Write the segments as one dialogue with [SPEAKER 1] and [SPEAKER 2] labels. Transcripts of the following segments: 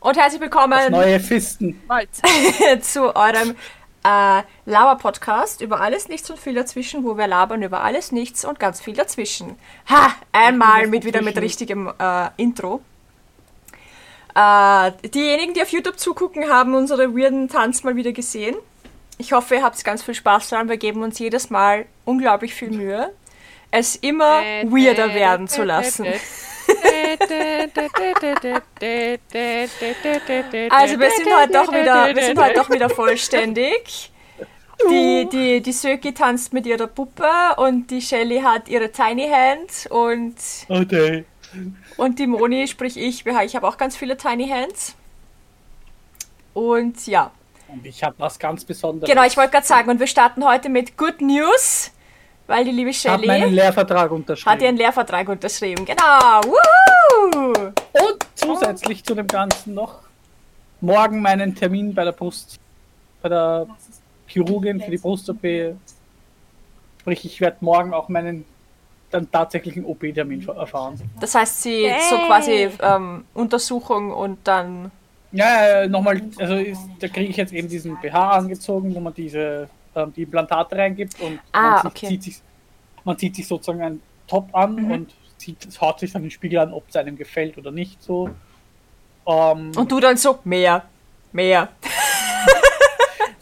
[SPEAKER 1] und herzlich
[SPEAKER 2] Das
[SPEAKER 1] willkommen
[SPEAKER 2] neue Fisten.
[SPEAKER 3] Malz.
[SPEAKER 1] zu eurem äh, Laber-Podcast über alles, nichts und viel dazwischen, wo wir labern über alles, nichts und ganz viel dazwischen. Ha! Einmal mit, wieder mit richtigem äh, Intro. Äh, diejenigen, die auf YouTube zugucken, haben unsere weirden Tanz mal wieder gesehen. Ich hoffe, ihr habt ganz viel Spaß daran. Wir geben uns jedes Mal unglaublich viel Mühe, es immer
[SPEAKER 3] Äh,
[SPEAKER 1] weirder werden zu lassen. Also
[SPEAKER 3] also
[SPEAKER 1] wir sind heute doch wieder, wir sind heute doch wieder vollständig. Die, die, die Söki tanzt mit ihrer Puppe und die Shelly hat ihre Tiny Hand und,
[SPEAKER 2] Okay.
[SPEAKER 1] und die Moni, sprich ich, wir- ich habe auch ganz viele Tiny Hands. Und ja,
[SPEAKER 2] Und ich habe was ganz Besonderes.
[SPEAKER 1] genau, ich wollte gerade sagen, und wir starten heute mit Good News, weil die liebe
[SPEAKER 2] Ich habe meinen
[SPEAKER 1] Shelly
[SPEAKER 2] Lehrvertrag unterschrieben.
[SPEAKER 1] hat ihren Lehrvertrag unterschrieben. Genau, wuhu!
[SPEAKER 2] Und zusätzlich zu dem Ganzen noch morgen meinen Termin bei der Brust, bei der Chirurgin für die Brust-OP. Sprich, ich werde morgen auch meinen dann tatsächlichen OP-Termin erfahren.
[SPEAKER 1] Das heißt, sie so
[SPEAKER 3] Yay.
[SPEAKER 1] quasi ähm, Untersuchung und dann
[SPEAKER 2] Ja, äh, nochmal, also ist, da kriege ich jetzt eben diesen BH angezogen, wo man diese ähm, die Implantate reingibt und
[SPEAKER 1] Ah,
[SPEAKER 2] man,
[SPEAKER 1] okay. Mhm.
[SPEAKER 2] zieht sich, man zieht sich sozusagen einen Top an und zieht, schaut sich dann im Spiegel an, ob es einem gefällt oder nicht so. Ähm,
[SPEAKER 1] und du dann so mehr, mehr.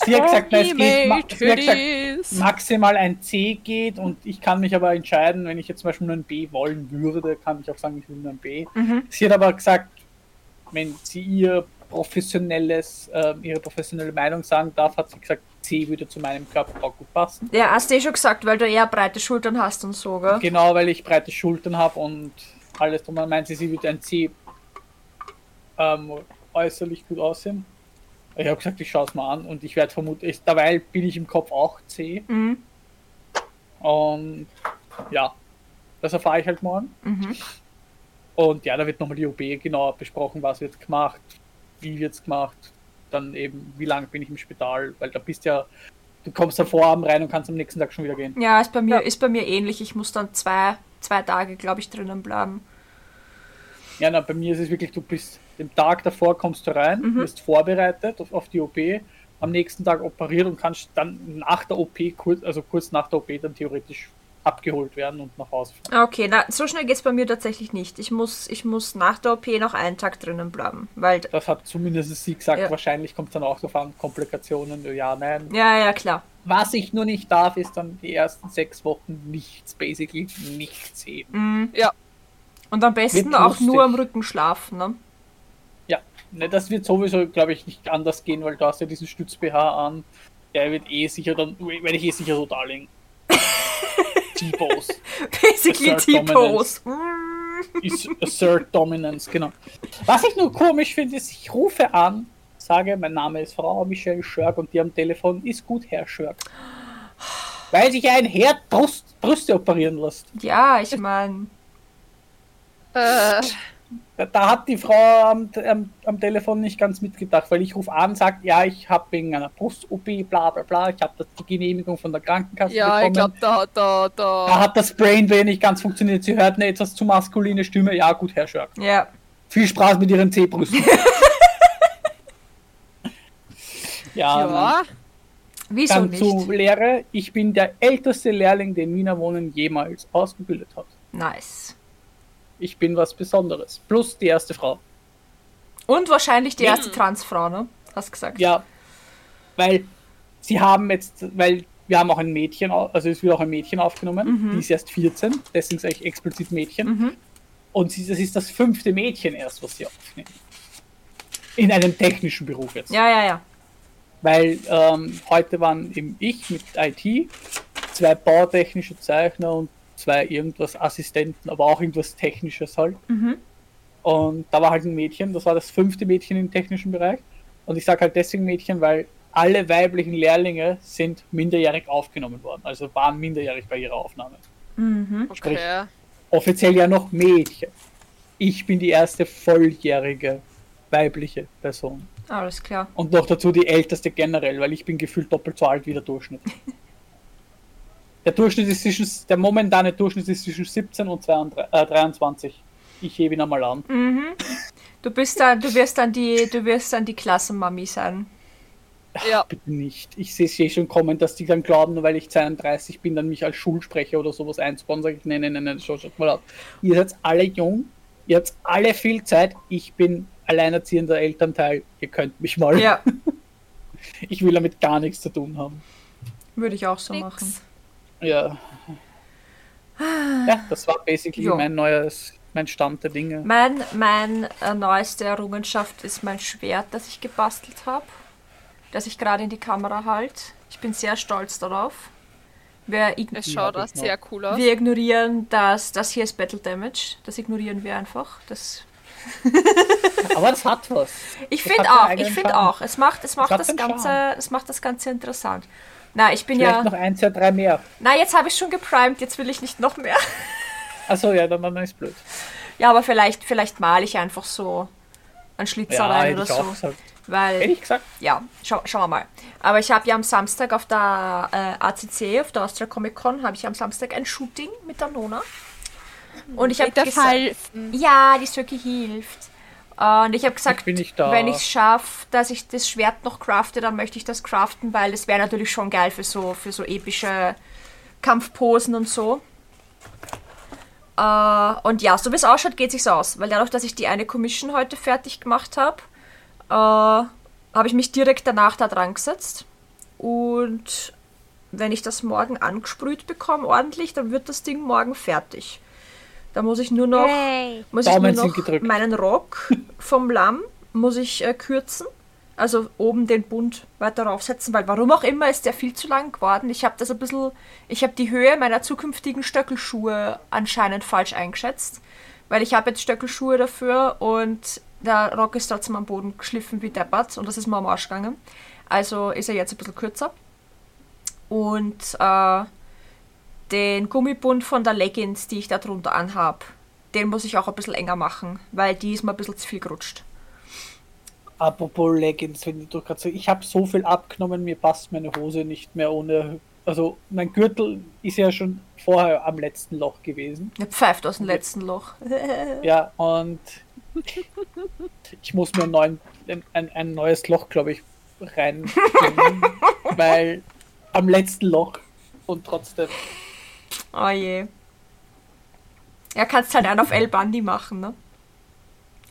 [SPEAKER 2] sie hat gesagt, nein, es geht, ma- sie hat gesagt,
[SPEAKER 3] gesagt,
[SPEAKER 2] maximal ein C geht und ich kann mich aber entscheiden, wenn ich jetzt zum Beispiel nur ein B wollen würde, kann ich auch sagen, ich will nur ein B. Sie hat aber gesagt, wenn sie ihr professionelles, ähm, ihre professionelle Meinung sagen darf, hat sie gesagt, C würde zu meinem Körperbau gut passen.
[SPEAKER 1] Ja, hast du eh schon gesagt, weil du eher breite Schultern hast und so, gell?
[SPEAKER 2] Genau, weil ich breite Schultern habe und alles drum. Dann meint sie, sie würde ein C ähm, äußerlich gut aussehen. Ich habe gesagt, ich schaue es mal an und ich werde vermutlich, dabei bin ich im Kopf auch C.
[SPEAKER 1] Mhm.
[SPEAKER 2] Und ja, das erfahre ich halt morgen.
[SPEAKER 1] Mhm.
[SPEAKER 2] Und ja, da wird nochmal die OP genauer besprochen, was wird gemacht, wie wird's gemacht, dann eben, wie lange bin ich im Spital, weil da bist ja, du kommst am Vorabend rein und kannst am nächsten Tag schon wieder gehen.
[SPEAKER 1] Ja, ist bei mir,
[SPEAKER 2] Ja.
[SPEAKER 1] ist bei mir ähnlich. Ich muss dann zwei, zwei Tage, glaube ich, drinnen bleiben.
[SPEAKER 2] Ja, na, bei mir ist es wirklich, du bist den Tag davor kommst du rein, wirst vorbereitet auf, auf die OP, am nächsten Tag operiert und kannst dann nach der OP, kurz, also kurz nach der OP, dann theoretisch abgeholt werden und nach Hause fahren.
[SPEAKER 1] Ah, Okay, na, so schnell geht's bei mir tatsächlich nicht. Ich muss, ich muss nach der OP noch einen Tag drinnen bleiben, weil...
[SPEAKER 2] Das hat zumindest sie gesagt,
[SPEAKER 1] Ja.
[SPEAKER 2] wahrscheinlich kommt dann auch so an Komplikationen, ja, nein.
[SPEAKER 1] Ja, ja, klar.
[SPEAKER 2] Was ich nur nicht darf, ist dann die ersten sechs Wochen nichts, basically nichts eben.
[SPEAKER 1] Und am besten
[SPEAKER 2] Wird
[SPEAKER 1] auch
[SPEAKER 2] lustig.
[SPEAKER 1] nur am Rücken schlafen, ne?
[SPEAKER 2] Ja, ne, das wird sowieso, glaube ich, nicht anders gehen, weil du hast ja diesen Stütz-BH an. Der wird eh sicher dann, werde ich eh sicher so da liegen. T-Pose.
[SPEAKER 1] Basically
[SPEAKER 2] Assert
[SPEAKER 1] T-Pose.
[SPEAKER 2] Dominance.
[SPEAKER 1] Mm.
[SPEAKER 2] Is- Assert Dominance, genau. Was ich nur komisch finde, ist, ich rufe an, sage, mein Name ist Frau Michelle Schörg und die am Telefon ist gut, Herr Schörg. Weil sich ein Herr Brust, Brüste operieren lässt.
[SPEAKER 1] Ja, ich meine...
[SPEAKER 3] Äh,
[SPEAKER 2] Da, da hat die Frau am, am, am Telefon nicht ganz mitgedacht, weil ich rufe an, sagt, ja, ich habe wegen einer Brust-OP, bla bla bla, ich habe die Genehmigung von der Krankenkasse
[SPEAKER 3] Ja, ich
[SPEAKER 2] bekommen.
[SPEAKER 3] glaube, da, da,
[SPEAKER 2] da
[SPEAKER 3] da.
[SPEAKER 2] hat das Brainway nicht ganz funktioniert. Sie hört eine etwas zu maskuline Stimme. Ja, gut, Herr Schörk.
[SPEAKER 1] Ja.
[SPEAKER 2] Viel Spaß mit Ihren C-Brüsten. ja, nein.
[SPEAKER 3] Ja,
[SPEAKER 1] Wieso
[SPEAKER 2] dann
[SPEAKER 1] nicht?
[SPEAKER 2] zu Lehre. Ich bin der älteste Lehrling, den Wiener Wohnen jemals ausgebildet hat.
[SPEAKER 1] Nice.
[SPEAKER 2] Ich bin was Besonderes. Plus die erste Frau.
[SPEAKER 1] Und wahrscheinlich die erste Transfrau, ne? Hast gesagt.
[SPEAKER 2] Ja, weil sie haben jetzt, weil wir haben auch ein Mädchen, au- also es wird auch ein Mädchen aufgenommen,
[SPEAKER 1] Mhm.
[SPEAKER 2] die ist erst 14, deswegen sage ich explizit Mädchen. Und sie, das ist das fünfte Mädchen erst, was sie aufnehmen. In einem technischen Beruf jetzt.
[SPEAKER 1] Ja, ja, ja.
[SPEAKER 2] Weil ähm, heute waren eben ich mit IT, zwei bautechnische Zeichner und zwei irgendwas Assistenten, aber auch irgendwas Technisches halt. Und da war halt ein Mädchen, das war das fünfte Mädchen im technischen Bereich. Und ich sage halt deswegen Mädchen, weil alle weiblichen Lehrlinge sind minderjährig aufgenommen worden, also waren minderjährig bei ihrer Aufnahme.
[SPEAKER 1] Mhm. Hm?
[SPEAKER 3] okay.
[SPEAKER 2] Offiziell ja noch Mädchen. Ich bin die erste volljährige weibliche Person.
[SPEAKER 1] Alles klar.
[SPEAKER 2] Und noch dazu die älteste generell, weil ich bin gefühlt doppelt so alt wie der Durchschnitt. Der Durchschnitt ist zwischen, der momentane Durchschnitt ist zwischen 17 und 22, äh, 23. Ich hebe ihn einmal an.
[SPEAKER 1] Du bist dann, du wirst dann die, du wirst dann die Klassenmami sein.
[SPEAKER 3] Ja.
[SPEAKER 2] Bitte nicht. Ich sehe es eh schon kommen, dass die dann glauben, nur weil ich 32 bin, dann mich als Schulsprecher oder sowas einzubauen. Sag ich, nein, nein, nein, nein, schaut, schaut mal auf. Ihr seid alle jung, ihr habt alle viel Zeit. Ich bin alleinerziehender Elternteil. Ihr könnt mich mal.
[SPEAKER 1] Ja,
[SPEAKER 2] Ich will damit gar nichts zu tun haben.
[SPEAKER 1] würde ich auch so
[SPEAKER 3] Nix.
[SPEAKER 1] machen.
[SPEAKER 2] Ja. Ja, das war basically
[SPEAKER 1] Ah. Jo.
[SPEAKER 2] mein neues, mein Stand der Dinge.
[SPEAKER 1] Mein, mein äh, neueste Errungenschaft ist mein Schwert, das ich gebastelt habe. Das ich gerade in die Kamera halte. Ich bin sehr stolz darauf. Wir, ign
[SPEAKER 3] Es schaut
[SPEAKER 2] Ja,
[SPEAKER 3] auch
[SPEAKER 2] das noch.
[SPEAKER 3] sehr cool aus.
[SPEAKER 1] genau. wir ignorieren das. Das hier ist Battle Damage. Das ignorieren wir einfach. Das,
[SPEAKER 2] Aber das hat was.
[SPEAKER 1] ich
[SPEAKER 2] Das hat
[SPEAKER 1] finde
[SPEAKER 2] einen
[SPEAKER 1] auch,
[SPEAKER 2] eigenen
[SPEAKER 1] ich finde
[SPEAKER 2] Charme.
[SPEAKER 1] auch. Es macht, es macht
[SPEAKER 2] hat
[SPEAKER 1] das
[SPEAKER 2] einen
[SPEAKER 1] Ganze,
[SPEAKER 2] Charme.
[SPEAKER 1] es macht das Ganze interessant. Na, ich bin
[SPEAKER 2] Vielleicht
[SPEAKER 1] ja.
[SPEAKER 2] noch ein, zwei, drei mehr.
[SPEAKER 1] Na, jetzt habe ich schon geprimed, jetzt will ich nicht noch mehr.
[SPEAKER 2] Achso, ja, dann, dann ist blöd.
[SPEAKER 1] Ja, aber vielleicht, vielleicht male ich einfach so einen Schlitzer rein oder
[SPEAKER 2] hätte ich auch
[SPEAKER 1] so.
[SPEAKER 2] gesagt.
[SPEAKER 1] Weil.
[SPEAKER 2] Ehrlich gesagt,
[SPEAKER 1] ja, schau, schauen wir mal. Aber ich habe ja am Samstag auf der äh, ACC, auf der Austria Comic Con, habe ich am Samstag ein Shooting mit der Nona. Und ich habe
[SPEAKER 3] Peter
[SPEAKER 1] gesagt,
[SPEAKER 3] Falfen.
[SPEAKER 1] ja, die Söki hilft. Äh, Und ich habe gesagt,
[SPEAKER 2] Ich bin nicht da.
[SPEAKER 1] wenn ich es schaffe, dass ich das Schwert noch crafte, dann möchte ich das craften, weil es wäre natürlich schon geil für so, für so epische Kampfposen und so. Äh, und ja, so wie es ausschaut, geht sich's aus. Weil dadurch, dass ich die eine Commission heute fertig gemacht habe, äh, habe ich mich direkt danach da dran gesetzt. Und wenn ich das morgen angesprüht bekomme, ordentlich, dann wird das Ding morgen fertig. Da muss ich nur noch, muss ich nur
[SPEAKER 2] Daumen sind
[SPEAKER 1] noch
[SPEAKER 2] gedrückt.
[SPEAKER 1] meinen Rock vom Lamm muss ich äh, kürzen. Also oben den Bund weiter raufsetzen, weil warum auch immer ist der viel zu lang geworden. Ich habe das ein bisschen, ich habe die Höhe meiner zukünftigen Stöckelschuhe anscheinend falsch eingeschätzt, weil ich habe jetzt Stöckelschuhe dafür und der Rock ist trotzdem am Boden geschliffen wie deppert und das ist mir am Arsch gegangen. Also ist er jetzt ein bisschen kürzer. Und äh, den Gummibund von der Leggings, die ich da drunter anhab, den muss ich auch ein bisschen enger machen, weil die ist mir ein bisschen zu viel gerutscht.
[SPEAKER 2] apropos Leggings, wenn du gerade so, ich habe so viel abgenommen, mir passt meine Hose nicht mehr ohne, also mein Gürtel ist ja schon vorher am letzten Loch gewesen.
[SPEAKER 1] Eine pfeift aus dem letzten Loch.
[SPEAKER 2] Ja, und ich muss mir einen neuen, ein, ein, ein neues Loch, glaube ich, rein, weil am letzten Loch und trotzdem,
[SPEAKER 1] Oh je. Ja, kannst halt einen auf El Bandi machen, ne?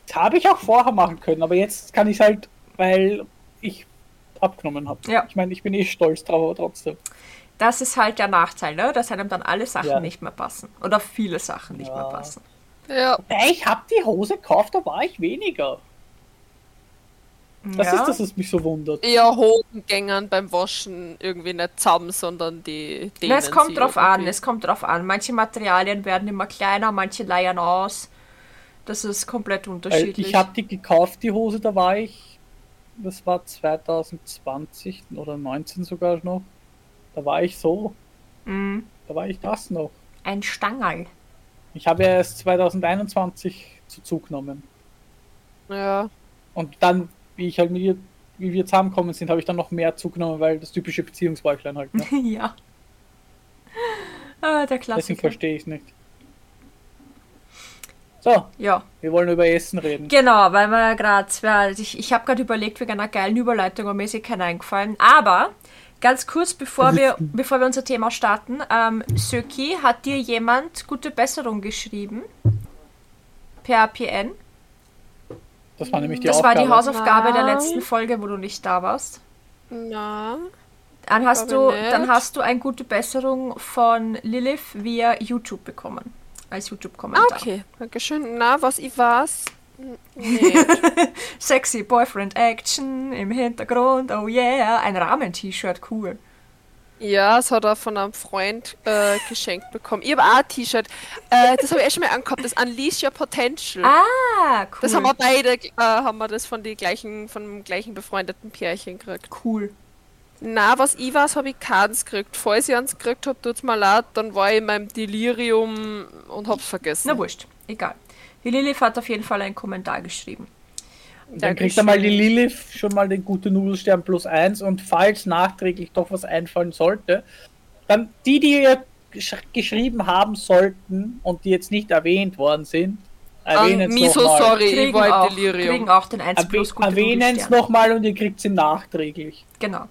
[SPEAKER 2] das habe ich auch vorher machen können, aber jetzt kann ich halt, weil ich abgenommen habe.
[SPEAKER 1] Ja.
[SPEAKER 2] Ich meine, ich bin eh stolz drauf, aber trotzdem.
[SPEAKER 1] Das ist halt der Nachteil, ne? Dass einem dann alle Sachen
[SPEAKER 2] Ja.
[SPEAKER 1] nicht mehr passen. Oder viele Sachen nicht mehr
[SPEAKER 2] Ja.
[SPEAKER 1] passen.
[SPEAKER 3] Ja.
[SPEAKER 2] Ich habe die Hose gekauft, da war ich weniger. Das
[SPEAKER 1] ja.
[SPEAKER 2] ist das, was mich so wundert.
[SPEAKER 3] Eher Hodengängern beim Waschen irgendwie nicht zusammen, sondern die
[SPEAKER 1] Na, es
[SPEAKER 3] dehnen sie
[SPEAKER 1] kommt drauf an,
[SPEAKER 3] irgendwie.
[SPEAKER 1] es kommt drauf an. Manche Materialien werden immer kleiner, manche leiern aus. Das ist komplett
[SPEAKER 2] Weil
[SPEAKER 1] unterschiedlich.
[SPEAKER 2] Äh, ich habe die gekauft, die Hose, da war ich, das war 2020 oder 19 sogar noch. Da war ich so,
[SPEAKER 1] Mm,
[SPEAKER 2] da war ich das noch.
[SPEAKER 1] ein Stangerl.
[SPEAKER 2] Ich habe ja erst 2021 zu Zug genommen.
[SPEAKER 3] Ja.
[SPEAKER 2] Und dann, wie ich halt mit ihr, wie wir zusammengekommen sind, habe ich dann noch mehr zugenommen, weil das typische Beziehungsbäuchlein halt. Ne?
[SPEAKER 1] ja. Ah, der
[SPEAKER 2] Deswegen
[SPEAKER 1] Klassiker.
[SPEAKER 2] verstehe ich es nicht. So,
[SPEAKER 1] Ja,
[SPEAKER 2] wir wollen über Essen reden.
[SPEAKER 1] genau, weil wir gerade, also ich, ich habe gerade überlegt, wegen einer geilen Überleitung, aber mir ist eh keiner eingefallen. Aber ganz kurz,
[SPEAKER 2] Also
[SPEAKER 1] bevor wir, bevor wir unser Thema starten, ähm, Söki, hat dir jemand gute Besserung geschrieben? Per PN?
[SPEAKER 2] Das war nämlich die
[SPEAKER 1] Das
[SPEAKER 2] Aufgabe.
[SPEAKER 1] war die Hausaufgabe der
[SPEAKER 3] Nein.
[SPEAKER 1] letzten Folge, wo du nicht da warst.
[SPEAKER 3] Na.
[SPEAKER 1] Dann hast, du,
[SPEAKER 3] Glaube nicht.
[SPEAKER 1] dann hast du eine gute Besserung von Lilith via YouTube bekommen. Als
[SPEAKER 3] Ah,
[SPEAKER 1] YouTube-Kommentar.
[SPEAKER 3] okay. Dankeschön. Na, was ich weiß. N- Nee.
[SPEAKER 1] Sexy Boyfriend Action im Hintergrund, oh yeah. Ein Rahmen-T-Shirt, cool.
[SPEAKER 3] Ja, das hat er von einem Freund äh, geschenkt bekommen. Ich habe auch ein T-Shirt. Äh, das habe ich eh schon mal angehabt, das Unleash Your Potential.
[SPEAKER 1] Ah, cool.
[SPEAKER 3] Das haben wir beide, äh, haben wir das von die gleichen, von dem gleichen befreundeten Pärchen gekriegt.
[SPEAKER 1] cool.
[SPEAKER 3] Na, was ich weiß, habe ich keins gekriegt. Falls ich eins gekriegt habe, tut's mir leid, dann war ich in meinem Delirium und hab's vergessen.
[SPEAKER 1] Na wurscht, egal. Die Lilith hat auf jeden Fall einen Kommentar geschrieben.
[SPEAKER 2] Dann kriegt er mal die Lilith schon mal den guten Nudelstern plus eins und falls nachträglich doch was einfallen sollte, dann die, die ihr gesch- geschrieben haben sollten und die jetzt nicht erwähnt worden sind, Erwähnen's
[SPEAKER 3] Ähm, Miso,
[SPEAKER 2] nochmal.
[SPEAKER 3] sorry, ich
[SPEAKER 1] Kriegen
[SPEAKER 3] war
[SPEAKER 1] auch,
[SPEAKER 3] im Delirium.
[SPEAKER 1] kriegen auch den 1 plus
[SPEAKER 2] Erwäh
[SPEAKER 1] guten
[SPEAKER 2] Erwähnen es
[SPEAKER 1] Rudelstern.
[SPEAKER 2] nochmal und ihr kriegt sie nachträglich.
[SPEAKER 1] Genau.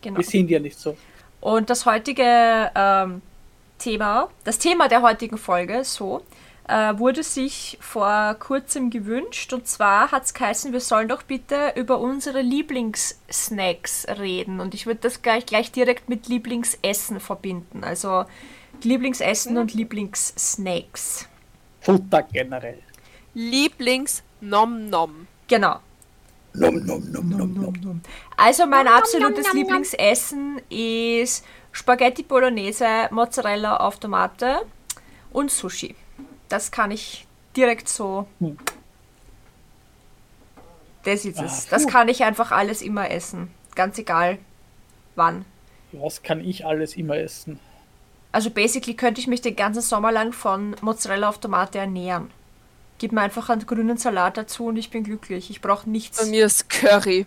[SPEAKER 1] genau.
[SPEAKER 2] Wir sind ja nicht so.
[SPEAKER 1] Und das heutige ähm, Thema, das Thema der heutigen Folge, so, äh, wurde sich vor kurzem gewünscht. Und zwar hat es geheißen, wir sollen doch bitte über unsere Lieblingssnacks reden. Und ich würde das gleich, gleich direkt mit Lieblingsessen verbinden. Also Lieblingsessen und Lieblingssnacks.
[SPEAKER 2] Futter generell.
[SPEAKER 3] Lieblings-Nom-Nom.
[SPEAKER 1] Genau.
[SPEAKER 2] Nom, nom, nom, nom, nom.
[SPEAKER 1] Also mein absolutes Lieblingsessen ist Spaghetti Bolognese, Mozzarella auf Tomate und Sushi. Das kann ich direkt so.
[SPEAKER 2] Hm.
[SPEAKER 1] Das ist es.
[SPEAKER 2] Ah,
[SPEAKER 1] Das
[SPEAKER 2] puh.
[SPEAKER 1] kann ich einfach alles immer essen. Ganz egal wann.
[SPEAKER 2] Was kann ich alles immer essen?
[SPEAKER 1] Also basically könnte ich mich den ganzen Sommer lang von Mozzarella auf Tomate ernähren. Gib mir einfach einen grünen Salat dazu und ich bin glücklich. Ich brauche
[SPEAKER 3] Bei
[SPEAKER 1] nichts.
[SPEAKER 3] mir ist Curry.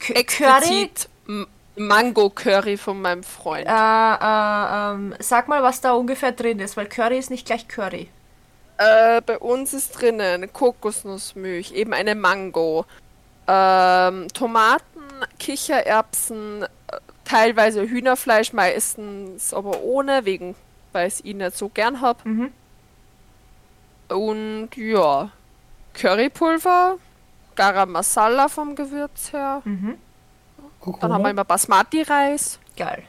[SPEAKER 1] K- Curry
[SPEAKER 3] Explizit M- Mango-Curry von meinem Freund.
[SPEAKER 1] Äh, äh, ähm, sag mal, was da ungefähr drin ist, weil Curry ist nicht gleich Curry.
[SPEAKER 3] Äh, bei uns ist drinnen Kokosnussmilch, eben eine Mango, ähm, Tomaten, Kichererbsen, äh, teilweise Hühnerfleisch, meistens aber ohne, wegen, weil ich es ihnen nicht so gern hab.
[SPEAKER 1] Mhm.
[SPEAKER 3] Und ja, Currypulver, Garam Masala vom Gewürz her. Dann haben wir immer Basmati-Reis.
[SPEAKER 1] Geil.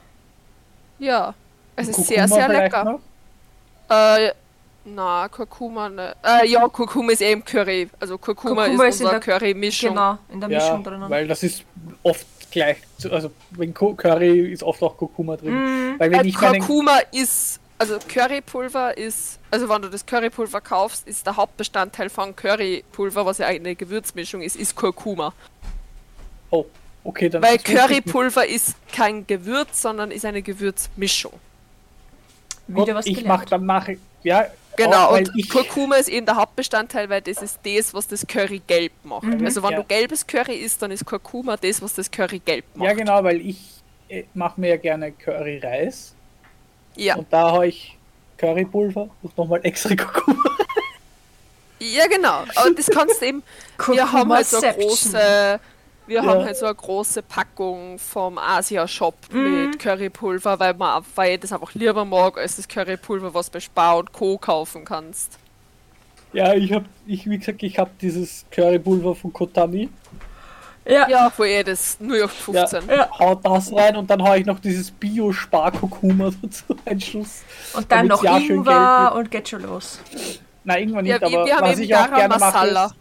[SPEAKER 3] Ja, es ist
[SPEAKER 2] Kurkuma
[SPEAKER 3] sehr, sehr
[SPEAKER 2] vielleicht
[SPEAKER 3] lecker.
[SPEAKER 2] noch?
[SPEAKER 3] Äh, na, Kurkuma, ne. Äh, ja, Kurkuma ist eben Curry. Also Kurkuma,
[SPEAKER 1] Kurkuma
[SPEAKER 3] ist,
[SPEAKER 1] ist in
[SPEAKER 3] unsere
[SPEAKER 1] der-
[SPEAKER 3] Curry-Mischung.
[SPEAKER 1] Genau, in der
[SPEAKER 2] Ja,
[SPEAKER 1] Mischung drinnen.
[SPEAKER 2] weil das ist oft gleich, zu, also wenn Ku- Curry ist oft auch Kurkuma
[SPEAKER 1] Mhm.
[SPEAKER 2] drin. Weil wenn
[SPEAKER 3] Äh,
[SPEAKER 2] ich meinen
[SPEAKER 3] Kurkuma ist, also Currypulver ist, also wenn du das Currypulver kaufst, ist der Hauptbestandteil von Currypulver, was ja eine Gewürzmischung ist, ist Kurkuma.
[SPEAKER 2] Oh, okay, dann
[SPEAKER 3] Weil
[SPEAKER 2] das wusste ich nicht.
[SPEAKER 3] Currypulver ist kein Gewürz, sondern ist eine Gewürzmischung.
[SPEAKER 1] Wieder
[SPEAKER 2] Gut,
[SPEAKER 1] was
[SPEAKER 2] ich mache
[SPEAKER 1] gelernt.
[SPEAKER 2] dann mache ja
[SPEAKER 3] Genau,
[SPEAKER 2] auch, Oh, weil
[SPEAKER 3] und
[SPEAKER 2] ich,
[SPEAKER 3] Kurkuma ist eben der Hauptbestandteil, weil das ist das, was das Curry gelb macht.
[SPEAKER 1] Mhm.
[SPEAKER 3] Also wenn
[SPEAKER 2] Ja.
[SPEAKER 3] du gelbes Curry isst, dann ist Kurkuma das, was das Curry gelb macht.
[SPEAKER 2] ja genau, weil ich mache mir ja gerne Curry Reis
[SPEAKER 3] Ja,
[SPEAKER 2] und da habe ich Currypulver und nochmal extra Kurkuma.
[SPEAKER 3] ja genau. Und das kannst du eben. wir haben halt so eine große. Wir
[SPEAKER 2] Ja.
[SPEAKER 3] haben halt so eine große Packung vom Asia-Shop
[SPEAKER 2] Mhm.
[SPEAKER 3] mit Currypulver, weil, man, weil ich das einfach lieber mag, als das Currypulver, was bei Spar und Co. kaufen kannst.
[SPEAKER 2] Ja, ich habe ich wie gesagt, ich habe dieses Currypulver von Kotami.
[SPEAKER 1] Ja. ja.
[SPEAKER 3] Ja, wo ihr das New York
[SPEAKER 2] Ja,
[SPEAKER 3] 15.
[SPEAKER 1] Ja.
[SPEAKER 2] hau das rein und dann haue ich noch dieses Bio Spar Kurkuma dazu einen Schuss.
[SPEAKER 1] Und dann noch
[SPEAKER 2] damit's ja schön gelb
[SPEAKER 1] Ingwer
[SPEAKER 2] wird.
[SPEAKER 1] und geht schon los.
[SPEAKER 2] Nein, irgendwann
[SPEAKER 3] Ja,
[SPEAKER 2] nicht,
[SPEAKER 3] wir,
[SPEAKER 2] aber
[SPEAKER 3] wir haben
[SPEAKER 2] was
[SPEAKER 3] eben
[SPEAKER 2] ich auch
[SPEAKER 3] Garam
[SPEAKER 2] gerne mache,
[SPEAKER 3] Masala.
[SPEAKER 2] ist,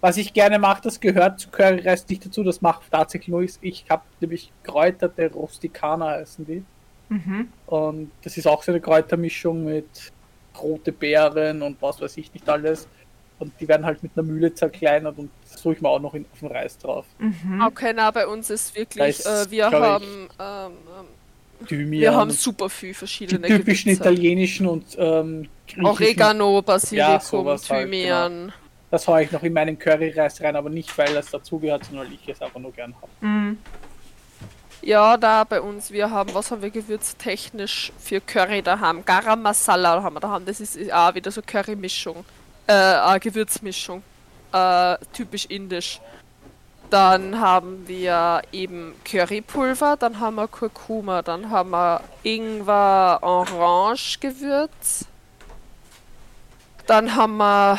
[SPEAKER 2] was ich gerne mache, das gehört zu Curryreis nicht dazu, das macht tatsächlich nur ich, ich habe nämlich Kräuterte Rustikana heißen die.
[SPEAKER 1] Mhm.
[SPEAKER 2] Und das ist auch so eine Kräutermischung mit rote Beeren und was weiß ich nicht alles. Und die werden halt mit einer Mühle zerkleinert und das tue ich mir auch noch in, auf den Reis drauf.
[SPEAKER 3] Okay, na, bei uns ist wirklich,
[SPEAKER 2] Da ist,
[SPEAKER 3] äh, wir
[SPEAKER 2] glaub ich,
[SPEAKER 3] haben, ähm, ähm,
[SPEAKER 2] Thymian,
[SPEAKER 3] wir haben super viel
[SPEAKER 2] die
[SPEAKER 3] verschiedene
[SPEAKER 2] typischen
[SPEAKER 3] Gewürze.
[SPEAKER 2] italienischen und ähm, griechischen.
[SPEAKER 3] Oregano,
[SPEAKER 2] Ja,
[SPEAKER 3] Basilikum,
[SPEAKER 2] sowas halt,
[SPEAKER 3] Thymian.
[SPEAKER 2] Das haue ich noch in meinen Curryreis rein, aber nicht, weil das dazugehört, sondern weil ich es einfach nur gern habe.
[SPEAKER 1] Mhm.
[SPEAKER 3] Ja, da bei uns, wir haben, was haben wir gewürztechnisch für Curry da haben? Garam Masala haben wir da haben. Das ist ist auch wieder so Curry-Mischung. Äh, äh, Gewürzmischung. Äh, typisch indisch. Dann haben wir eben Currypulver, dann haben wir Kurkuma, dann haben wir Ingwer Orange Gewürz. Dann haben wir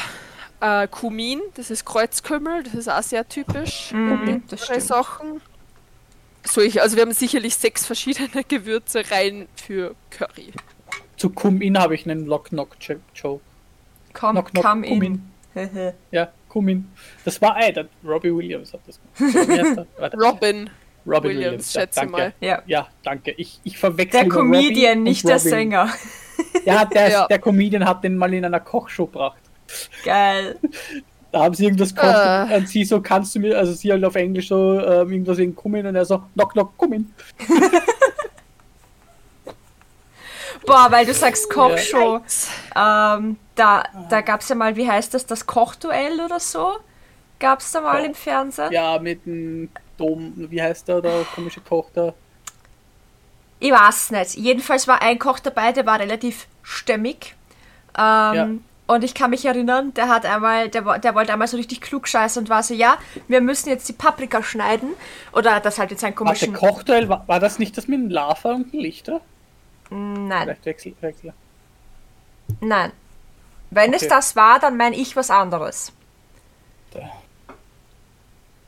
[SPEAKER 3] äh, Kumin, das ist Kreuzkümmel, das ist auch sehr typisch.
[SPEAKER 1] Mhm. Das
[SPEAKER 3] Andere
[SPEAKER 1] stimmt.
[SPEAKER 2] Also,
[SPEAKER 3] Sachen. So, ich, also wir haben sicherlich sechs verschiedene Gewürze rein für Curry.
[SPEAKER 2] Zu Kumin habe ich einen Lock-Knock-Joke.
[SPEAKER 1] Komm,
[SPEAKER 2] Knock, knock,
[SPEAKER 1] come in.
[SPEAKER 2] Kumin. Ja, Kumin. Das war ey, das, Robbie Williams hat das gemacht. Wer ist da? Warte.
[SPEAKER 3] Robin
[SPEAKER 2] Robin
[SPEAKER 3] Williams,
[SPEAKER 2] ja,
[SPEAKER 3] schätze
[SPEAKER 2] danke.
[SPEAKER 3] mal.
[SPEAKER 1] ja.
[SPEAKER 2] Ja, danke. Ich, ich verwechsel
[SPEAKER 1] Der
[SPEAKER 2] immer
[SPEAKER 1] Comedian,
[SPEAKER 2] Robbie
[SPEAKER 1] nicht
[SPEAKER 2] und
[SPEAKER 1] der
[SPEAKER 2] Robin.
[SPEAKER 1] Sänger.
[SPEAKER 2] Ja, der,
[SPEAKER 3] Ja.
[SPEAKER 2] der Comedian hat den mal in einer Kochshow gebracht.
[SPEAKER 1] Geil.
[SPEAKER 2] Da haben sie irgendwas gekocht
[SPEAKER 3] Äh.
[SPEAKER 2] und sie so, kannst du mir, also sie halt auf Englisch so ähm, irgendwas wegen Kumin und er so, knock, knock, Kumin.
[SPEAKER 1] Boah, weil du sagst Kochshow. Ähm, da
[SPEAKER 2] Ah.
[SPEAKER 1] da gab es ja mal, wie heißt das, das Kochduell oder so? Gab es da mal
[SPEAKER 2] Ja.
[SPEAKER 1] im Fernsehen?
[SPEAKER 2] Ja, mit dem Dom, wie heißt der, der komische Koch da?
[SPEAKER 1] Ich weiß nicht. Jedenfalls war ein Koch dabei, der war relativ stämmig. Ähm, Und ich kann mich erinnern, der hat einmal, der, wo- der wollte einmal so richtig klug scheißen und war so, ja, wir müssen jetzt die Paprika schneiden. Oder das halt jetzt einen
[SPEAKER 2] Warte,
[SPEAKER 1] komischen.
[SPEAKER 2] Kochduell, war, war das nicht das mit dem Lava und dem Lichter?
[SPEAKER 1] Nein,
[SPEAKER 2] Vielleicht wechsel, wechsel.
[SPEAKER 1] nein. Wenn es
[SPEAKER 2] Okay.
[SPEAKER 1] das war, dann meine ich was anderes.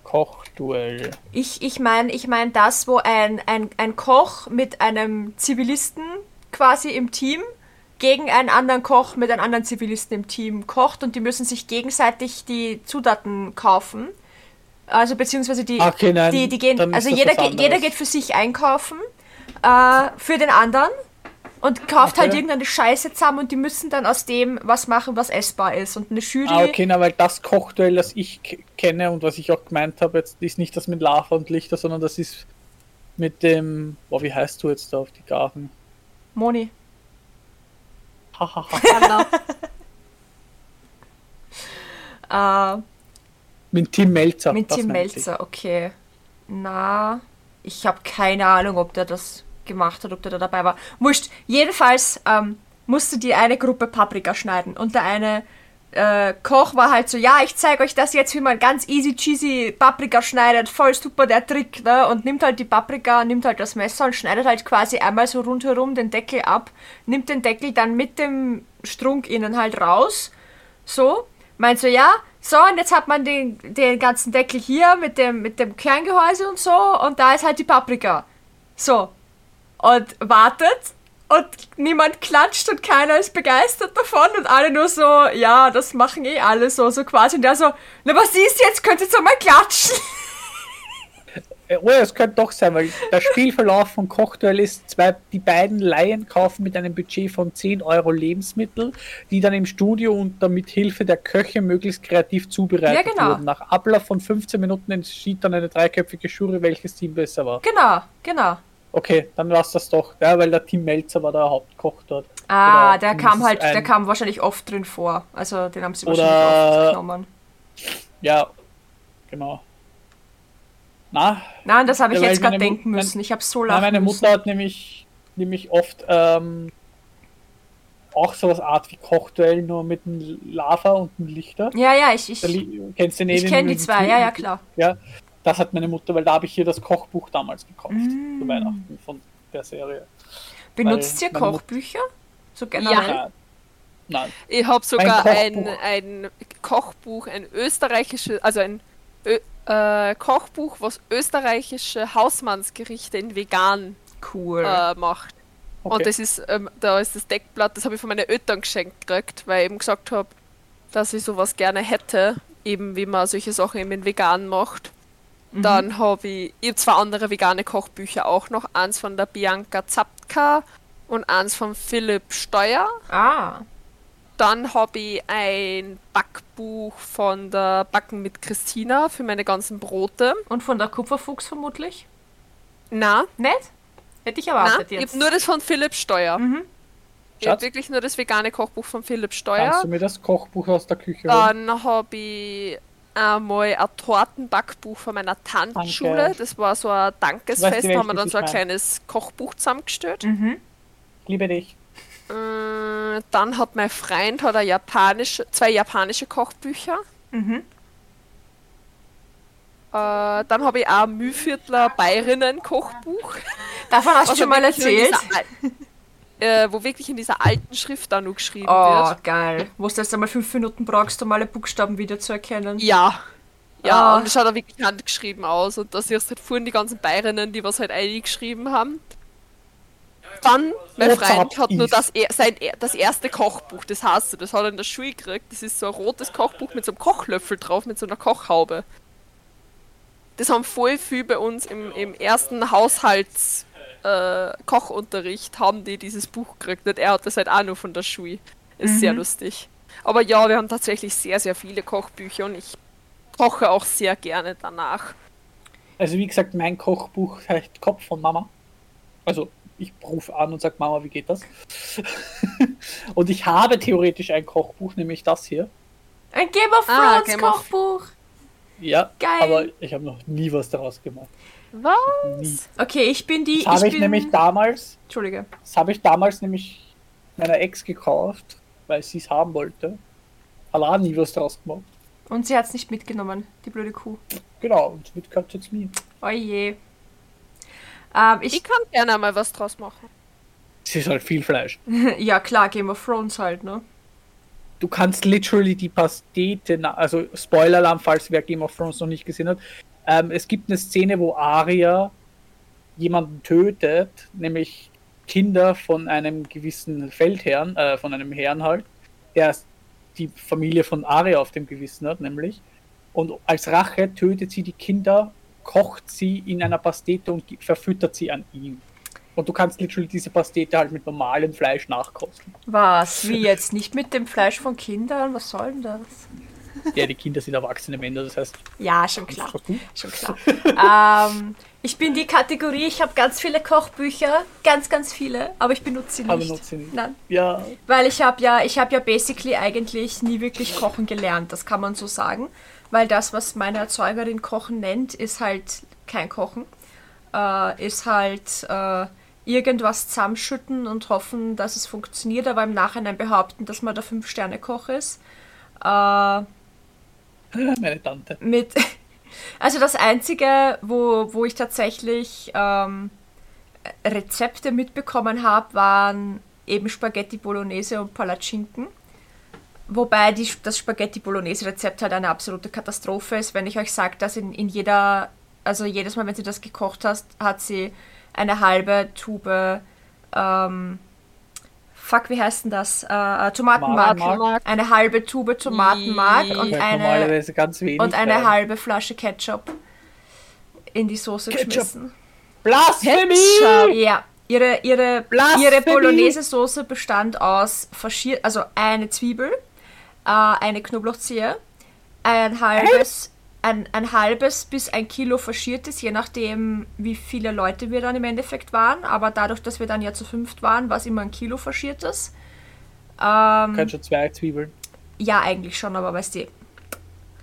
[SPEAKER 2] Kochduell.
[SPEAKER 1] Ich, ich meine ich mein das, wo ein, ein, ein Koch mit einem Zivilisten quasi im Team gegen einen anderen Koch mit einem anderen Zivilisten im Team kocht und die müssen sich gegenseitig die Zutaten kaufen. Also beziehungsweise die,
[SPEAKER 2] Okay, nein,
[SPEAKER 1] die, die gehen,
[SPEAKER 2] dann ist
[SPEAKER 1] also
[SPEAKER 2] das
[SPEAKER 1] jeder,
[SPEAKER 2] was
[SPEAKER 1] ge- jeder
[SPEAKER 2] anderes.
[SPEAKER 1] geht für sich einkaufen, äh, für den anderen und kauft
[SPEAKER 2] Okay.
[SPEAKER 1] halt irgendeine Scheiße zusammen und die müssen dann aus dem was machen, was essbar ist. Und eine Jury,
[SPEAKER 2] Ah, okay, na, weil das Kochduell, das ich k- kenne und was ich auch gemeint habe, jetzt ist nicht das mit Lava und Lichter, sondern das ist mit dem. Boah, wie heißt du jetzt da auf die Garten?
[SPEAKER 1] Moni.
[SPEAKER 2] Hahaha.
[SPEAKER 3] Anna.
[SPEAKER 1] Äh,
[SPEAKER 2] mit Tim Melzer.
[SPEAKER 1] Mit
[SPEAKER 2] das
[SPEAKER 1] Tim
[SPEAKER 2] meinte ich.
[SPEAKER 1] Melzer, okay. Na, ich habe keine Ahnung, ob der das gemacht hat, ob der da dabei war. Wurscht. Jedenfalls ähm, musste die eine Gruppe Paprika schneiden und der eine äh, Koch war halt so, ja, ich zeige euch das jetzt, wie man ganz easy cheesy Paprika schneidet, voll super der Trick, ne? Und nimmt halt die Paprika, nimmt halt das Messer und schneidet halt quasi einmal so rundherum den Deckel ab, nimmt den Deckel dann mit dem Strunk innen halt raus so, meint so, ja, so, und jetzt hat man den, den ganzen Deckel hier mit dem, mit dem Kerngehäuse und so, und da ist halt die Paprika. So. Und wartet, und niemand klatscht und keiner ist begeistert davon, und alle nur so, ja, das machen eh alle so, so quasi. Und der so, na, was ist jetzt? Könnt ihr jetzt einmal klatschen?
[SPEAKER 2] Äh, Oh, ja, es könnte doch sein, weil der Spielverlauf von Kochduell ist, zwei, die beiden Laien kaufen mit einem Budget von 10 Euro Lebensmittel, die dann im Studio unter Mithilfe der Köche möglichst kreativ zubereitet
[SPEAKER 1] Ja, genau.
[SPEAKER 2] wurden. Nach Ablauf von 15 Minuten entschied dann eine dreiköpfige Jury, welches Team besser war.
[SPEAKER 1] Genau, genau.
[SPEAKER 2] Okay, dann war es das doch, ja, weil der Team Melzer war der Hauptkoch dort.
[SPEAKER 1] Ah,
[SPEAKER 2] Oder
[SPEAKER 1] der kam halt,
[SPEAKER 2] zumindest
[SPEAKER 1] der
[SPEAKER 2] ein-
[SPEAKER 1] kam wahrscheinlich oft drin vor. Also, den haben sie
[SPEAKER 2] Oder-
[SPEAKER 1] wahrscheinlich oft genommen.
[SPEAKER 2] Ja, genau. Na,
[SPEAKER 1] Nein, das habe ich
[SPEAKER 2] Ja, weil
[SPEAKER 1] jetzt gerade
[SPEAKER 2] meine Mut-
[SPEAKER 1] denken
[SPEAKER 2] mein-
[SPEAKER 1] müssen. Ich habe so
[SPEAKER 2] Nein,
[SPEAKER 1] lachen
[SPEAKER 2] meine
[SPEAKER 1] müssen.
[SPEAKER 2] Mutter hat nämlich, nämlich oft ähm, auch sowas Art wie Kochduell, nur mit dem Lava und dem Lichter.
[SPEAKER 1] Ja, ja, ich, ich,
[SPEAKER 2] Der Li kennst du den
[SPEAKER 1] ich
[SPEAKER 2] eh,
[SPEAKER 1] kenne
[SPEAKER 2] den
[SPEAKER 1] die
[SPEAKER 2] mit dem
[SPEAKER 1] zwei,
[SPEAKER 2] Tür-
[SPEAKER 1] ja, ja, klar.
[SPEAKER 2] Ja, das hat meine Mutter, weil da habe ich hier das Kochbuch damals gekauft,
[SPEAKER 1] Mm.
[SPEAKER 2] zu Weihnachten von der Serie.
[SPEAKER 1] Benutzt
[SPEAKER 2] Weil
[SPEAKER 1] ihr
[SPEAKER 2] man muss-
[SPEAKER 1] Kochbücher? So generell?
[SPEAKER 2] Nein, nein.
[SPEAKER 3] Ich habe sogar ein,
[SPEAKER 2] Kochbuch.
[SPEAKER 3] ein Kochbuch, ein österreichisches, also ein Ö äh, Kochbuch, was österreichische Hausmannsgerichte in vegan
[SPEAKER 1] Cool.
[SPEAKER 3] äh, macht.
[SPEAKER 2] Okay.
[SPEAKER 3] Und das ist, ähm, da ist das Deckblatt, das habe ich von meinen Eltern geschenkt gekriegt, weil ich eben gesagt habe, dass ich sowas gerne hätte, eben wie man solche Sachen eben in vegan macht. Dann habe ich, ich hab zwei andere vegane Kochbücher auch noch, eins von der Bianca Zapka und eins von Philipp Steuer.
[SPEAKER 1] Ah,
[SPEAKER 3] Dann habe ich ein Backbuch von der Backen mit Christina für meine ganzen Brote.
[SPEAKER 1] und von der Kupferfuchs vermutlich?
[SPEAKER 3] Na,
[SPEAKER 1] Nett? Hätte ich
[SPEAKER 3] na,
[SPEAKER 1] erwartet
[SPEAKER 3] ich
[SPEAKER 1] jetzt.
[SPEAKER 3] habe nur das von Philipp Steuer. Ich
[SPEAKER 2] Schatz?
[SPEAKER 3] habe wirklich nur das vegane Kochbuch von Philipp
[SPEAKER 2] Kannst
[SPEAKER 3] Steuer.
[SPEAKER 2] du mir das Kochbuch aus der Küche
[SPEAKER 1] Ah,
[SPEAKER 2] holen?
[SPEAKER 3] Dann habe ich einmal ein Tortenbackbuch von meiner Tanzschule.
[SPEAKER 2] Danke.
[SPEAKER 3] Das war so ein
[SPEAKER 2] Weißt
[SPEAKER 3] Dankesfest.
[SPEAKER 2] du,
[SPEAKER 3] Da haben
[SPEAKER 2] welches
[SPEAKER 3] wir dann
[SPEAKER 2] ich
[SPEAKER 3] so ein
[SPEAKER 2] meine?
[SPEAKER 3] kleines Kochbuch zusammengestellt.
[SPEAKER 2] Liebe dich.
[SPEAKER 3] Äh, Dann hat mein Freund hat ein japanisch, zwei japanische Kochbücher.
[SPEAKER 2] Mhm.
[SPEAKER 3] Äh, dann habe ich auch ein Mühlviertler Bayerinnen-Kochbuch.
[SPEAKER 1] Davon hast du
[SPEAKER 3] was
[SPEAKER 1] schon
[SPEAKER 3] halt
[SPEAKER 1] mal
[SPEAKER 3] wirklich nur in
[SPEAKER 1] erzählt?
[SPEAKER 3] dieser al- äh, wo wirklich in dieser alten Schrift da nur geschrieben
[SPEAKER 1] Oh,
[SPEAKER 3] wird.
[SPEAKER 1] geil. Wo du jetzt einmal fünf Minuten brauchst, um alle Buchstaben wiederzuerkennen.
[SPEAKER 3] Ja. Ja,
[SPEAKER 1] Ah.
[SPEAKER 3] und das schaut auch wirklich handgeschrieben aus. Und da siehst du halt vorhin die ganzen Bayerinnen, die was halt eingeschrieben haben. Dann, mein
[SPEAKER 2] Mozart
[SPEAKER 3] Freund hat nur
[SPEAKER 2] ist.
[SPEAKER 3] das, er- sein, er- das erste Kochbuch, das hast du, das hat er in der Schule gekriegt. Das ist so ein rotes Kochbuch mit so einem Kochlöffel drauf, mit so einer Kochhaube. Das haben voll viel bei uns im, im ersten Haushalts äh, Kochunterricht haben die dieses Buch gekriegt. Und er hat das halt auch nur von der Schule. Ist sehr lustig. Aber ja, wir haben tatsächlich sehr, sehr viele Kochbücher und ich koche auch sehr gerne danach.
[SPEAKER 2] Also wie gesagt, mein Kochbuch heißt Kopf von Mama. Also ich rufe an und sage, Mama, wie geht das? und ich habe theoretisch ein Kochbuch, nämlich das hier.
[SPEAKER 1] Ein Game of
[SPEAKER 3] Ah,
[SPEAKER 1] Thrones
[SPEAKER 3] Game of-
[SPEAKER 1] Kochbuch.
[SPEAKER 2] Ja,
[SPEAKER 1] Geil.
[SPEAKER 2] aber ich habe noch nie was daraus gemacht. Nie.
[SPEAKER 3] Was?
[SPEAKER 1] Okay, ich bin die.
[SPEAKER 2] Das habe ich,
[SPEAKER 1] bin,
[SPEAKER 2] nämlich damals,
[SPEAKER 1] Entschuldige.
[SPEAKER 2] das habe ich damals nämlich meiner Ex gekauft, weil sie es haben wollte. Allah hat nie was draus gemacht.
[SPEAKER 1] Und sie hat es nicht mitgenommen, die blöde Kuh.
[SPEAKER 2] Genau, und somit gehört jetzt mir.
[SPEAKER 1] Oje. Ähm,
[SPEAKER 3] Ich
[SPEAKER 1] ich,
[SPEAKER 3] kann gerne mal was draus machen.
[SPEAKER 2] Es ist halt viel Fleisch.
[SPEAKER 1] ja klar, Game of Thrones halt, ne?
[SPEAKER 2] Du kannst literally die Pastete, na- also Spoiler-Alarm, falls wer Game of Thrones noch nicht gesehen hat. Ähm, es gibt eine Szene, wo Arya jemanden tötet, nämlich Kinder von einem gewissen Feldherrn, äh, von einem Herrn halt, der die Familie von Arya auf dem Gewissen hat, nämlich. Und als Rache tötet sie die Kinder, kocht sie in einer Pastete und gi- verfüttert sie an ihn. Und du kannst literally diese Pastete halt mit normalem Fleisch nachkosten.
[SPEAKER 1] Was? Wie jetzt? Nicht mit dem Fleisch von Kindern? Was soll denn das?
[SPEAKER 2] Ja, die Kinder sind erwachsene Männer, das heißt,
[SPEAKER 1] Ja, schon klar.
[SPEAKER 2] das gut.
[SPEAKER 1] Schon klar. ähm, ich bin die Kategorie, ich habe ganz viele Kochbücher, ganz, ganz viele, aber ich benutze sie nicht.
[SPEAKER 2] Aber nutzt sie nicht.
[SPEAKER 1] Nein.
[SPEAKER 2] Ja,
[SPEAKER 1] Weil ich habe ja, ich habe ja basically eigentlich nie wirklich kochen gelernt, das kann man so sagen. Weil das, was meine Erzeugerin Kochen nennt, ist halt kein Kochen. Äh, ist halt äh, irgendwas zusammenschütten und hoffen, dass es funktioniert, aber im Nachhinein behaupten, dass man der Fünf-Sterne-Koch ist. Äh,
[SPEAKER 2] meine Tante.
[SPEAKER 1] mit. Also das Einzige, wo, wo ich tatsächlich ähm, Rezepte mitbekommen habe, waren eben Spaghetti Bolognese und Palatschinken. Wobei die, das Spaghetti Bolognese Rezept halt eine absolute Katastrophe ist, wenn ich euch sage, dass in, in jeder, also jedes Mal, wenn sie das gekocht hat, hat sie eine halbe Tube, ähm, fuck, wie heißt denn das? Äh, Tomatenmark.
[SPEAKER 2] Tomatenmark.
[SPEAKER 1] Eine halbe Tube Tomatenmark und
[SPEAKER 3] Ja,
[SPEAKER 1] eine
[SPEAKER 2] normalerweise ganz wenig.
[SPEAKER 1] und eine
[SPEAKER 2] rein.
[SPEAKER 1] halbe Flasche Ketchup in die Soße
[SPEAKER 2] Ketchup.
[SPEAKER 1] geschmissen.
[SPEAKER 2] Blasphemie!
[SPEAKER 1] Ja, ihre, ihre,
[SPEAKER 2] Blasphemie!
[SPEAKER 1] ihre Bolognese-Soße bestand aus verschieden, also eine Zwiebel, äh, eine Knoblauchzehe, ein halbes, ein, ein halbes bis ein Kilo faschiertes, je nachdem, wie viele Leute wir dann im Endeffekt waren. Aber dadurch, dass wir dann ja zu fünft waren, war es immer ein Kilo faschiertes. Ähm,
[SPEAKER 2] Könnt schon zwei Zwiebeln.
[SPEAKER 1] ja, eigentlich schon, aber weißt du,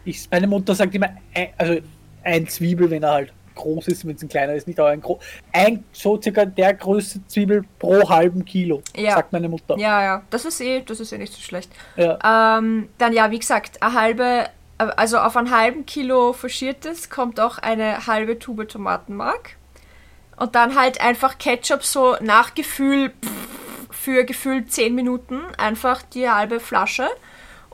[SPEAKER 2] Ich, meine Mutter sagt immer, ein, also ein Zwiebel, wenn er halt groß ist, wenn es ein kleiner ist, nicht, aber ein, gro- ein so circa der größte Zwiebel pro halben Kilo,
[SPEAKER 1] Ja.
[SPEAKER 2] sagt meine Mutter.
[SPEAKER 1] ja, ja, das ist eh, das ist eh nicht so schlecht.
[SPEAKER 2] Ja.
[SPEAKER 1] Ähm, dann ja, wie gesagt, eine halbe, also auf einen halben Kilo Faschiertes kommt auch eine halbe Tube Tomatenmark. Und dann halt einfach Ketchup so nach Gefühl pff, für gefühlt 10 Minuten einfach die halbe Flasche.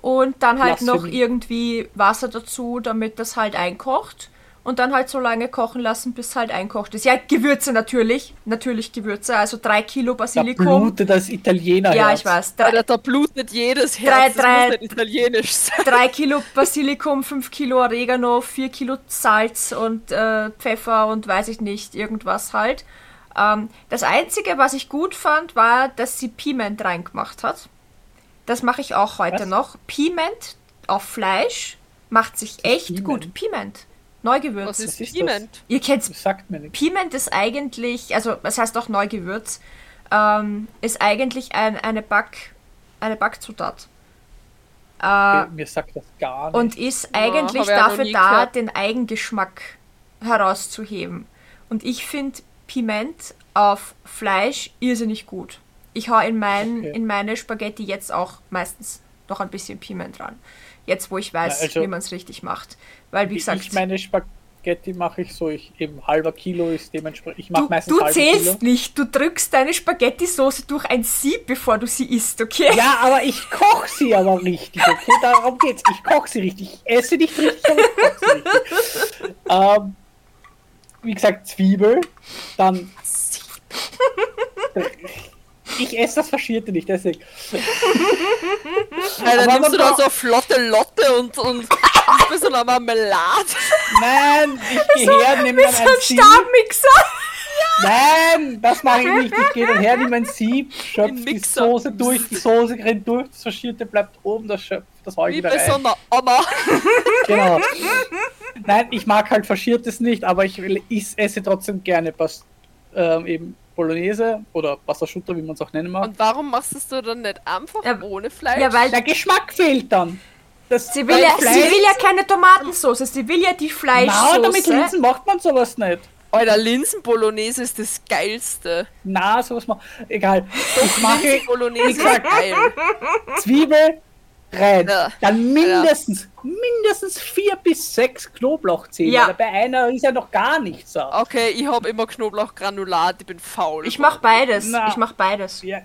[SPEAKER 1] Und dann halt
[SPEAKER 2] Lass
[SPEAKER 1] noch
[SPEAKER 2] finden.
[SPEAKER 1] irgendwie Wasser dazu, damit das halt einkocht. Und dann halt so lange kochen lassen, bis halt einkocht ist. Ja, Gewürze natürlich. Natürlich Gewürze. Also 3 Kilo
[SPEAKER 2] Da
[SPEAKER 1] Basilikum.
[SPEAKER 2] blutet das Italiener
[SPEAKER 1] Ja, ich weiß. Drei,
[SPEAKER 3] Alter, da blutet jedes
[SPEAKER 1] Drei,
[SPEAKER 3] Herz.
[SPEAKER 1] drei.
[SPEAKER 3] Das muss nicht italienisch sein.
[SPEAKER 1] 3 Kilo Basilikum, 5 Kilo Oregano, 4 Kilo Salz und äh, Pfeffer und weiß ich nicht, irgendwas halt. Ähm, das Einzige, was ich gut fand, war, dass sie Piment reingemacht hat. Das mache ich auch heute
[SPEAKER 2] Was?
[SPEAKER 1] noch. Piment auf Fleisch macht sich echt
[SPEAKER 2] Piment?
[SPEAKER 1] gut. Piment. Neugewürz.
[SPEAKER 3] Was ist
[SPEAKER 2] ist das?
[SPEAKER 3] Piment?
[SPEAKER 1] Ihr kennt's
[SPEAKER 2] Das sagt mir nichts.
[SPEAKER 1] Piment ist eigentlich, also das heißt auch Neugewürz, ähm, ist eigentlich ein, eine, Back, eine Backzutat. Äh,
[SPEAKER 2] Mir sagt das gar nicht.
[SPEAKER 1] und ist eigentlich
[SPEAKER 3] hab ich auch noch
[SPEAKER 1] dafür
[SPEAKER 3] nie
[SPEAKER 1] da,
[SPEAKER 3] gehört.
[SPEAKER 1] den Eigengeschmack herauszuheben. Und ich finde Piment auf Fleisch irrsinnig gut. Ich hau in, mein,
[SPEAKER 2] Okay.
[SPEAKER 1] in meine Spaghetti jetzt auch meistens noch ein bisschen Piment ran. Jetzt, wo ich weiß,
[SPEAKER 2] Na, also-
[SPEAKER 1] wie man es richtig macht. Weil, wie gesagt,
[SPEAKER 2] ich meine Spaghetti mache ich so, ich eben halber Kilo ist dementsprechend. Ich mache
[SPEAKER 1] du,
[SPEAKER 2] meistens
[SPEAKER 1] du
[SPEAKER 2] halber
[SPEAKER 1] zählst
[SPEAKER 2] Kilo.
[SPEAKER 1] nicht. Du drückst deine Spaghetti-Soße durch ein Sieb, bevor du sie isst, okay?
[SPEAKER 2] Ja, aber ich koche sie aber richtig, okay? Darum geht's. Ich koche sie richtig. Ich esse nicht richtig, aber ich koche sie richtig. Ähm, wie gesagt, Zwiebel, dann. Ich esse das Faschierte nicht, deswegen.
[SPEAKER 3] Alter,
[SPEAKER 2] Aber
[SPEAKER 3] Also, nimmst
[SPEAKER 2] man
[SPEAKER 3] du da so eine flotte Lotte und, und ein bisschen eine Marmelade.
[SPEAKER 2] Nein, ich gehe her, nehme dann
[SPEAKER 1] Mit so
[SPEAKER 2] ein
[SPEAKER 1] einem
[SPEAKER 2] Sieb.
[SPEAKER 1] Stabmixer.
[SPEAKER 2] Nein, das mache ich nicht. Ich gehe dann her, nehme ein Sieb,
[SPEAKER 3] Im
[SPEAKER 2] schöpfe die
[SPEAKER 3] Mixer.
[SPEAKER 2] Soße durch, die Soße rennt durch, das Faschierte bleibt oben, das schöpft, das hau ich
[SPEAKER 3] Wie
[SPEAKER 2] wieder
[SPEAKER 3] bei
[SPEAKER 2] rein.
[SPEAKER 3] so einer Oma.
[SPEAKER 2] Genau. Nein, ich mag halt Faschiertes nicht, aber ich, will- ich esse trotzdem gerne Pas ähm, eben Bolognese oder Pasta Schutter, wie man es auch nennen mag.
[SPEAKER 3] Und warum machst du es dir dann nicht einfach
[SPEAKER 1] Ja,
[SPEAKER 3] ohne Fleisch?
[SPEAKER 1] Ja, weil
[SPEAKER 2] Der Geschmack fehlt dann. Das
[SPEAKER 1] Sie will,
[SPEAKER 2] weil
[SPEAKER 1] ja,
[SPEAKER 2] Fleisch- Genau,
[SPEAKER 1] sie will ja keine Tomatensoße, sie will ja die
[SPEAKER 2] Na, oder mit
[SPEAKER 1] Fleischsoße.
[SPEAKER 2] Linsen macht man sowas nicht.
[SPEAKER 3] Alter, Linsen-Bolognese ist das Geilste.
[SPEAKER 2] Na, sowas macht. Egal. Ich mache
[SPEAKER 3] Linsen-Bolognese ist
[SPEAKER 2] gesagt.
[SPEAKER 3] geil.
[SPEAKER 2] Zwiebel, rein.
[SPEAKER 3] Ja.
[SPEAKER 2] Dann mindestens, mindestens vier bis sechs Knoblauchzehen.
[SPEAKER 1] Ja.
[SPEAKER 2] weil Bei einer ist ja noch gar nichts da.
[SPEAKER 3] Okay, ich hab immer Knoblauchgranulat, ich bin faul.
[SPEAKER 1] Ich mach beides.
[SPEAKER 2] Na.
[SPEAKER 1] Ich mach beides.
[SPEAKER 2] Ja.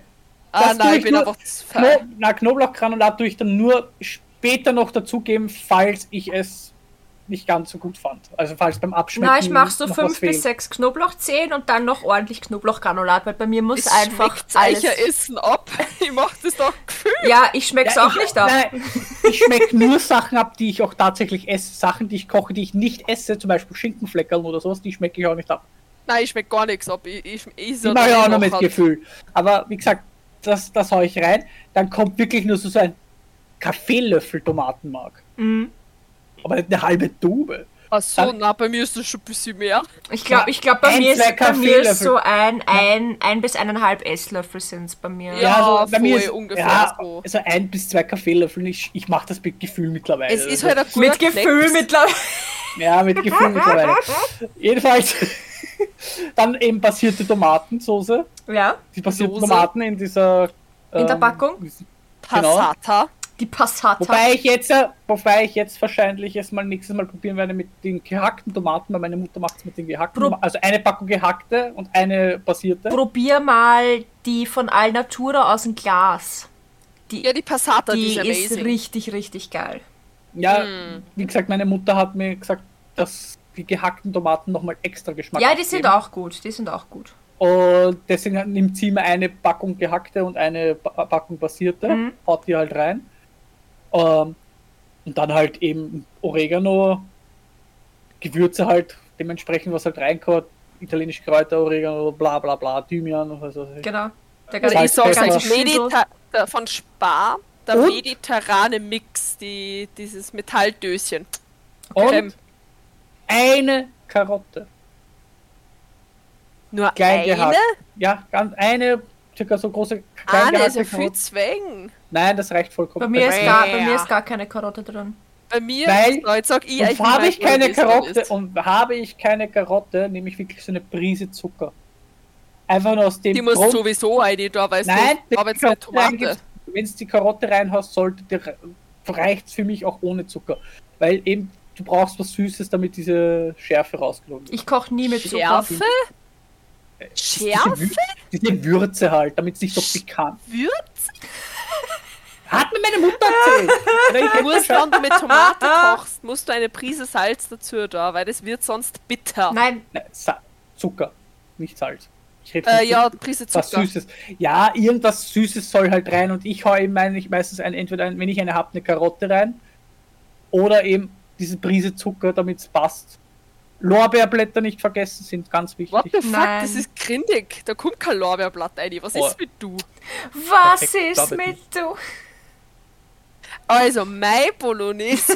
[SPEAKER 3] ah,
[SPEAKER 2] das tue
[SPEAKER 3] nein, ich
[SPEAKER 2] ich
[SPEAKER 3] bin
[SPEAKER 2] nur-
[SPEAKER 3] einfach zu faul.
[SPEAKER 2] Kno na, Knoblauchgranulat tue ich dann nur später noch dazugeben, falls ich es nicht ganz so gut fand. Also falls beim Abschmecken.
[SPEAKER 1] Na, ich mach so
[SPEAKER 2] noch was
[SPEAKER 1] fünf
[SPEAKER 2] fehlt.
[SPEAKER 1] bis sechs Knoblauchzehen und dann noch ordentlich Knoblauchgranulat, weil bei mir muss
[SPEAKER 3] Es
[SPEAKER 1] einfach
[SPEAKER 3] schmeckt
[SPEAKER 1] alles.
[SPEAKER 3] Eicher Essen ab. Ich mach das doch gefühlt.
[SPEAKER 1] Ja, ich schmeck's
[SPEAKER 2] Ja,
[SPEAKER 1] auch
[SPEAKER 2] ich-
[SPEAKER 1] nicht ab.
[SPEAKER 2] Nein, ich schmecke nur Sachen ab, die ich auch tatsächlich esse. Sachen, die ich koche, die ich nicht esse, zum Beispiel Schinkenfleckern oder sowas, die schmecke ich auch nicht ab.
[SPEAKER 3] Nein, ich schmeck gar nichts ab. Ich, ich, ich halt
[SPEAKER 2] Die mache ich auch noch mit Gefühl. Aber wie gesagt, das, das hau ich rein. Dann kommt wirklich nur so, so ein Kaffeelöffel Tomatenmark.
[SPEAKER 1] Mhm.
[SPEAKER 2] Aber nicht eine halbe Tube.
[SPEAKER 3] Achso,
[SPEAKER 2] Dann-
[SPEAKER 3] na, bei mir ist das schon ein bisschen mehr.
[SPEAKER 1] Ich glaube, ich glaub, bei,
[SPEAKER 2] Ein,
[SPEAKER 1] mir ist,
[SPEAKER 2] zwei
[SPEAKER 1] bei mir ist
[SPEAKER 2] Kaffeelöffel.
[SPEAKER 1] so ein, ein, ein bis eineinhalb Esslöffel sind's bei mir.
[SPEAKER 3] Ja.
[SPEAKER 2] also
[SPEAKER 3] voll ungefähr
[SPEAKER 2] ja,
[SPEAKER 3] so.
[SPEAKER 2] also ein bis zwei Kaffeelöffel. Ich, ich mache das mit Gefühl mittlerweile.
[SPEAKER 3] Es ist
[SPEAKER 2] Also-
[SPEAKER 3] halt ein guter
[SPEAKER 1] Mit Gefühl
[SPEAKER 3] Knacks.
[SPEAKER 1] mittlerweile.
[SPEAKER 2] Ja, mit Gefühl mittlerweile. Jedenfalls dann eben passierte Tomatensoße.
[SPEAKER 1] Ja,
[SPEAKER 2] Die passierten
[SPEAKER 3] Soße.
[SPEAKER 2] Tomaten in dieser.
[SPEAKER 1] In der
[SPEAKER 2] ähm,
[SPEAKER 1] Packung?
[SPEAKER 3] Passata.
[SPEAKER 1] die Passata.
[SPEAKER 2] Wobei ich jetzt, äh, wobei ich jetzt wahrscheinlich es mal nächstes Mal probieren werde mit den gehackten Tomaten, weil meine Mutter macht es mit den gehackten.
[SPEAKER 1] Pro-
[SPEAKER 2] Toma- also eine Packung gehackte und eine passierte.
[SPEAKER 1] Probier mal die von Alnatura aus dem Glas. Die,
[SPEAKER 3] Ja, die Passata, die,
[SPEAKER 1] die
[SPEAKER 3] ist
[SPEAKER 1] ist
[SPEAKER 3] amazing.
[SPEAKER 1] richtig, richtig geil.
[SPEAKER 2] ja,
[SPEAKER 3] Mm.
[SPEAKER 2] wie gesagt, meine Mutter hat mir gesagt, dass die gehackten Tomaten nochmal extra Geschmack
[SPEAKER 1] Ja, die sind
[SPEAKER 2] abgeben.
[SPEAKER 1] auch gut. Die sind auch gut.
[SPEAKER 2] Und deswegen nimmt sie immer eine Packung gehackte und eine Pa- Packung passierte,
[SPEAKER 1] Mhm.
[SPEAKER 2] haut die halt rein. Ähm, und dann halt eben Oregano, Gewürze halt dementsprechend, was halt reinkommt. Italienische Kräuter, Oregano, bla bla bla, Thymian und was weiß ich.
[SPEAKER 1] Genau. Der
[SPEAKER 3] Also ich
[SPEAKER 2] Salz,
[SPEAKER 3] sag's
[SPEAKER 2] Pfeffer.
[SPEAKER 3] euch,
[SPEAKER 1] ganze Schnitzel.
[SPEAKER 3] Medita der von Spar, der
[SPEAKER 2] Und?
[SPEAKER 3] mediterrane Mix, die, dieses Metalldöschen. Ähm,
[SPEAKER 2] Und eine Karotte.
[SPEAKER 3] Nur
[SPEAKER 2] Klein
[SPEAKER 3] eine?
[SPEAKER 2] gehackt. Ja, ganz eine, circa so große klein
[SPEAKER 3] Eine Ah, ist ja
[SPEAKER 2] gehackte
[SPEAKER 3] viel
[SPEAKER 2] Karotte.
[SPEAKER 3] Zwängen.
[SPEAKER 2] Nein, das reicht vollkommen.
[SPEAKER 1] Bei mir, ist
[SPEAKER 3] Rare.
[SPEAKER 1] gar, bei mir ist gar keine Karotte drin.
[SPEAKER 3] Bei mir
[SPEAKER 2] Weil-
[SPEAKER 3] ist Leute, sag ich,
[SPEAKER 2] Und habe
[SPEAKER 3] weiß,
[SPEAKER 2] ich keine
[SPEAKER 3] wo das drin
[SPEAKER 2] Karotte
[SPEAKER 3] ist.
[SPEAKER 2] und habe ich keine Karotte, nehme ich wirklich so eine Prise Zucker. Einfach nur aus dem
[SPEAKER 3] Die muss
[SPEAKER 2] Grund-
[SPEAKER 3] sowieso eine da, weißt
[SPEAKER 2] Nein,
[SPEAKER 3] du. Aber jetzt eine Tomate.
[SPEAKER 2] wenn es die Karotte reinhaust, sollte reicht es für mich auch ohne Zucker, weil eben du brauchst was Süßes, damit diese Schärfe rausgenommen wird.
[SPEAKER 1] Ich koche nie mit Zucker.
[SPEAKER 3] Schärfe? Schärfe?
[SPEAKER 2] Diese, Wür- diese Würze halt, damit es nicht so pikant.
[SPEAKER 3] Würz?
[SPEAKER 2] Hat mir meine Mutter erzählt. Oder ich hätte
[SPEAKER 3] Musst
[SPEAKER 2] schon-
[SPEAKER 3] wenn du mit Tomate kochst, musst du eine Prise Salz dazu da, weil das wird sonst bitter.
[SPEAKER 1] Nein,
[SPEAKER 2] Nein, Sa Zucker, nicht Salz. Ich rede von
[SPEAKER 3] Äh, ja, Prise
[SPEAKER 2] was
[SPEAKER 3] Zucker.
[SPEAKER 2] Süßes. Ja, irgendwas Süßes soll halt rein und ich hau eben eigentlich meistens ein, entweder ein, wenn ich eine hab, eine Karotte rein oder eben diese Prise Zucker, damit es passt. Lorbeerblätter nicht vergessen sind ganz wichtig.
[SPEAKER 3] What the fuck,
[SPEAKER 1] Nein.
[SPEAKER 3] das ist grindig. Da kommt kein Lorbeerblatt rein. Was
[SPEAKER 2] Oh.
[SPEAKER 3] ist mit du?
[SPEAKER 1] was
[SPEAKER 2] Perfekt,
[SPEAKER 1] ist
[SPEAKER 2] David.
[SPEAKER 1] mit du?
[SPEAKER 3] Also, mein Bolognese.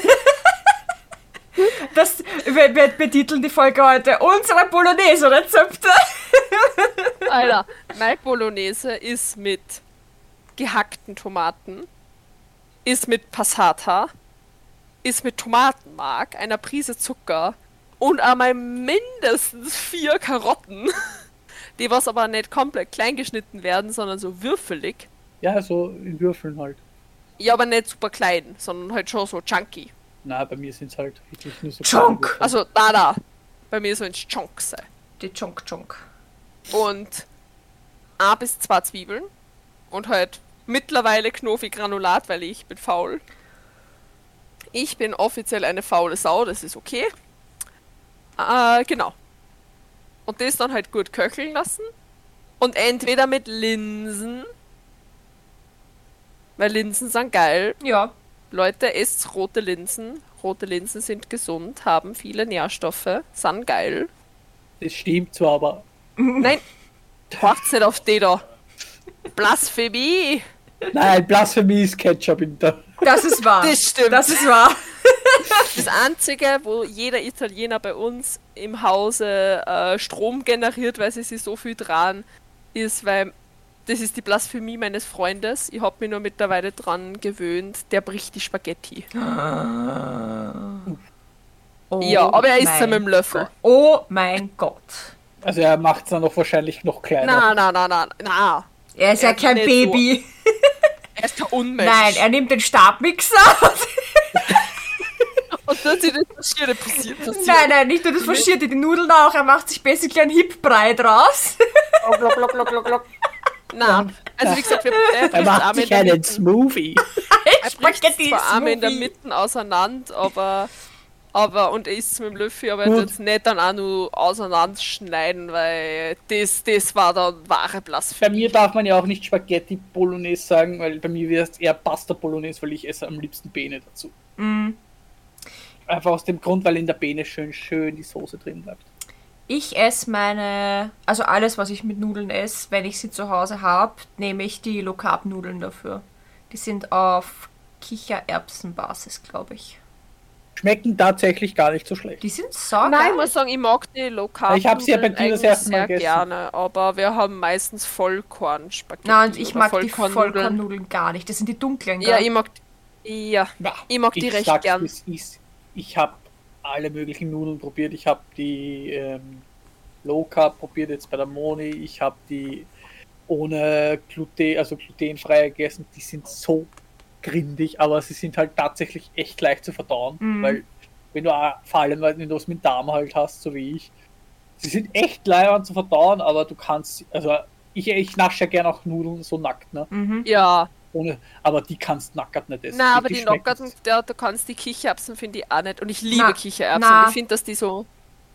[SPEAKER 1] Das, wir, wir betiteln die Folge heute unsere Bolognese-Rezepte.
[SPEAKER 3] Alter, mein Bolognese ist mit gehackten Tomaten, ist mit Passata, ist mit Tomatenmark, einer Prise Zucker und einmal mindestens vier Karotten, die was aber nicht komplett klein geschnitten werden, sondern so würfelig.
[SPEAKER 2] Ja, so in Würfeln halt.
[SPEAKER 3] Ja, aber nicht super klein, sondern halt schon so chunky.
[SPEAKER 2] Na, bei mir sind es halt wirklich nur so
[SPEAKER 1] Chunk!
[SPEAKER 2] kleine Würfel.
[SPEAKER 3] Also, da, da. Bei mir so ins Chunkse.
[SPEAKER 1] Die Chunk Chunk.
[SPEAKER 3] und a bis zwei Zwiebeln und halt mittlerweile Knofi Granulat, weil ich bin faul. Ich bin offiziell eine faule Sau, das ist okay. Äh, genau. Und das dann halt gut köcheln lassen. Und entweder mit Linsen. Weil Linsen sind geil.
[SPEAKER 1] Ja,
[SPEAKER 3] Leute, esst rote Linsen. Rote Linsen sind gesund, haben viele Nährstoffe, sind geil.
[SPEAKER 2] Das stimmt zwar, aber
[SPEAKER 3] Nein, macht's nicht auf die da. Blasphemie!
[SPEAKER 2] nein, Blasphemie ist Ketchup in der.
[SPEAKER 1] das ist wahr.
[SPEAKER 3] Das stimmt.
[SPEAKER 1] Das ist wahr.
[SPEAKER 3] Das einzige, wo jeder Italiener bei uns im Hause äh, Strom generiert, weil sie sich so viel dran, ist, weil das ist die Blasphemie meines Freundes. Ich hab mich nur mittlerweile dran gewöhnt, der bricht die Spaghetti. ja, aber er isst sie
[SPEAKER 1] Oh mein
[SPEAKER 3] mit dem Löffel.
[SPEAKER 1] Gott. Oh mein Gott.
[SPEAKER 2] Also er macht es dann auch wahrscheinlich noch kleiner.
[SPEAKER 3] Na, na, na, na, na.
[SPEAKER 1] Er ist ja
[SPEAKER 3] Er
[SPEAKER 1] kein
[SPEAKER 3] kann nicht
[SPEAKER 1] Baby.
[SPEAKER 3] Er ist der Unmensch.
[SPEAKER 4] Nein, er nimmt den Stabmixer.
[SPEAKER 3] Und dann sieht das passiert, passiert, passiert.
[SPEAKER 4] nein, nein, nicht nur das verschiert die Nudeln auch. Er macht sich basically einen Hip-Brei draus.
[SPEAKER 3] Nein. Also wie gesagt, wir er
[SPEAKER 2] Er
[SPEAKER 3] bricht
[SPEAKER 2] macht
[SPEAKER 3] Arme in
[SPEAKER 2] sich
[SPEAKER 3] der
[SPEAKER 2] einen
[SPEAKER 3] Mitte.
[SPEAKER 2] Smoothie.
[SPEAKER 3] Er bricht
[SPEAKER 4] Spaghetti
[SPEAKER 3] zwar Arme in der
[SPEAKER 4] Smoothie.
[SPEAKER 3] Mitte auseinander, aber, aber und er isst mit dem Löffel, aber er
[SPEAKER 2] Gut.
[SPEAKER 3] wird es nicht dann auch nur auseinanderschneiden, weil das, das war dann wahre
[SPEAKER 2] Bei
[SPEAKER 3] Blasphemie.
[SPEAKER 2] mir darf man ja auch nicht Spaghetti Bolognese sagen, weil bei mir wäre es eher Pasta Bolognese, weil ich esse am liebsten Bene dazu. Einfach aus dem Grund, weil in der Bene schön, schön die Soße drin bleibt.
[SPEAKER 4] Ich esse meine, also alles, was ich mit Nudeln esse, wenn ich sie zu Hause habe, nehme ich die Low Carb Nudeln dafür. Die sind auf Kichererbsenbasis, glaube ich.
[SPEAKER 2] Schmecken tatsächlich gar nicht so schlecht.
[SPEAKER 4] Die sind saugeil.
[SPEAKER 3] Nein, ich muss sagen, ich mag die lokalen
[SPEAKER 2] Ich hab's ja bei dir das erste Mal
[SPEAKER 3] sehr
[SPEAKER 2] gegessen.
[SPEAKER 3] gerne, aber wir haben meistens Vollkornspaghetti.
[SPEAKER 4] Nein, und ich
[SPEAKER 3] oder
[SPEAKER 4] mag die
[SPEAKER 3] Vollkornnudeln.
[SPEAKER 4] Vollkornnudeln gar nicht. Das sind die dunklen.
[SPEAKER 3] Ja,
[SPEAKER 4] gell?
[SPEAKER 3] ich mag ja,
[SPEAKER 2] Na,
[SPEAKER 3] ich mag die recht
[SPEAKER 2] sag's,
[SPEAKER 3] gern.
[SPEAKER 2] wie's Ist. Ich habe alle möglichen Nudeln probiert. Ich habe die ähm, Low Carb probiert, jetzt bei der Moni. Ich habe die ohne Gluten, also glutenfrei gegessen. Die sind so grindig, aber sie sind halt tatsächlich echt leicht zu verdauen,
[SPEAKER 4] Mhm.
[SPEAKER 2] weil wenn du a- vor allem wenn du es mit Darm halt hast, so wie ich, sie sind echt leicht zu verdauen, aber du kannst, also ich, ich nasche ja gerne auch Nudeln so nackt, ne?
[SPEAKER 4] Mhm.
[SPEAKER 3] ja.
[SPEAKER 2] Ohne, aber die kannst nackert nicht essen.
[SPEAKER 3] Na, aber die
[SPEAKER 2] schmecken-
[SPEAKER 3] Nockerten, da, da kannst die Kichererbsen finde ich auch nicht. Und ich liebe
[SPEAKER 4] Na,
[SPEAKER 3] Kichererbsen.
[SPEAKER 4] na.
[SPEAKER 3] Ich finde, dass die so,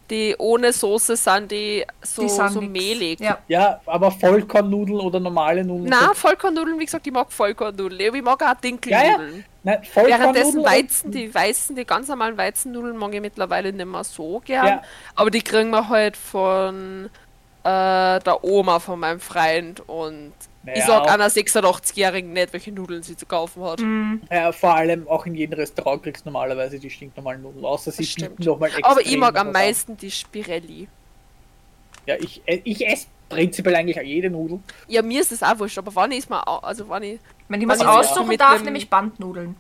[SPEAKER 3] die ohne Soße sind, die so,
[SPEAKER 4] Die sind
[SPEAKER 3] so
[SPEAKER 4] nix.
[SPEAKER 3] mehlig.
[SPEAKER 4] Ja.
[SPEAKER 2] Ja, aber Vollkornnudeln oder normale Nudeln.
[SPEAKER 3] Na,
[SPEAKER 2] sind-
[SPEAKER 3] Vollkornnudeln, wie gesagt, ich mag Vollkornnudeln, aber ich mag auch Dinkelnudeln.
[SPEAKER 2] Ja, Nein, Vollkornnudeln.
[SPEAKER 3] Währenddessen
[SPEAKER 2] oder-
[SPEAKER 3] Weizen, die weißen, die ganz normalen Weizennudeln mag ich mittlerweile nicht mehr so gern.
[SPEAKER 2] Ja.
[SPEAKER 3] Aber die kriegen wir halt von äh, der Oma von meinem Freund. Und
[SPEAKER 2] Naja,
[SPEAKER 3] ich sag
[SPEAKER 2] auch-
[SPEAKER 3] einer 86-Jährigen nicht, welche Nudeln sie zu kaufen hat.
[SPEAKER 2] Hm. Ja, vor allem auch in jedem Restaurant kriegst du normalerweise die stinknormalen Nudeln, außer sie
[SPEAKER 3] Das stimmt.
[SPEAKER 2] bieten nochmal extra.
[SPEAKER 3] Aber ich mag am meisten die Spirelli.
[SPEAKER 2] Ja, ich, äh, ich esse prinzipiell eigentlich jede Nudel.
[SPEAKER 3] Ja, mir ist das auch wurscht, aber wann ist mal, au- also wann ich
[SPEAKER 4] Wenn ich was
[SPEAKER 3] Also, ja.
[SPEAKER 4] aussuchen
[SPEAKER 3] Mit
[SPEAKER 4] darf,
[SPEAKER 3] nem-
[SPEAKER 4] nehme ich Bandnudeln.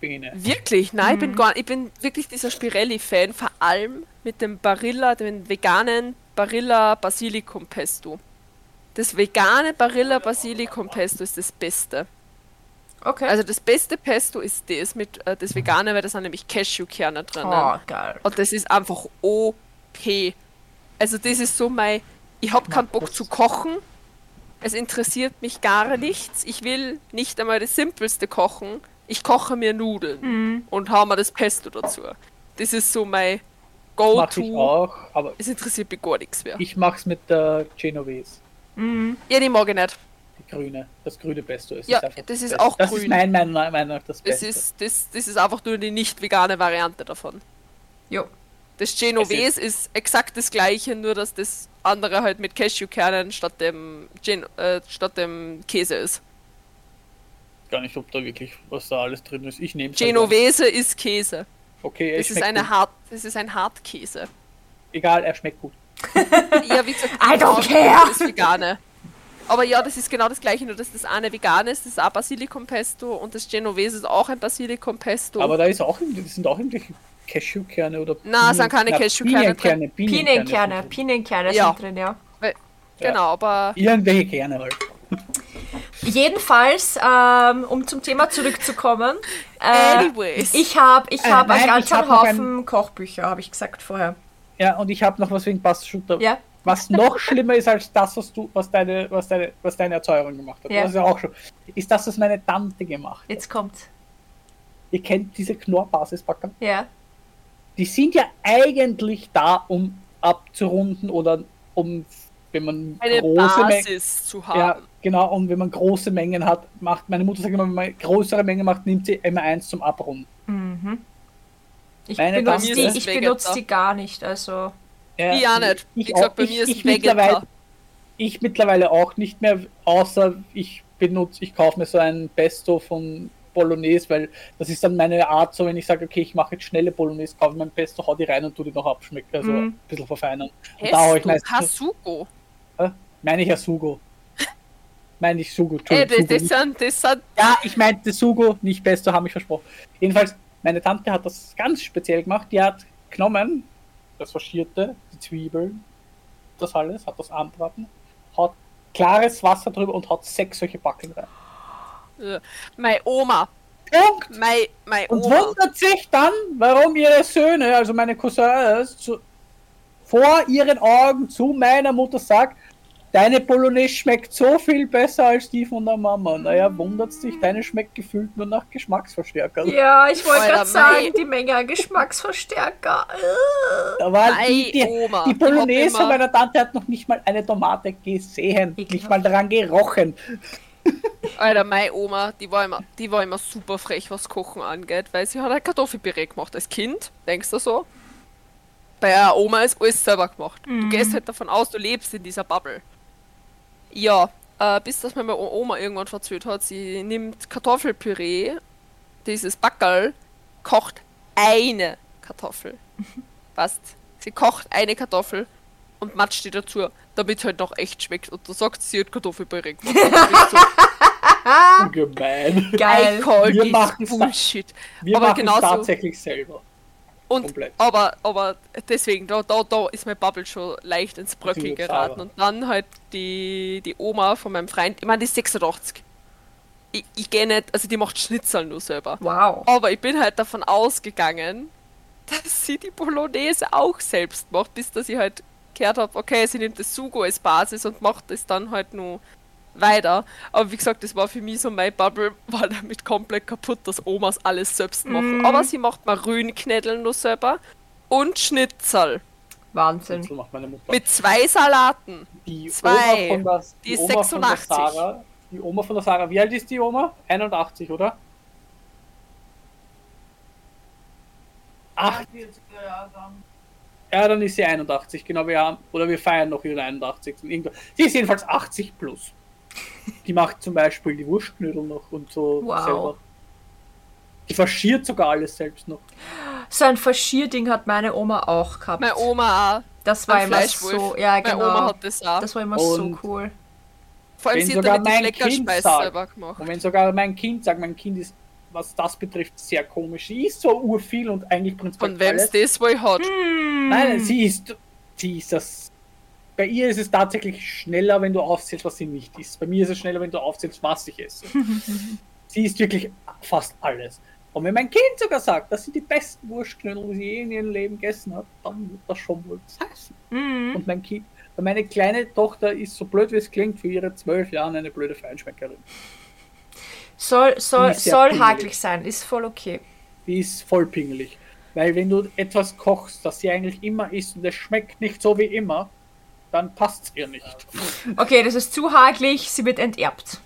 [SPEAKER 2] Bin ich nicht.
[SPEAKER 3] wirklich, nein, ich bin gar, ich bin wirklich dieser Spirelli-Fan, vor allem mit dem Barilla, dem veganen Barilla Basilikum Pesto. Das vegane Barilla Basilikum Pesto ist das Beste.
[SPEAKER 4] Okay.
[SPEAKER 3] Also das beste Pesto ist das mit äh, das vegane, weil da sind nämlich Cashewkerne drin.
[SPEAKER 1] Ah,
[SPEAKER 4] oh, geil.
[SPEAKER 3] Und das ist einfach OP. Also das ist so mein, ich hab keinen Bock zu kochen. Es interessiert mich gar nichts. Ich will nicht einmal das Simpelste kochen. Ich koche mir Nudeln
[SPEAKER 2] Mhm.
[SPEAKER 3] und hau mir das Pesto dazu. Das ist so
[SPEAKER 2] Mach
[SPEAKER 3] mein
[SPEAKER 2] ich
[SPEAKER 3] Go-To.
[SPEAKER 2] auch, aber
[SPEAKER 3] Es interessiert mich gar nichts mehr.
[SPEAKER 2] ich mach's mit der Genovese.
[SPEAKER 3] ja, die mag ich nicht.
[SPEAKER 2] Die grüne. Das grüne Pesto. Es
[SPEAKER 3] Ja,
[SPEAKER 2] einfach
[SPEAKER 3] das ist
[SPEAKER 2] Beste.
[SPEAKER 3] auch
[SPEAKER 2] das
[SPEAKER 3] grün.
[SPEAKER 2] Das ist mein Meinung nach das
[SPEAKER 3] Das
[SPEAKER 2] Beste.
[SPEAKER 3] ist, das, das ist einfach nur die nicht vegane Variante davon.
[SPEAKER 4] Jo.
[SPEAKER 3] Das Genovese ist exakt das gleiche, nur dass das andere halt mit Cashewkernen statt dem, Gen äh, statt dem Käse ist.
[SPEAKER 2] Ich weiß gar nicht, ob da wirklich was da alles drin ist. Ich nehm's. halt an.
[SPEAKER 3] Genovese ist Käse.
[SPEAKER 2] Okay, er
[SPEAKER 3] Das ist,
[SPEAKER 2] schmeckt
[SPEAKER 3] eine
[SPEAKER 2] gut.
[SPEAKER 3] Hart, das ist ein Hartkäse.
[SPEAKER 2] Egal, er schmeckt gut.
[SPEAKER 3] Ja, wie gesagt,
[SPEAKER 4] I don't
[SPEAKER 3] genau
[SPEAKER 4] care.
[SPEAKER 3] das Vegane. Aber ja, das ist genau das gleiche, nur dass das eine vegan ist, das ist auch Basilikum Pesto und das Genovese ist auch ein Basilikum Pesto.
[SPEAKER 2] Aber da ist auch, irgendwie- das sind auch irgendwelche Cashewkerne oder.
[SPEAKER 3] Na, es sind keine
[SPEAKER 2] na,
[SPEAKER 3] Cashewkerne
[SPEAKER 2] Pinienkerne,
[SPEAKER 4] Pinienkerne,
[SPEAKER 2] sind drin.
[SPEAKER 4] Pinienkerne
[SPEAKER 3] Ja.
[SPEAKER 4] sind drin, ja.
[SPEAKER 3] genau, aber
[SPEAKER 2] Irgendwelche Kerne halt.
[SPEAKER 4] Jedenfalls, ähm, um zum Thema zurückzukommen. Äh,
[SPEAKER 3] anyways.
[SPEAKER 4] ich habe ich
[SPEAKER 2] Äh,
[SPEAKER 4] hab
[SPEAKER 2] nein,
[SPEAKER 4] einen
[SPEAKER 2] ich
[SPEAKER 4] ganzen
[SPEAKER 2] hab noch
[SPEAKER 4] Haufen Kochbücher, habe ich gesagt vorher.
[SPEAKER 2] Ja, und ich habe noch was wegen Bastelschutz.
[SPEAKER 4] Ja.
[SPEAKER 2] Was noch schlimmer ist als das, was du, was deine, was deine, was deine Erzeugerin gemacht hat.
[SPEAKER 4] Ja.
[SPEAKER 2] Das ist ja auch schon. Ist das, was meine Tante gemacht hat.
[SPEAKER 4] Jetzt kommt's.
[SPEAKER 2] Ihr kennt diese Knorrbasisbacker.
[SPEAKER 4] Ja.
[SPEAKER 2] Die sind ja eigentlich da, um abzurunden oder um, wenn man
[SPEAKER 3] eine
[SPEAKER 2] große Mengen-
[SPEAKER 3] Basis zu haben.
[SPEAKER 2] Ja, genau. Und wenn man große Mengen hat, macht meine Mutter sagt immer, wenn man größere Mengen macht, nimmt sie immer eins zum Abrunden.
[SPEAKER 4] Ich
[SPEAKER 2] Meine
[SPEAKER 4] benutze
[SPEAKER 2] Dame
[SPEAKER 4] die,
[SPEAKER 2] ist
[SPEAKER 4] ich
[SPEAKER 3] Vegeta.
[SPEAKER 4] benutz die gar nicht, also.
[SPEAKER 2] Ja,
[SPEAKER 3] Ich auch nicht. Wie gesagt, bei mir ist Vegeta.
[SPEAKER 2] mittlerweile, ich mittlerweile auch nicht mehr, außer ich benutze, ich kaufe mir so ein Pesto von Bolognese, weil das ist dann meine Art, so wenn ich sage, okay, ich mache jetzt schnelle Bolognese, kaufe mir ein Pesto, hau die rein und tu die noch abschmecken, also ein bisschen verfeinern. Und da hau ich
[SPEAKER 3] Mhm. Pesto,
[SPEAKER 2] meistens,
[SPEAKER 3] Kasugo.
[SPEAKER 2] Hä? meine ich ja Sugo. meine ich Sugo,
[SPEAKER 3] Ey,
[SPEAKER 2] Entschuldigung,
[SPEAKER 3] Äh, das, das
[SPEAKER 2] Sugo,
[SPEAKER 3] sind, das sind
[SPEAKER 2] ja, ich meinte Sugo, nicht Pesto, habe ich versprochen. Jedenfalls, meine Tante hat das ganz speziell gemacht. Die hat genommen, das Faschierte, die Zwiebeln, das alles, hat das anbraten, hat klares Wasser drüber und hat sechs solche Backen rein.
[SPEAKER 3] Äh, Meine Oma.
[SPEAKER 2] Punkt.
[SPEAKER 3] Meine, meine
[SPEAKER 2] Und
[SPEAKER 3] Oma.
[SPEAKER 2] wundert sich dann, warum ihre Söhne, also meine Cousins, zu, vor ihren Augen zu meiner Mutter sagt, deine Bolognese schmeckt so viel besser als die von der Mama. Naja, wundert sich, deine schmeckt gefühlt nur nach Geschmacksverstärker.
[SPEAKER 1] Ja, ich wollte
[SPEAKER 3] Alter,
[SPEAKER 1] gerade sagen,
[SPEAKER 3] mei.
[SPEAKER 1] die Menge an Geschmacksverstärker.
[SPEAKER 2] Da war die,
[SPEAKER 3] Ei,
[SPEAKER 2] die,
[SPEAKER 3] Oma,
[SPEAKER 2] die
[SPEAKER 3] die Hoppe
[SPEAKER 2] Bolognese von
[SPEAKER 3] immer.
[SPEAKER 2] meiner Tante hat noch nicht mal eine Tomate gesehen, nicht mal dran gerochen.
[SPEAKER 3] Alter, meine Oma, die war, immer, die war immer super frech, was Kochen angeht, weil sie hat ein Kartoffelpüree gemacht als Kind, denkst du so? Bei einer Oma ist alles selber gemacht. Du gehst halt davon aus, du lebst in dieser Bubble. Ja, äh, bis dass mir meine O- Oma irgendwann verzählt hat, sie nimmt Kartoffelpüree, dieses Backerl, kocht eine Kartoffel. Passt. Sie kocht eine Kartoffel und matscht die dazu, damit halt noch echt schmeckt. Und du sagst, sie hat Kartoffelpüree gemacht. Und du bist so, Ah.
[SPEAKER 2] Gemein.
[SPEAKER 3] I call
[SPEAKER 2] Wir
[SPEAKER 3] this
[SPEAKER 2] machen's da-
[SPEAKER 3] Bullshit.
[SPEAKER 2] Wir
[SPEAKER 3] aber
[SPEAKER 2] machen es
[SPEAKER 3] genauso.
[SPEAKER 2] tatsächlich selber.
[SPEAKER 3] Und,
[SPEAKER 2] komplett.
[SPEAKER 3] aber, aber deswegen, da, da, da ist mein Bubble schon leicht ins Bröckeln
[SPEAKER 2] Ziemlich
[SPEAKER 3] geraten.
[SPEAKER 2] sauber.
[SPEAKER 3] Und dann halt die, die Oma von meinem Freund, ich meine, die ist 86. Ich, ich gehe nicht, also die macht Schnitzel nur selber.
[SPEAKER 1] Wow.
[SPEAKER 3] Aber ich bin halt davon ausgegangen, dass sie die Bolognese auch selbst macht, bis dass ich halt gehört habe, okay, sie nimmt das Sugo als Basis und macht das dann halt nur weiter. Aber wie gesagt, das war für mich so mein Bubble, war damit komplett kaputt, dass Omas alles selbst machen.
[SPEAKER 1] Mhm.
[SPEAKER 3] Aber sie macht Marünknädel nur selber und Schnitzel
[SPEAKER 1] Wahnsinn.
[SPEAKER 2] So macht meine Mutter.
[SPEAKER 3] mit zwei Salaten.
[SPEAKER 2] Die
[SPEAKER 3] Zwei.
[SPEAKER 2] Oma von der,
[SPEAKER 3] Die ist
[SPEAKER 2] Oma Von
[SPEAKER 3] 86.
[SPEAKER 2] der Sarah, die Oma von der Sarah, wie alt ist die Oma? 81, oder? 8. Ja, dann ist sie 81, genau. Wir haben, oder wir feiern noch ihren 81. Irgendwo- Sie ist jedenfalls 80 plus. Die macht zum Beispiel die Wurstknödel noch und so
[SPEAKER 1] Wow.
[SPEAKER 2] selber. Die faschiert sogar alles selbst noch.
[SPEAKER 1] So ein Faschierding hat meine Oma auch gehabt.
[SPEAKER 3] Meine Oma auch.
[SPEAKER 1] das war
[SPEAKER 3] ein
[SPEAKER 1] immer
[SPEAKER 3] Fleischwolf.
[SPEAKER 1] so, ja
[SPEAKER 3] Meine
[SPEAKER 1] genau.
[SPEAKER 3] Oma hat das auch.
[SPEAKER 1] das war immer
[SPEAKER 2] Und-
[SPEAKER 1] so cool.
[SPEAKER 3] Vor allem
[SPEAKER 2] Wenn
[SPEAKER 3] sie hat
[SPEAKER 2] sogar
[SPEAKER 3] damit die
[SPEAKER 2] mein
[SPEAKER 3] Fleckerspeis
[SPEAKER 2] Kind sagt-
[SPEAKER 3] selber gemacht.
[SPEAKER 2] Und wenn sogar mein Kind sagt, mein Kind ist, was das betrifft, sehr komisch. Sie ist so urviel und eigentlich prinzipiell
[SPEAKER 3] Von wem's
[SPEAKER 2] alles.
[SPEAKER 3] das wohl hat.
[SPEAKER 2] Nein, sie ist, sie ist das. Bei ihr ist es tatsächlich schneller, wenn du aufzählst, was sie nicht ist. Bei mir ist es schneller, wenn du aufzählst, was ich esse. sie ist wirklich fast alles. Und wenn mein Kind sogar sagt, dass sie die besten Wurstknödel, die sie je in ihrem Leben gegessen hat, dann wird das schon wohl was heißen. Und mein Kind, meine kleine Tochter ist so blöd, wie es klingt, für ihre zwölf Jahre eine blöde Feinschmeckerin.
[SPEAKER 1] Soll, soll,
[SPEAKER 2] Die ist sehr
[SPEAKER 1] soll
[SPEAKER 2] pingelig.
[SPEAKER 1] hakelig sein, ist voll okay.
[SPEAKER 2] die ist voll pingelig. Weil wenn du etwas kochst, das sie eigentlich immer isst und es schmeckt nicht so wie immer, dann passt es ihr nicht.
[SPEAKER 1] Okay, das ist zu hakelig, sie wird enterbt.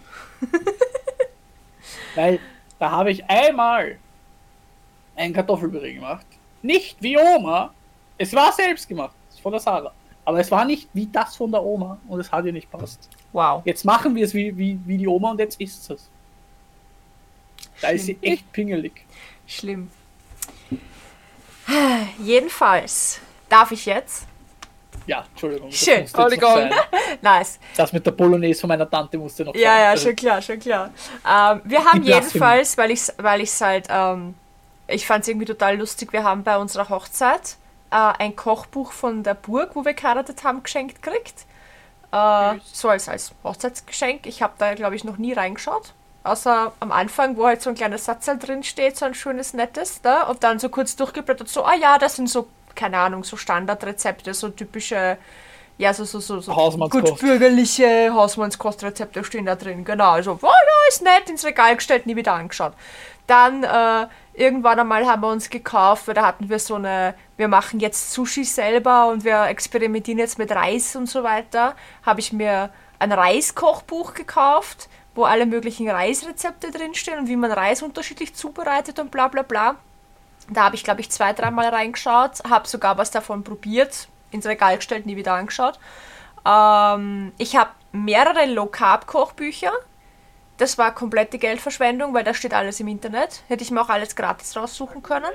[SPEAKER 2] Weil da habe ich einmal einen Kartoffelpüree gemacht. Nicht wie Oma. Es war selbst gemacht. Von der Sarah. Aber es war nicht wie das von der Oma und es hat ihr nicht passt.
[SPEAKER 1] Wow.
[SPEAKER 2] Jetzt machen wir es wie, wie, wie die Oma und jetzt isst es. Da ist sie echt pingelig.
[SPEAKER 1] Schlimm. Jedenfalls darf ich jetzt.
[SPEAKER 2] Ja, Entschuldigung. das
[SPEAKER 1] Schön.
[SPEAKER 2] musste jetzt noch
[SPEAKER 3] Entschuldigung.
[SPEAKER 2] sein.
[SPEAKER 1] Nice.
[SPEAKER 2] Das mit der Bolognese von meiner Tante musste noch
[SPEAKER 1] Ja,
[SPEAKER 2] sein.
[SPEAKER 1] ja,
[SPEAKER 2] Also,
[SPEAKER 1] schon klar, schon klar. Ähm, wir haben
[SPEAKER 2] Die Blasphemie.
[SPEAKER 1] jedenfalls, weil ich es weil ich's halt, ähm, ich fand es irgendwie total lustig, wir haben bei unserer Hochzeit äh, ein Kochbuch von der Burg, wo wir geheiratet haben, geschenkt gekriegt. Äh, so als, als Hochzeitsgeschenk. Ich habe da, glaube ich, noch nie reingeschaut. Außer am Anfang, wo halt so ein kleiner Satz halt drin steht, so ein schönes, nettes, da. Und dann so kurz durchgeblättert, so, ah ja, das sind so, keine Ahnung, so Standardrezepte, so typische, ja, so, so, so, so
[SPEAKER 2] Hausmannskost.
[SPEAKER 1] gut bürgerliche Hausmannskostrezepte stehen da drin. Genau, also, oh ja, ist nett, ins Regal gestellt, nie wieder angeschaut. Dann äh, irgendwann einmal haben wir uns gekauft, weil da hatten wir so eine, wir machen jetzt Sushi selber und wir experimentieren jetzt mit Reis und so weiter. Habe ich mir ein Reiskochbuch gekauft, wo alle möglichen Reisrezepte drinstehen und wie man Reis unterschiedlich zubereitet und bla bla bla. Da habe ich, glaube ich, zwei, dreimal reingeschaut, habe sogar was davon probiert, ins Regal gestellt, nie wieder angeschaut. Ähm, ich habe mehrere Low-Carb-Kochbücher. Das war komplette Geldverschwendung, weil da steht alles im Internet. Hätte ich mir auch alles gratis raussuchen können.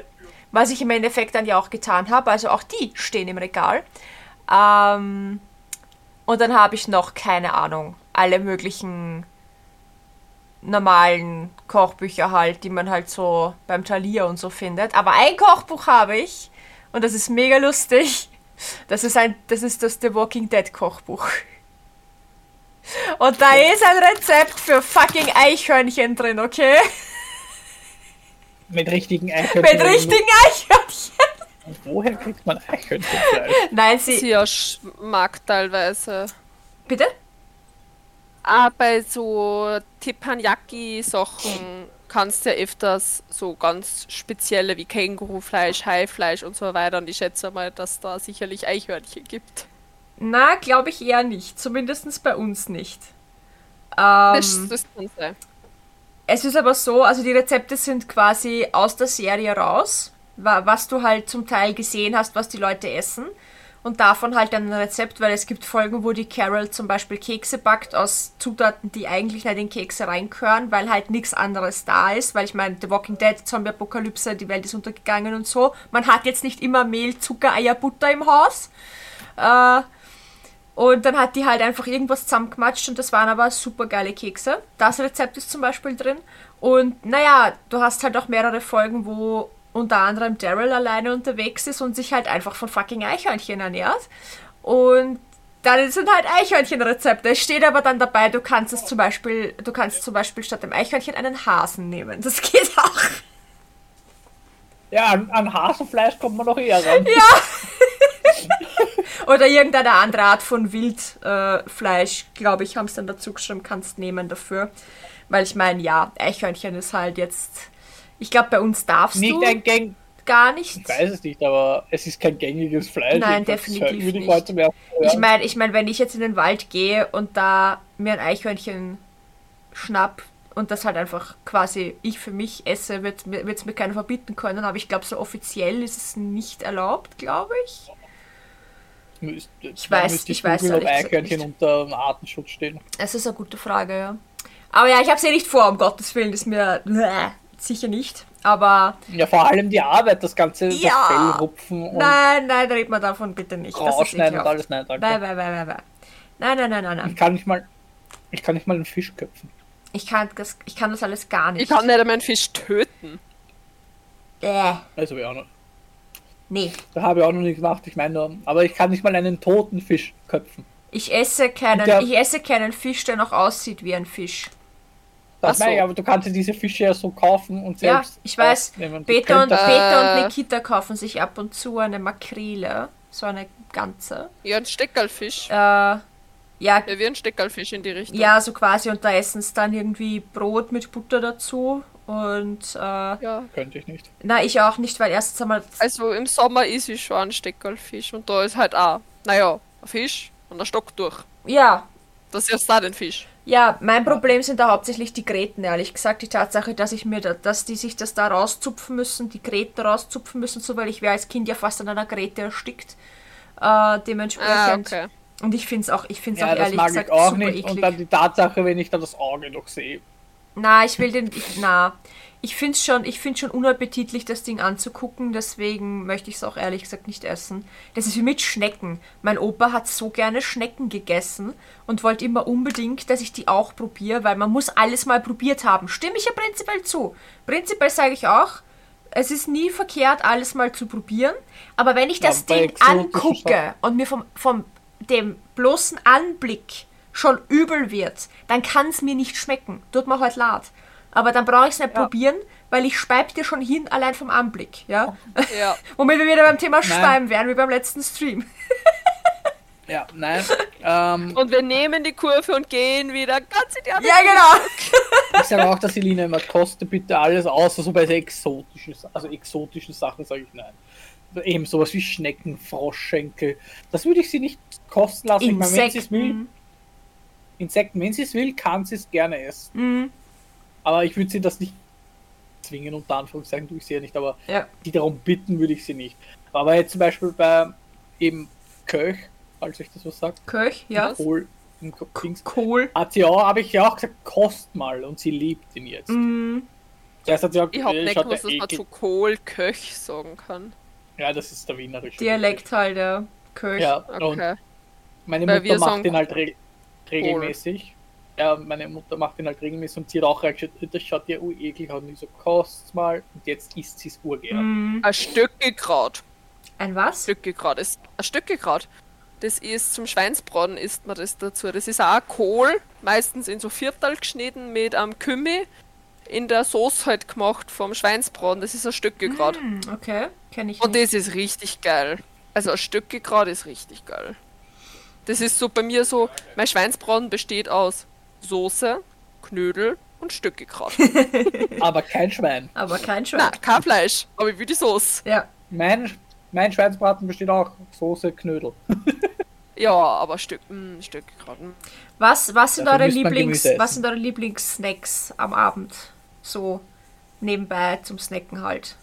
[SPEAKER 1] Was ich im Endeffekt dann ja auch getan habe. Also auch die stehen im Regal. Ähm, und dann habe ich noch, keine Ahnung, alle möglichen normalen Kochbücher halt, die man halt so beim Thalia und so findet. Aber ein Kochbuch habe ich und das ist mega lustig. Das ist ein, das ist das The Walking Dead Kochbuch.
[SPEAKER 5] Und da ist ein Rezept für fucking Eichhörnchen drin, okay?
[SPEAKER 2] Mit richtigen
[SPEAKER 5] Mit
[SPEAKER 2] Eichhörnchen.
[SPEAKER 5] richtigen Eichhörnchen.
[SPEAKER 2] Woher kriegt man Eichhörnchenfleisch?
[SPEAKER 1] Nein, sie.
[SPEAKER 3] Ziosch mag teilweise.
[SPEAKER 1] Bitte?
[SPEAKER 3] Ah, bei so Teppanyaki-Sachen kannst du ja öfters so ganz spezielle wie Kängurufleisch, Haifleisch und so weiter. Und ich schätze mal, dass da sicherlich Eichhörnchen gibt.
[SPEAKER 1] Na, glaube ich eher nicht. Zumindest bei uns nicht. Ähm,
[SPEAKER 3] Das, das kann sein.
[SPEAKER 1] Es ist aber so, also die Rezepte sind quasi aus der Serie raus, wa- was du halt zum Teil gesehen hast, was die Leute essen. Und davon halt dann ein Rezept, weil es gibt Folgen, wo die Carol zum Beispiel Kekse backt aus Zutaten, die eigentlich nicht in Kekse reinkören, weil halt nichts anderes da ist. Weil ich meine, The Walking Dead, Zombie-Apokalypse, die Welt ist untergegangen und so. Man hat jetzt nicht immer Mehl, Zucker, Eier, Butter im Haus. Äh, und dann hat die halt einfach irgendwas zusammengematscht und das waren aber super geile Kekse. Das Rezept ist zum Beispiel drin. Und naja, du hast halt auch mehrere Folgen, wo unter anderem Daryl alleine unterwegs ist und sich halt einfach von fucking Eichhörnchen ernährt. Und dann sind halt Eichhörnchenrezepte. Es steht aber dann dabei, du kannst es zum Beispiel, du kannst zum Beispiel statt dem Eichhörnchen einen Hasen nehmen. Das geht auch.
[SPEAKER 2] Ja, an, an Hasenfleisch kommt man noch eher ran.
[SPEAKER 1] Oder irgendeine andere Art von Wildfleisch, äh, Fleisch, glaube ich, haben es dann dazu geschrieben, kannst nehmen dafür. Weil ich meine, ja, Eichhörnchen ist halt jetzt. Ich glaube, bei uns darfst
[SPEAKER 2] Nicht
[SPEAKER 1] du
[SPEAKER 2] ein Gang.
[SPEAKER 1] gar nicht.
[SPEAKER 2] Ich weiß es nicht, aber es ist kein gängiges Fleisch.
[SPEAKER 1] Nein,
[SPEAKER 2] Das
[SPEAKER 1] definitiv
[SPEAKER 2] Würde ich
[SPEAKER 1] nicht.
[SPEAKER 2] heute mehr
[SPEAKER 1] Ich meine, ich mein, wenn ich jetzt in den Wald gehe und da mir ein Eichhörnchen schnapp und das halt einfach quasi ich für mich esse, wird es mir keiner verbieten können. Aber ich glaube, so offiziell ist es nicht erlaubt, glaube ich.
[SPEAKER 2] Müsst, ich
[SPEAKER 1] weiß-
[SPEAKER 2] müsste
[SPEAKER 1] ich weiß
[SPEAKER 2] googeln, ob
[SPEAKER 1] ehrlich gesagt
[SPEAKER 2] Eichhörnchen unter dem Artenschutz stehen.
[SPEAKER 1] Es ist eine gute Frage, ja. Aber ja, ich habe sie nicht vor, um Gottes Willen, ist mir Bäh, sicher nicht. Aber
[SPEAKER 2] Ja, vor allem die Arbeit, das ganze das
[SPEAKER 1] Ja.
[SPEAKER 2] Fell rupfen und
[SPEAKER 1] nein, nein, da redet man davon bitte nicht. Das ist
[SPEAKER 2] rausschneiden und
[SPEAKER 1] ekelhaft.
[SPEAKER 2] alles. Nein, danke.
[SPEAKER 1] Bäh, bäh, bäh, bäh, bäh. Nein, nein, nein, nein,
[SPEAKER 2] Ich
[SPEAKER 1] nein.
[SPEAKER 2] kann nicht mal, ich kann nicht mal einen Fisch köpfen.
[SPEAKER 1] Ich kann das, ich kann das alles gar nicht.
[SPEAKER 3] Ich kann nicht einmal einen Fisch töten.
[SPEAKER 1] Äh,
[SPEAKER 2] Also ja, noch-
[SPEAKER 1] nee.
[SPEAKER 2] da habe ich auch noch nicht gemacht. Ich meine, nur- aber ich kann nicht mal einen toten Fisch köpfen.
[SPEAKER 1] Ich esse keinen,
[SPEAKER 2] Ja.
[SPEAKER 1] ich esse keinen Fisch, der noch aussieht wie ein Fisch.
[SPEAKER 2] Das
[SPEAKER 3] Ach so.
[SPEAKER 2] meine ich, aber du kannst ja diese Fische ja so kaufen und
[SPEAKER 1] Ja,
[SPEAKER 2] selbst.
[SPEAKER 1] ich weiß.
[SPEAKER 2] aufnehmen. Das
[SPEAKER 1] Peter und,
[SPEAKER 2] könnte-
[SPEAKER 1] Peter
[SPEAKER 3] Äh.
[SPEAKER 1] und Nikita kaufen sich ab und zu eine Makrele, so eine ganze.
[SPEAKER 3] Ja, ein Steckerlfisch.
[SPEAKER 1] Äh, ja,
[SPEAKER 3] Ja, wie ein Steckerlfisch in die Richtung.
[SPEAKER 1] Ja, so quasi und da essen es dann irgendwie Brot mit Butter dazu. Und äh,
[SPEAKER 3] ja.
[SPEAKER 2] könnte ich nicht.
[SPEAKER 1] na, ich auch nicht, weil erstens einmal.
[SPEAKER 3] Also im Sommer ist ich schon ein Steckerlfisch und da ist halt auch, naja, ein Fisch und ein Stock durch.
[SPEAKER 1] Ja,
[SPEAKER 3] Das ist jetzt da den Fisch.
[SPEAKER 1] ja, mein Problem sind da hauptsächlich die Gräten, ehrlich gesagt. Die Tatsache, dass ich mir da, dass die sich das da rauszupfen müssen, die Gräten rauszupfen müssen, so weil ich wäre als Kind ja fast an einer Gräte erstickt. Äh, dementsprechend.
[SPEAKER 3] Ah, okay.
[SPEAKER 1] Und ich find's auch, ich find's
[SPEAKER 2] Ja,
[SPEAKER 1] auch
[SPEAKER 2] das
[SPEAKER 1] ehrlich
[SPEAKER 2] mag
[SPEAKER 1] gesagt
[SPEAKER 2] ich auch
[SPEAKER 1] super
[SPEAKER 2] nicht.
[SPEAKER 1] eklig.
[SPEAKER 2] Und dann die Tatsache, wenn ich dann das Auge noch sehe.
[SPEAKER 1] Na, ich will den. Ich, na, ich finde es schon, ich find's schon unappetitlich, das Ding anzugucken, deswegen möchte ich es auch ehrlich gesagt nicht essen. Das ist wie mit Schnecken. Mein Opa hat so gerne Schnecken gegessen und wollte immer unbedingt, dass ich die auch probiere, weil man muss alles mal probiert haben. Stimme ich ja prinzipiell zu. Prinzipiell sage ich auch, es ist nie verkehrt, alles mal zu probieren, aber wenn ich
[SPEAKER 2] Ja,
[SPEAKER 1] das
[SPEAKER 2] bei
[SPEAKER 1] Ding
[SPEAKER 2] exotischen
[SPEAKER 1] angucke und mir vom, vom dem bloßen Anblick schon übel wird, dann kann es mir nicht schmecken. Tut mir halt leid. Aber dann brauche ich es nicht probieren, weil ich speib dir schon hin, allein vom Anblick. Ja?
[SPEAKER 3] Ja.
[SPEAKER 1] Womit wir wieder beim Thema Speiben wären, wie beim letzten Stream.
[SPEAKER 2] Ja, nein. ähm,
[SPEAKER 3] Und wir nehmen die Kurve und gehen wieder ganz in die andere
[SPEAKER 1] Ja, genau.
[SPEAKER 2] ich sage auch, dass Elina immer koste bitte alles außer so bei sehr exotischen, Sa- also exotischen Sachen sage ich nein. Eben sowas wie Schnecken, Froschschenkel. Das würde ich sie nicht kosten lassen. Ich meine, wenn sie es will,
[SPEAKER 1] Insekten.
[SPEAKER 2] Insekten, wenn sie es will, kann sie es gerne essen.
[SPEAKER 1] Mhm.
[SPEAKER 2] Aber ich würde sie das nicht zwingen, unter Anführungszeichen tue ich sie ja nicht, aber
[SPEAKER 1] Ja.
[SPEAKER 2] die darum bitten würde ich sie nicht. Aber jetzt zum Beispiel bei eben Köch, falls euch das was sagt,
[SPEAKER 1] Köch, ja.
[SPEAKER 3] Was?
[SPEAKER 2] Kohl, im Ko- Dings,
[SPEAKER 1] Kohl.
[SPEAKER 2] hat sie auch, habe ich ja auch gesagt, kost mal und sie liebt ihn jetzt.
[SPEAKER 1] Mhm.
[SPEAKER 2] Zuerst hat sie auch,
[SPEAKER 3] Ich hab
[SPEAKER 2] äh,
[SPEAKER 3] nicht
[SPEAKER 2] schaut
[SPEAKER 3] gewusst,
[SPEAKER 2] der
[SPEAKER 3] dass man
[SPEAKER 2] Ekel-
[SPEAKER 3] zu Kohlköch sagen kann.
[SPEAKER 2] Ja, das ist der wienerische
[SPEAKER 1] Dialekt halt, ja. Köch.
[SPEAKER 2] Ja, und
[SPEAKER 3] Okay.
[SPEAKER 2] meine
[SPEAKER 3] Weil wir
[SPEAKER 2] Mutter macht
[SPEAKER 3] sagen
[SPEAKER 2] den halt re regelmäßig. Ja, meine Mutter macht den halt regelmäßig und sie hat auch gesagt, das schaut ja urekelig aus und ich so, kost mal und jetzt isst sie es urgern.
[SPEAKER 1] Mhm.
[SPEAKER 3] Ein Stückekraut.
[SPEAKER 1] Ein was?
[SPEAKER 3] Stückekraut ist. Ein Stückekraut. Das ist zum Schweinsbraten isst man das dazu. Das ist auch Kohl, meistens in so Viertel geschnitten mit einem Kümmel in der Soße halt gemacht vom Schweinsbraten. Das ist ein Stücke gerade.
[SPEAKER 1] Hm, okay, kenne ich
[SPEAKER 3] Und
[SPEAKER 1] nicht.
[SPEAKER 3] das ist richtig geil. Also ein Stücke gerade ist richtig geil. Das ist so bei mir so, mein Schweinsbraten besteht aus Soße, Knödel und Stücke gerade.
[SPEAKER 2] Aber kein Schwein.
[SPEAKER 1] Aber kein
[SPEAKER 3] Na,
[SPEAKER 1] Schwein.
[SPEAKER 3] kein Fleisch, aber ich will die Soße.
[SPEAKER 1] Ja,
[SPEAKER 2] Mein, mein Schweinsbraten besteht auch Soße, Knödel.
[SPEAKER 3] Ja, aber Stück, mm, mh, Stück gerade.
[SPEAKER 1] Was, was, sind
[SPEAKER 2] Dafür
[SPEAKER 1] eure
[SPEAKER 2] müsste man
[SPEAKER 1] Lieblings,
[SPEAKER 2] Gemüse essen.
[SPEAKER 1] was sind eure Lieblingssnacks am Abend? So nebenbei zum Snacken halt.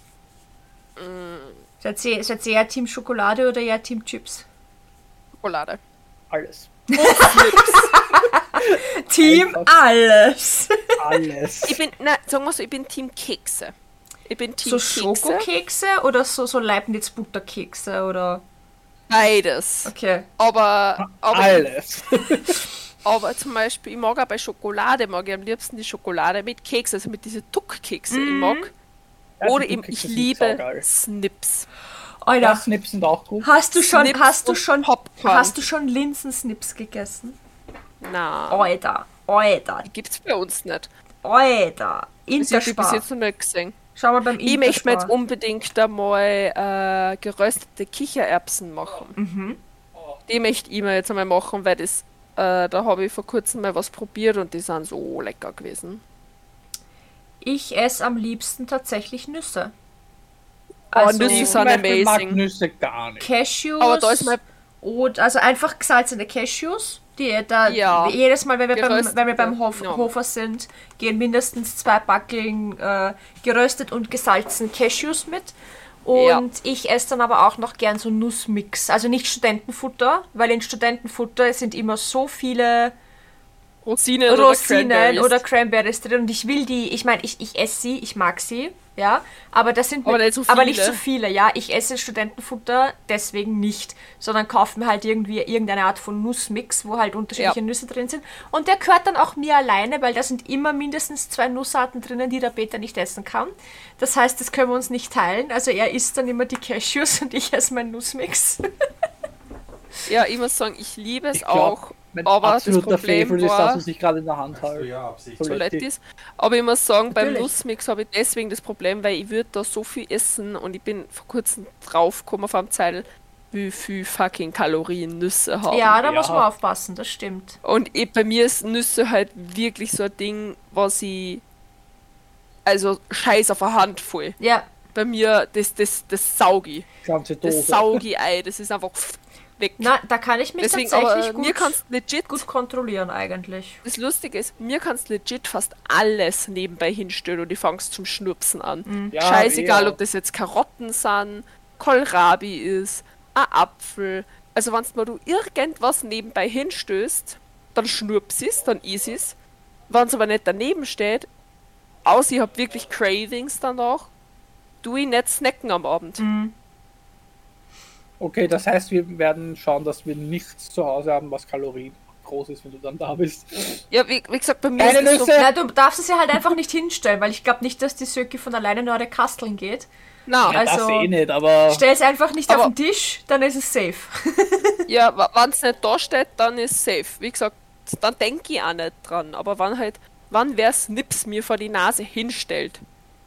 [SPEAKER 1] Seid ihr, seid ihr eher Team Schokolade oder eher Team Chips?
[SPEAKER 3] Schokolade.
[SPEAKER 2] Alles.
[SPEAKER 1] Team
[SPEAKER 2] Einfach.
[SPEAKER 1] alles!
[SPEAKER 2] Alles.
[SPEAKER 3] Ich bin, nein, sagen wir so, ich bin Team Kekse. Ich bin
[SPEAKER 1] So
[SPEAKER 3] Team Kekse.
[SPEAKER 1] Schokokekse oder so, so Leibniz-Butterkekse oder.
[SPEAKER 3] Beides.
[SPEAKER 1] Okay.
[SPEAKER 3] Aber, aber,
[SPEAKER 2] Alles.
[SPEAKER 3] aber zum Beispiel, ich mag auch bei Schokolade, mag ich am liebsten die Schokolade mit Keks, also mit diesen Tuckkekse. Ich mag. Oder eben, ich liebe Snips.
[SPEAKER 2] Ja,
[SPEAKER 1] Alter,
[SPEAKER 2] Snips sind auch gut.
[SPEAKER 1] hast du schon,
[SPEAKER 3] Snips
[SPEAKER 1] hast du
[SPEAKER 3] und
[SPEAKER 1] schon,
[SPEAKER 3] Popcorn.
[SPEAKER 1] hast du schon Linsensnips gegessen?
[SPEAKER 3] Na,
[SPEAKER 1] Alter, Alter,
[SPEAKER 3] die gibt's bei uns nicht.
[SPEAKER 1] Alter.
[SPEAKER 3] Das hab ich bis
[SPEAKER 1] Interspar.
[SPEAKER 3] jetzt noch nicht gesehen.
[SPEAKER 1] Schau mal beim
[SPEAKER 3] Ich
[SPEAKER 1] Interspar.
[SPEAKER 3] möchte mir jetzt um- unbedingt einmal äh, geröstete Kichererbsen machen.
[SPEAKER 1] Mhm.
[SPEAKER 3] Die möchte ich mir jetzt einmal machen, weil das, äh, da habe ich vor kurzem mal was probiert und die sind so lecker gewesen.
[SPEAKER 1] Ich esse am liebsten tatsächlich Nüsse.
[SPEAKER 3] Also,
[SPEAKER 1] Also-
[SPEAKER 3] Nüsse
[SPEAKER 2] Ich
[SPEAKER 3] sind
[SPEAKER 2] zum Beispiel mag
[SPEAKER 3] amazing.
[SPEAKER 2] Nüsse gar nicht.
[SPEAKER 1] Cashews.
[SPEAKER 3] Aber da ist mein-
[SPEAKER 1] und also einfach gesalzene Cashews. Die eh da
[SPEAKER 3] Ja.
[SPEAKER 1] jedes Mal, wenn wir beim,
[SPEAKER 3] Geröstete.
[SPEAKER 1] wenn wir beim Hof,
[SPEAKER 3] Ja. genau.
[SPEAKER 1] Hofer sind, gehen mindestens zwei Backeln äh, geröstet und gesalzen Cashews mit. Und
[SPEAKER 3] Ja.
[SPEAKER 1] ich esse dann aber auch noch gern so Nussmix. Also nicht Studentenfutter, weil in Studentenfutter sind immer so viele
[SPEAKER 3] Rosinen,
[SPEAKER 1] Rosinen
[SPEAKER 3] Cranberries.
[SPEAKER 1] oder Cranberries drin und ich will die, ich meine, ich, ich esse sie, ich mag sie, ja, aber das sind
[SPEAKER 3] Aber nicht so
[SPEAKER 1] aber nicht so
[SPEAKER 3] viele.
[SPEAKER 1] viele, ja, ich esse Studentenfutter deswegen nicht, sondern kaufe mir halt irgendwie irgendeine Art von Nussmix, wo halt unterschiedliche
[SPEAKER 3] Ja.
[SPEAKER 1] Nüsse drin sind und der gehört dann auch mir alleine, weil da sind immer mindestens zwei Nussarten drinnen, die der Peter nicht essen kann. Das heißt, das können wir uns nicht teilen, also er isst dann immer die Cashews und ich esse meinen Nussmix.
[SPEAKER 3] Ja, ich muss sagen, ich liebe es
[SPEAKER 2] Ich
[SPEAKER 3] auch.
[SPEAKER 2] glaube, mein
[SPEAKER 3] aber das
[SPEAKER 2] absoluter
[SPEAKER 3] Problem
[SPEAKER 2] Favorite ist
[SPEAKER 3] war-
[SPEAKER 2] das, was ich gerade in der Hand
[SPEAKER 6] Hast du
[SPEAKER 2] halte.
[SPEAKER 6] ja Absicht.
[SPEAKER 2] Toll.
[SPEAKER 3] Toilette
[SPEAKER 2] Toilette.
[SPEAKER 3] ist. Aber ich muss sagen, beim
[SPEAKER 1] Natürlich.
[SPEAKER 3] Nussmix habe ich deswegen das Problem, weil ich würde da so viel essen und ich bin vor kurzem draufgekommen auf einem Zeil, wie viel fucking Kalorien Nüsse haben.
[SPEAKER 1] Ja, da muss
[SPEAKER 2] Ja.
[SPEAKER 1] man aufpassen, das stimmt.
[SPEAKER 3] Und ich, bei mir ist Nüsse halt wirklich so ein Ding, was ich. Also scheiß auf eine Handvoll.
[SPEAKER 1] Ja,
[SPEAKER 3] Bei mir, das, das, das saugi.
[SPEAKER 2] Ganze Dose.
[SPEAKER 3] Das saugi Ei, das ist einfach pff, weg.
[SPEAKER 1] na, da kann ich mich
[SPEAKER 3] Deswegen,
[SPEAKER 1] tatsächlich
[SPEAKER 3] aber
[SPEAKER 1] gut
[SPEAKER 3] mir kannst legit
[SPEAKER 1] gut kontrollieren eigentlich.
[SPEAKER 3] Das Lustige ist, mir kannst legit fast alles nebenbei hinstellen und ich fang's zum Schnurpsen an.
[SPEAKER 1] Mhm.
[SPEAKER 2] Ja,
[SPEAKER 3] Scheißegal,
[SPEAKER 2] eh,
[SPEAKER 3] ob das jetzt Karotten sind, Kohlrabi ist, ein Apfel. Also wenn's mal du irgendwas nebenbei hinstößt, dann schnurps es, dann is es. Wenn's aber nicht daneben steht, außer ich hab wirklich Cravings danach, tu ich nicht snacken am Abend.
[SPEAKER 2] Mhm. Okay, das heißt, wir werden schauen, dass wir nichts zu Hause haben, was Kalorien groß ist, wenn du dann da bist.
[SPEAKER 3] Ja, wie, wie gesagt, bei mir
[SPEAKER 2] Keine
[SPEAKER 3] ist es so,
[SPEAKER 2] Nüsse!
[SPEAKER 1] Na, du darfst es ja halt einfach nicht hinstellen, weil ich glaube nicht, dass die Söki von alleine in eure Kasteln geht.
[SPEAKER 3] na,
[SPEAKER 2] Ja, das
[SPEAKER 1] Also-
[SPEAKER 2] eh nicht, aber
[SPEAKER 1] Stell es einfach nicht
[SPEAKER 3] Aber-
[SPEAKER 1] auf den Tisch, dann ist es safe.
[SPEAKER 3] Ja, wa- wenn's nicht da steht, dann ist safe. Wie gesagt, dann denke ich auch nicht dran. Aber wann halt, wann wer Snips mir vor die Nase hinstellt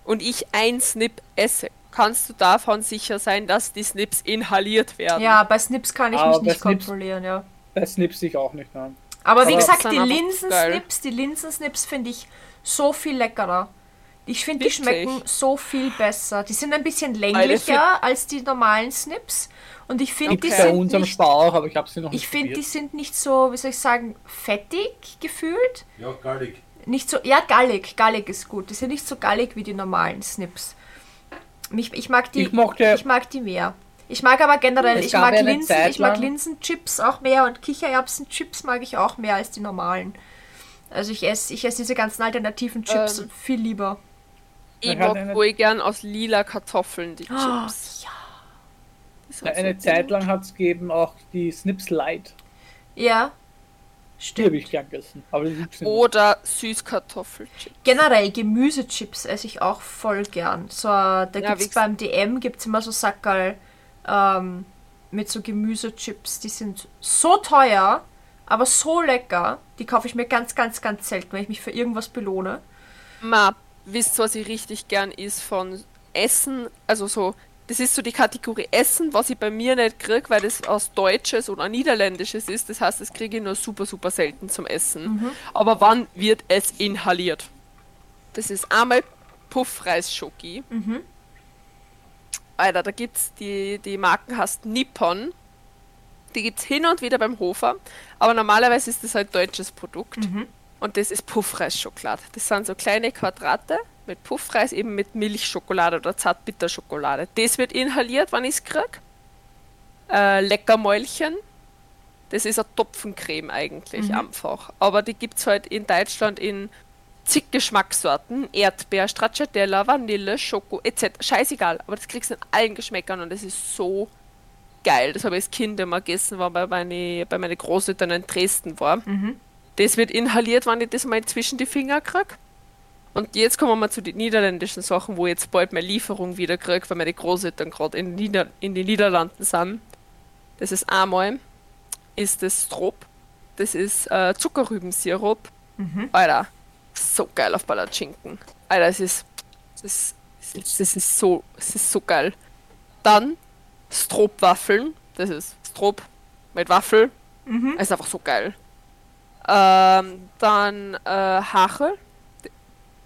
[SPEAKER 3] und ich ein Snip esse, kannst du davon sicher sein, dass die Snips inhaliert werden.
[SPEAKER 1] Ja, bei Snips kann ich
[SPEAKER 2] Aber
[SPEAKER 1] mich
[SPEAKER 2] bei
[SPEAKER 1] nicht
[SPEAKER 2] Snips-
[SPEAKER 1] kontrollieren, ja.
[SPEAKER 2] das nipst sich auch nicht an.
[SPEAKER 1] Aber wie
[SPEAKER 3] Aber
[SPEAKER 1] gesagt,
[SPEAKER 3] sind
[SPEAKER 1] die
[SPEAKER 3] einfach
[SPEAKER 1] Linsensnips, die Linsensnips finde ich so viel leckerer. Ich finde, die
[SPEAKER 3] Wirklich?
[SPEAKER 1] schmecken so viel besser. Die sind ein bisschen
[SPEAKER 3] Alter,
[SPEAKER 1] länglicher als die normalen Snips. Und ich finde, die
[SPEAKER 2] Gibt's bei
[SPEAKER 1] sind
[SPEAKER 2] uns am
[SPEAKER 1] nicht,
[SPEAKER 2] Spar auch, aber ich habe sie noch
[SPEAKER 1] ich
[SPEAKER 2] nicht
[SPEAKER 1] finde, die
[SPEAKER 2] probiert.
[SPEAKER 1] sind nicht so, wie soll ich sagen, fettig gefühlt.
[SPEAKER 6] Ja, Garlic.
[SPEAKER 1] Nicht so, ja, gallig, gallig ist gut. Die sind nicht so gallig wie die normalen Snips. Mich, ich mag die,
[SPEAKER 2] Ich mochte-
[SPEAKER 1] ich mag die mehr. Ich mag aber generell,
[SPEAKER 2] Es
[SPEAKER 1] ich
[SPEAKER 2] gab
[SPEAKER 1] mag,
[SPEAKER 2] ja eine
[SPEAKER 1] Linsen,
[SPEAKER 2] Zeit
[SPEAKER 1] ich mag
[SPEAKER 2] lang-
[SPEAKER 1] Linsenchips auch mehr und Kichererbsenchips mag ich auch mehr als die normalen. Also ich esse ich ess diese ganzen alternativen Chips
[SPEAKER 3] Ähm,
[SPEAKER 1] viel lieber.
[SPEAKER 3] ich
[SPEAKER 2] Man hat
[SPEAKER 3] mag
[SPEAKER 2] eine-
[SPEAKER 3] wohl gern aus lila Kartoffeln die
[SPEAKER 1] Ah.
[SPEAKER 3] Chips. Die sind
[SPEAKER 2] Na, Eine
[SPEAKER 3] so
[SPEAKER 2] Zeit
[SPEAKER 3] gut.
[SPEAKER 2] lang hat es gegeben auch die Snips Light.
[SPEAKER 1] Ja,
[SPEAKER 2] Die habe
[SPEAKER 1] stimmt.
[SPEAKER 2] ich gern gegessen. Aber die gibt's nicht. mehr.
[SPEAKER 3] Oder Süßkartoffelchips.
[SPEAKER 1] Generell Gemüsechips esse ich auch voll gern. So, äh, da
[SPEAKER 3] Ja,
[SPEAKER 1] gibt's
[SPEAKER 3] wie-
[SPEAKER 1] beim DM gibt's immer so Sackerl ähm, mit so Gemüsechips. Die sind so teuer, aber so lecker. Die kaufe ich mir ganz, ganz, ganz selten, wenn ich mich für irgendwas belohne.
[SPEAKER 3] Ma, wisst was ich richtig gern is von Essen, also so, das ist so die Kategorie Essen, was ich bei mir nicht kriege, weil das aus Deutsches oder Niederländisches ist. Das heißt, das kriege ich nur super, super selten zum Essen. Aber wann wird es inhaliert? Das ist einmal Puffreisschoki. Alter, da gibt's die, die Marken heißt Nippon. Die gibt's hin und wieder beim Hofer, aber normalerweise ist das halt deutsches Produkt. Und das ist Puffreisschokolade. Das sind so kleine Quadrate mit Puffreis, eben mit Milchschokolade oder Zartbitterschokolade. Das wird inhaliert, wann ich es kriege. Äh, Leckermäulchen. Das ist eine Topfencreme eigentlich einfach. Aber die gibt es halt in Deutschland in zig Geschmackssorten. Erdbeer, Stracciatella, Vanille, Schoko etc. Scheißegal. Aber das kriegst du in allen Geschmäckern und das ist so geil. Das habe ich als Kind immer gegessen, war bei meine, bei meine Großeltern in Dresden war. Das wird inhaliert, wenn ich das mal zwischen die Finger kriege. Und jetzt kommen wir mal zu den niederländischen Sachen, wo ich jetzt bald meine Lieferung wieder kriege, weil meine Großeltern gerade in, Nieder in den Niederlanden sind. Das ist einmal, ist das Strop, das ist äh, Zuckerrübensirup. Alter, so geil auf Palatschinken. Alter, es ist, es ist, es ist, es ist so, es ist so geil. Dann Stroopwaffeln, das ist Strop mit Waffel. Ist einfach so geil. Ähm, dann äh, Hachel,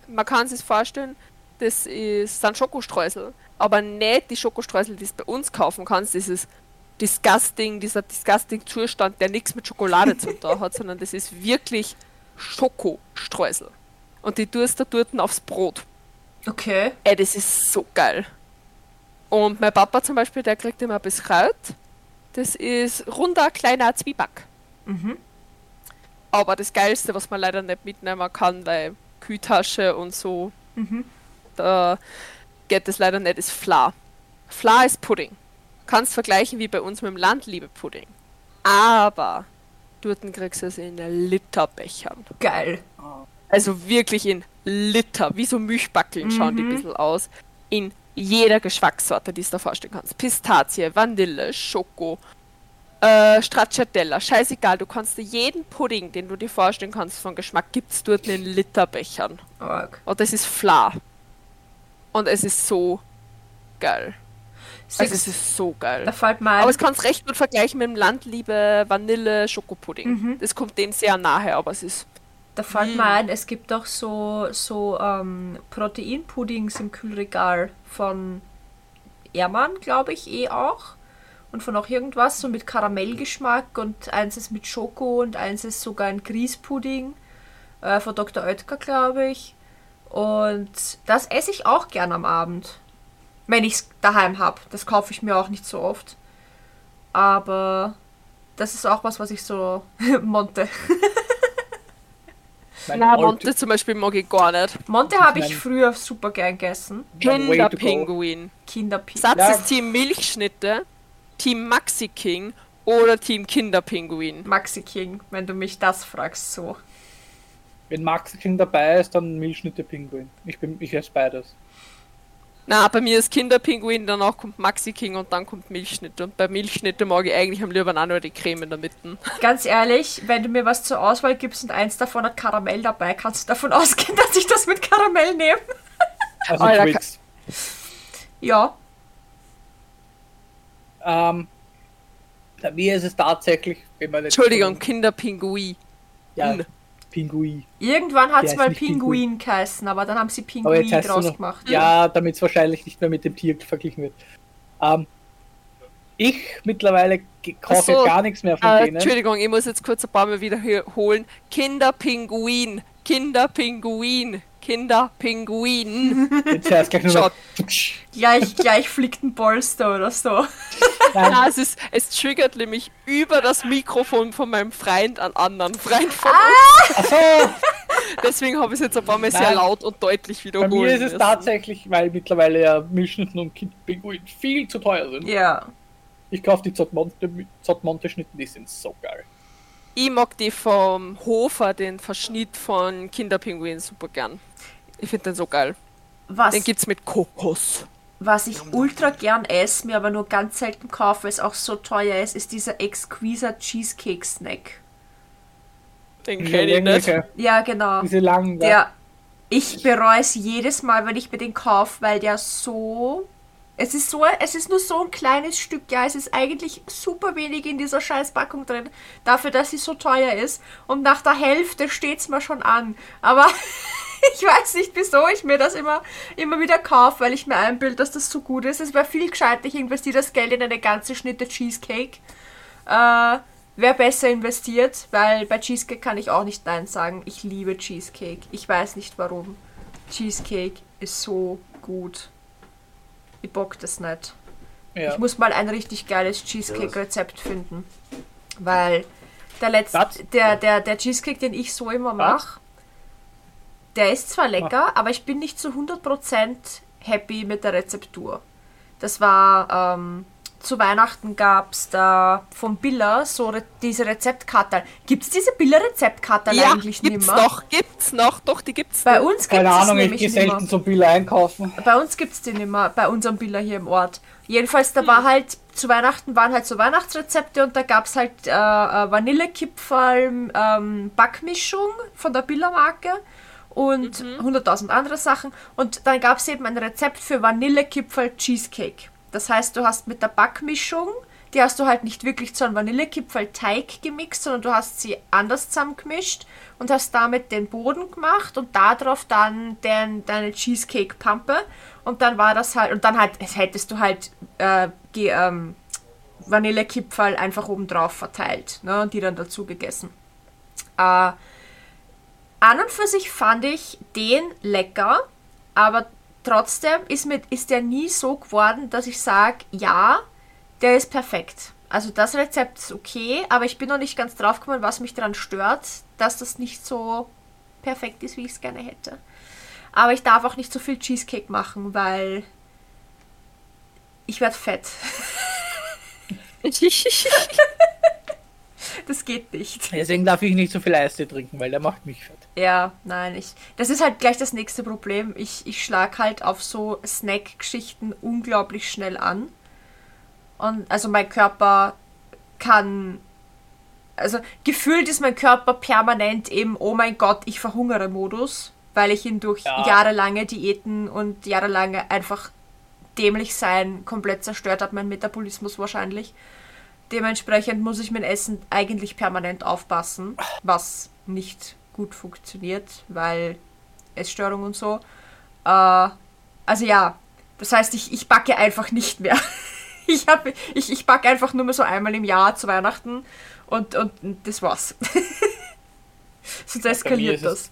[SPEAKER 3] man kann sich vorstellen, das ist, sind Schokostreusel, aber nicht die Schokostreusel, die du bei uns kaufen kannst, dieses disgusting, dieser disgusting Zustand, der nichts mit Schokolade zu tun hat, sondern das ist wirklich Schokostreusel. Und die tust du dort aufs Brot.
[SPEAKER 1] Okay.
[SPEAKER 3] Ey, das ist so geil. Und mein Papa zum Beispiel, der kriegt immer Biskreut. Das ist runder, kleiner Zwieback. Aber das Geilste, was man leider nicht mitnehmen kann, weil Kühltasche und so, da geht das leider nicht, ist Fla. Fla ist Pudding. Kannst vergleichen wie bei uns mit dem Landliebe-Pudding. Aber dort kriegst du es in Literbechern.
[SPEAKER 1] Geil.
[SPEAKER 3] Also wirklich in Liter, wie so Milchbackeln schauen die ein bisschen aus. In jeder Geschmackssorte, die du dir vorstellen kannst. Pistazie, Vanille, Schoko, äh, Stracciatella, scheißegal, du kannst dir jeden Pudding, den du dir vorstellen kannst von Geschmack, gibt's dort in Literbechern.
[SPEAKER 1] Arg.
[SPEAKER 3] Und das ist Fla. Und es ist so geil. Also es
[SPEAKER 1] Siehst,
[SPEAKER 3] ist so geil.
[SPEAKER 1] da fällt mir
[SPEAKER 3] Aber
[SPEAKER 1] ein,
[SPEAKER 3] es kannst recht gut vergleichen mit dem Landliebe Vanille Schokopudding. Das kommt dem sehr nahe, aber es ist
[SPEAKER 1] da fällt mir ein, es gibt auch so, so ähm, Proteinpuddings im Kühlregal von Ermann, glaube ich, eh auch. Und von auch irgendwas, so mit Karamellgeschmack und eins ist mit Schoko und eins ist sogar ein Grießpudding äh, von Dr. Oetker, glaube ich. Und das esse ich auch gern am Abend, wenn ich es daheim habe. Das kaufe ich mir auch nicht so oft. Aber das ist auch was, was ich so monte.
[SPEAKER 2] Mein
[SPEAKER 3] Na,
[SPEAKER 2] Alt-
[SPEAKER 3] Monte zum Beispiel mag ich gar nicht.
[SPEAKER 1] Monte habe ich
[SPEAKER 2] Nein.
[SPEAKER 1] früher super gern gegessen.
[SPEAKER 2] Mein way to go.
[SPEAKER 3] Kinderpinguin.
[SPEAKER 1] Kinderpizza.
[SPEAKER 3] Satz ist Team Milchschnitte, Team Maxi King oder Team Kinderpinguin.
[SPEAKER 1] Maxi King, wenn du mich das fragst, so.
[SPEAKER 2] Wenn Max King dabei ist, dann Milchschnitte Pinguin. Ich bin, ich esse beides.
[SPEAKER 3] Na, bei mir ist Kinderpinguin, danach kommt Maxi King und dann kommt Milchschnitte. Und bei Milchschnitte mag ich eigentlich am liebsten auch nur die Creme in der Mitte.
[SPEAKER 1] Ganz ehrlich, wenn du mir was zur Auswahl gibst und eins davon hat Karamell dabei, kannst du davon ausgehen, dass ich das mit Karamell nehme?
[SPEAKER 2] Also
[SPEAKER 3] Alter,
[SPEAKER 2] Twix.
[SPEAKER 1] Ja.
[SPEAKER 2] Ähm, bei mir ist es tatsächlich, wenn man jetzt-
[SPEAKER 3] Entschuldigung,
[SPEAKER 2] Äh,
[SPEAKER 3] Kinderpinguin.
[SPEAKER 2] Ja, Pinguin.
[SPEAKER 1] Irgendwann hat
[SPEAKER 2] Der
[SPEAKER 1] es
[SPEAKER 2] ist
[SPEAKER 1] mal
[SPEAKER 2] nicht Pinguin.
[SPEAKER 1] Pinguin geheißen, aber dann haben sie
[SPEAKER 2] Aber
[SPEAKER 1] Pinguin
[SPEAKER 2] jetzt heißt
[SPEAKER 1] draus
[SPEAKER 2] es noch,
[SPEAKER 1] gemacht.
[SPEAKER 2] ja, damit es wahrscheinlich nicht mehr mit dem Tier verglichen wird. Ähm, ich mittlerweile ge- kaufe
[SPEAKER 3] Ach so,
[SPEAKER 2] gar nichts mehr von
[SPEAKER 3] Äh,
[SPEAKER 2] denen.
[SPEAKER 3] Entschuldigung, ich muss jetzt kurz ein paar Mal wiederholen. Kinderpinguin, Kinderpinguin, Kinderpinguin.
[SPEAKER 2] Jetzt heißt gleich nur
[SPEAKER 3] Schaut.
[SPEAKER 2] noch,
[SPEAKER 1] Gleich, gleich fliegt ein Polster oder so.
[SPEAKER 2] nein,
[SPEAKER 3] Ja, es, ist, es triggert nämlich über das Mikrofon von meinem Freund an anderen Freund von
[SPEAKER 2] ach so,
[SPEAKER 3] uns. Deswegen habe ich es jetzt ein paar Mal sehr
[SPEAKER 2] Nein.
[SPEAKER 3] laut und deutlich
[SPEAKER 2] bei
[SPEAKER 3] wiederholt.
[SPEAKER 2] mir ist es tatsächlich, weil mittlerweile ja Milchschnitten und Kind Pinguin viel zu teuer sind.
[SPEAKER 1] Ja.
[SPEAKER 2] Ich kaufe die Zottmonte- Zottmonte-Schnitten, die sind so geil.
[SPEAKER 3] Ich mag die vom Hofer, den Verschnitt von Kinderpinguin super gern. Ich finde den so geil.
[SPEAKER 1] Was?
[SPEAKER 3] Den gibt's mit Kokos.
[SPEAKER 1] Was ich ultra gern esse, mir aber nur ganz selten kaufe, weil es auch so teuer ist, ist dieser Exquisite Cheesecake Snack.
[SPEAKER 3] Den kenne ich nicht.
[SPEAKER 1] Ja, genau.
[SPEAKER 2] Diese langen. ja.
[SPEAKER 1] Der, ich bereue es jedes Mal, wenn ich mir den kaufe, weil der so. Es ist so, es ist nur so ein kleines Stück, ja. Es ist eigentlich super wenig in dieser Scheißpackung drin, dafür, dass sie so teuer ist. Und nach der Hälfte steht's mir schon an. Aber ich weiß nicht, wieso ich mir das immer, immer wieder kaufe, weil ich mir einbilde, dass das so gut ist. Es wäre viel gescheiter, ich investiere das Geld in eine ganze Schnitte Cheesecake. Äh, wäre besser investiert, weil bei Cheesecake kann ich auch nicht Nein sagen. Ich liebe Cheesecake. Ich weiß nicht warum. Cheesecake ist so gut. Ich bock das nicht. Ich muss mal ein richtig geiles Cheesecake-Rezept finden. Weil der
[SPEAKER 2] Was?
[SPEAKER 1] letzte, der, der, der Cheesecake, den ich so immer mache, der ist zwar lecker, aber ich bin nicht zu 100% happy mit der Rezeptur. Das war ähm, zu Weihnachten gab es da von Billa so re diese Rezeptkarte. Gibt es diese Billa-Rezeptkarte
[SPEAKER 3] Ja,
[SPEAKER 1] eigentlich
[SPEAKER 3] gibt's
[SPEAKER 1] nimmer?
[SPEAKER 3] noch, gibt's noch, doch, die gibt's
[SPEAKER 1] Bei
[SPEAKER 3] noch.
[SPEAKER 1] uns gibt
[SPEAKER 2] Keine
[SPEAKER 1] es
[SPEAKER 2] Ahnung, ich gehe
[SPEAKER 1] nämlich nimmer.
[SPEAKER 2] selten so Bill einkaufen.
[SPEAKER 1] Bei uns gibt's den immer, bei unserem Billa hier im Ort. Jedenfalls, da war halt, zu Weihnachten waren halt so Weihnachtsrezepte und da gab's halt äh, äh, Vanillekipferl, ähm, Backmischung von der Billa-Marke und 100.000 andere Sachen. Und dann gab's eben ein Rezept für Vanillekipferl Cheesecake. Das heißt, du hast mit der Backmischung, die hast du halt nicht wirklich zu einem Vanillekipferl-Teig gemixt, sondern du hast sie anders zusammengemischt und hast damit den Boden gemacht und darauf dann den, deine Cheesecake-Pampe. Und dann war das halt, und dann halt, es hättest du halt äh, ge, ähm, Vanillekipferl einfach obendrauf verteilt ne, und die dann dazu gegessen. Äh, an und für sich fand ich den lecker, aber trotzdem ist, mit, ist der nie so geworden, dass ich sage, ja, der ist perfekt. Also das Rezept ist okay, aber ich bin noch nicht ganz drauf gekommen, was mich daran stört, dass das nicht so perfekt ist, wie ich es gerne hätte. Aber ich darf auch nicht so viel Cheesecake machen, weil ich werde fett. Das geht nicht.
[SPEAKER 2] Deswegen darf ich nicht so viel Eistee trinken, weil der macht mich fett.
[SPEAKER 1] Ja, nein, ich. Das ist halt gleich das nächste Problem. Ich, ich schlag halt auf so Snack-Geschichten unglaublich schnell an. Und also mein Körper kann. Also gefühlt ist mein Körper permanent im Oh mein Gott, ich verhungere Modus, weil ich ihn durch
[SPEAKER 2] Ja.
[SPEAKER 1] jahrelange Diäten und jahrelange einfach dämlich sein komplett zerstört hat, mein Metabolismus wahrscheinlich. Dementsprechend muss ich mein Essen eigentlich permanent aufpassen, was nicht gut funktioniert, weil Essstörung und so. Äh, also ja, das heißt, ich, ich backe einfach nicht mehr. Ich, hab, ich, ich backe einfach nur mehr so einmal im Jahr zu Weihnachten und, und das war's. Sonst eskaliert
[SPEAKER 2] ist
[SPEAKER 1] das.
[SPEAKER 2] es-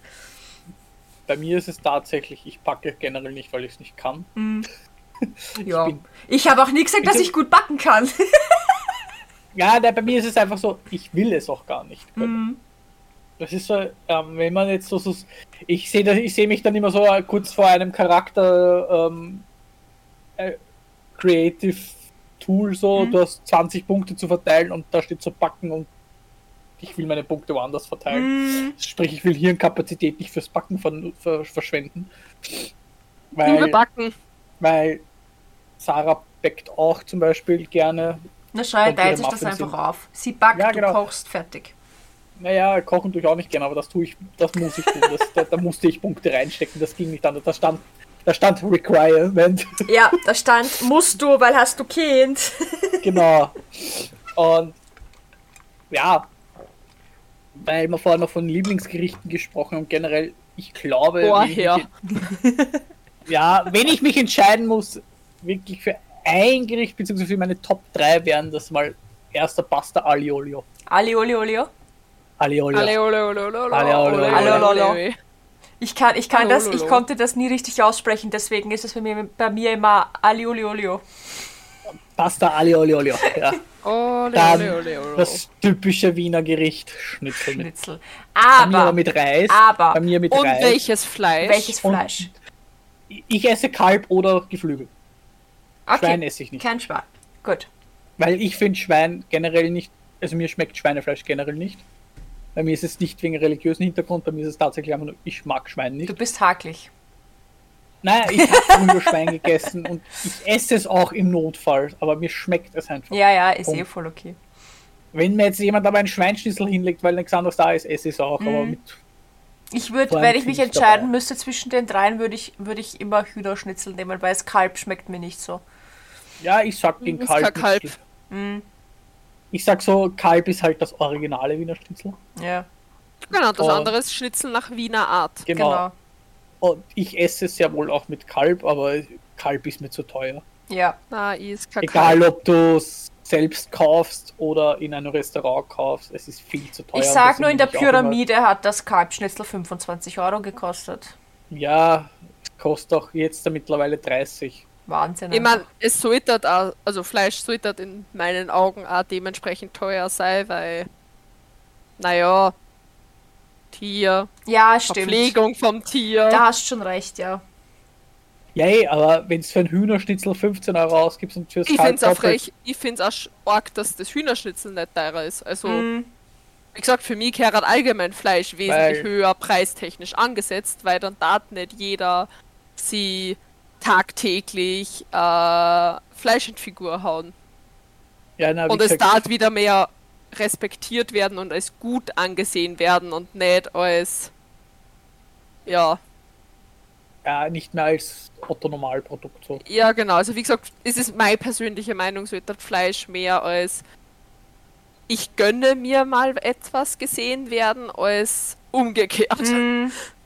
[SPEAKER 2] Bei mir ist es tatsächlich, ich packe generell nicht, weil ich es nicht kann.
[SPEAKER 1] Ja.
[SPEAKER 2] bin-
[SPEAKER 1] Ich habe auch nie gesagt, dass
[SPEAKER 2] Bitte?
[SPEAKER 1] ich gut backen kann.
[SPEAKER 2] Ja, da, bei mir ist es einfach so, ich will es auch gar nicht können.
[SPEAKER 1] Hm.
[SPEAKER 2] Das ist so, ähm, wenn man jetzt so, so ich sehe das- ich sehe mich dann immer so äh, kurz vor einem Charakter ähm, äh, Creative Tool so, du hast 20 Punkte zu verteilen und da steht so Backen und ich will meine Punkte woanders verteilen. Sprich, ich will Hirnkapazität nicht fürs Backen ver ver verschwenden.
[SPEAKER 3] Nur
[SPEAKER 2] Weil,
[SPEAKER 3] backen.
[SPEAKER 2] weil Sarah backt auch zum Beispiel gerne
[SPEAKER 1] Na schau,
[SPEAKER 2] Kommt wieder
[SPEAKER 1] teilt sich das
[SPEAKER 2] Muffins
[SPEAKER 1] einfach
[SPEAKER 2] hin.
[SPEAKER 1] auf. Sie backt,
[SPEAKER 2] Ja, genau.
[SPEAKER 1] du kochst, fertig.
[SPEAKER 2] Naja, kochen tue ich auch nicht gerne, aber das tue ich, das muss ich tun. Das, da, da musste ich Punkte reinstecken, das ging nicht anders. Da stand, da stand Requirement.
[SPEAKER 1] Ja, da stand, musst du, weil hast du Kind.
[SPEAKER 2] genau. Und ja, weil wir vorher noch von Lieblingsgerichten gesprochen haben, generell, ich glaube. wenn ich mich-
[SPEAKER 3] Vorher.
[SPEAKER 2] ja, wenn ich mich entscheiden muss, wirklich für ein Gericht, beziehungsweise für meine Top 3 wären das mal erster Pasta Aliolio.
[SPEAKER 7] Ali, oli, oli. oh.
[SPEAKER 2] Aliolio.
[SPEAKER 3] Alle, ole, ole, ole, ole,
[SPEAKER 2] Alle, ole,
[SPEAKER 3] ole,
[SPEAKER 7] ole,
[SPEAKER 3] ole,
[SPEAKER 7] ole.
[SPEAKER 3] ole.
[SPEAKER 7] Ich kann, ich kann das, ich
[SPEAKER 3] Alololo.
[SPEAKER 7] konnte das nie richtig aussprechen, deswegen ist es bei mir, bei mir immer Ali, oli, oli. oh.
[SPEAKER 2] Pasta Aliolio. Ja.
[SPEAKER 3] Ole,
[SPEAKER 2] Dann
[SPEAKER 3] ole, ole, ole.
[SPEAKER 2] das typische Wiener Gericht, Schnitzel mit,
[SPEAKER 7] Schnitzel.
[SPEAKER 2] bei mir
[SPEAKER 7] Aber,
[SPEAKER 2] mit Reis.
[SPEAKER 7] aber-
[SPEAKER 2] bei mir mit
[SPEAKER 3] Und
[SPEAKER 2] Reis.
[SPEAKER 3] welches Fleisch?
[SPEAKER 7] welches
[SPEAKER 2] und-
[SPEAKER 7] Fleisch?
[SPEAKER 2] Ich esse Kalb oder Geflügel.
[SPEAKER 1] Okay.
[SPEAKER 2] Schwein esse ich nicht.
[SPEAKER 1] Kein Schwein.
[SPEAKER 7] Gut.
[SPEAKER 2] Weil ich finde Schwein generell nicht, also mir schmeckt Schweinefleisch generell nicht. Bei mir ist es nicht wegen religiösen Hintergrund, bei mir ist es tatsächlich einfach nur, ich mag Schwein
[SPEAKER 7] Du
[SPEAKER 2] nicht.
[SPEAKER 7] bist hakelig.
[SPEAKER 2] Nein, ich habe Hühnerschwein gegessen und ich esse es auch im Notfall, aber mir schmeckt es einfach.
[SPEAKER 1] Ja, ja, ist eh
[SPEAKER 2] Punkt.
[SPEAKER 1] voll okay.
[SPEAKER 2] Wenn mir jetzt jemand aber einen Schweinschnitzel hinlegt, weil nichts anderes da ist, esse ich es auch, aber mit
[SPEAKER 1] Ich würde,
[SPEAKER 2] Vor allem
[SPEAKER 1] wenn ich mich
[SPEAKER 2] Krieg dabei.
[SPEAKER 1] entscheiden müsste zwischen den dreien, würde ich, würde ich immer Hühnerschnitzel nehmen, weil das Kalb schmeckt mir nicht so.
[SPEAKER 2] Ja, ich sag den
[SPEAKER 3] Ist
[SPEAKER 2] Kalb.
[SPEAKER 3] kein Kalb. Mhm.
[SPEAKER 2] Schnitzel. Ich sag so, Kalb ist halt das originale Wiener Schnitzel.
[SPEAKER 1] Ja,
[SPEAKER 3] Genau, das
[SPEAKER 2] Oh.
[SPEAKER 3] andere ist Schnitzel nach Wiener Art.
[SPEAKER 2] Genau.
[SPEAKER 1] genau.
[SPEAKER 2] Und ich esse es ja wohl auch mit Kalb, aber Kalb ist mir zu teuer.
[SPEAKER 1] Ja,
[SPEAKER 3] Na, ist kein
[SPEAKER 2] Egal,
[SPEAKER 3] Kalb.
[SPEAKER 2] ob du es selbst kaufst oder in einem Restaurant kaufst, es ist viel zu teuer.
[SPEAKER 1] ich
[SPEAKER 2] und
[SPEAKER 1] sag
[SPEAKER 2] deswegen
[SPEAKER 1] nur, in der
[SPEAKER 2] bin ich auch immer-
[SPEAKER 1] Pyramide hat das Kalbschnitzel 25 Euro gekostet.
[SPEAKER 2] Ja, kostet auch jetzt da mittlerweile 30.
[SPEAKER 1] Wahnsinn.
[SPEAKER 3] Ich
[SPEAKER 1] einfach.
[SPEAKER 3] meine, es sollte auch, also Fleisch sollte in meinen Augen auch dementsprechend teuer sein, weil, naja, Tier,
[SPEAKER 1] ja, stimmt.
[SPEAKER 3] Verpflegung vom Tier.
[SPEAKER 1] Da hast schon recht, ja.
[SPEAKER 2] Ja, eh, aber wenn du für einen Hühnerschnitzel 15 Euro ausgibst und fürs
[SPEAKER 3] ich
[SPEAKER 2] Kalb
[SPEAKER 3] find's auch
[SPEAKER 2] doppelt-
[SPEAKER 3] frech, ich find's auch sch- arg, dass das Hühnerschnitzel nicht teurer ist. Also,
[SPEAKER 1] Mhm.
[SPEAKER 3] wie gesagt, für mich gehört allgemein Fleisch
[SPEAKER 2] Weil-
[SPEAKER 3] wesentlich höher preistechnisch angesetzt, weil dann tat nicht jeder sie tagtäglich äh, Fleisch in die Figur hauen.
[SPEAKER 2] Ja, na, wie
[SPEAKER 3] und es
[SPEAKER 2] gesagt,
[SPEAKER 3] tat wieder mehr respektiert werden und als gut angesehen werden und nicht als ja,
[SPEAKER 2] ja, nicht mehr als Otto-Normalprodukt so.
[SPEAKER 3] ja genau. Also wie gesagt, es ist meine persönliche Meinung, so wird das Fleisch mehr als ich gönne mir mal etwas gesehen werden, als umgekehrt.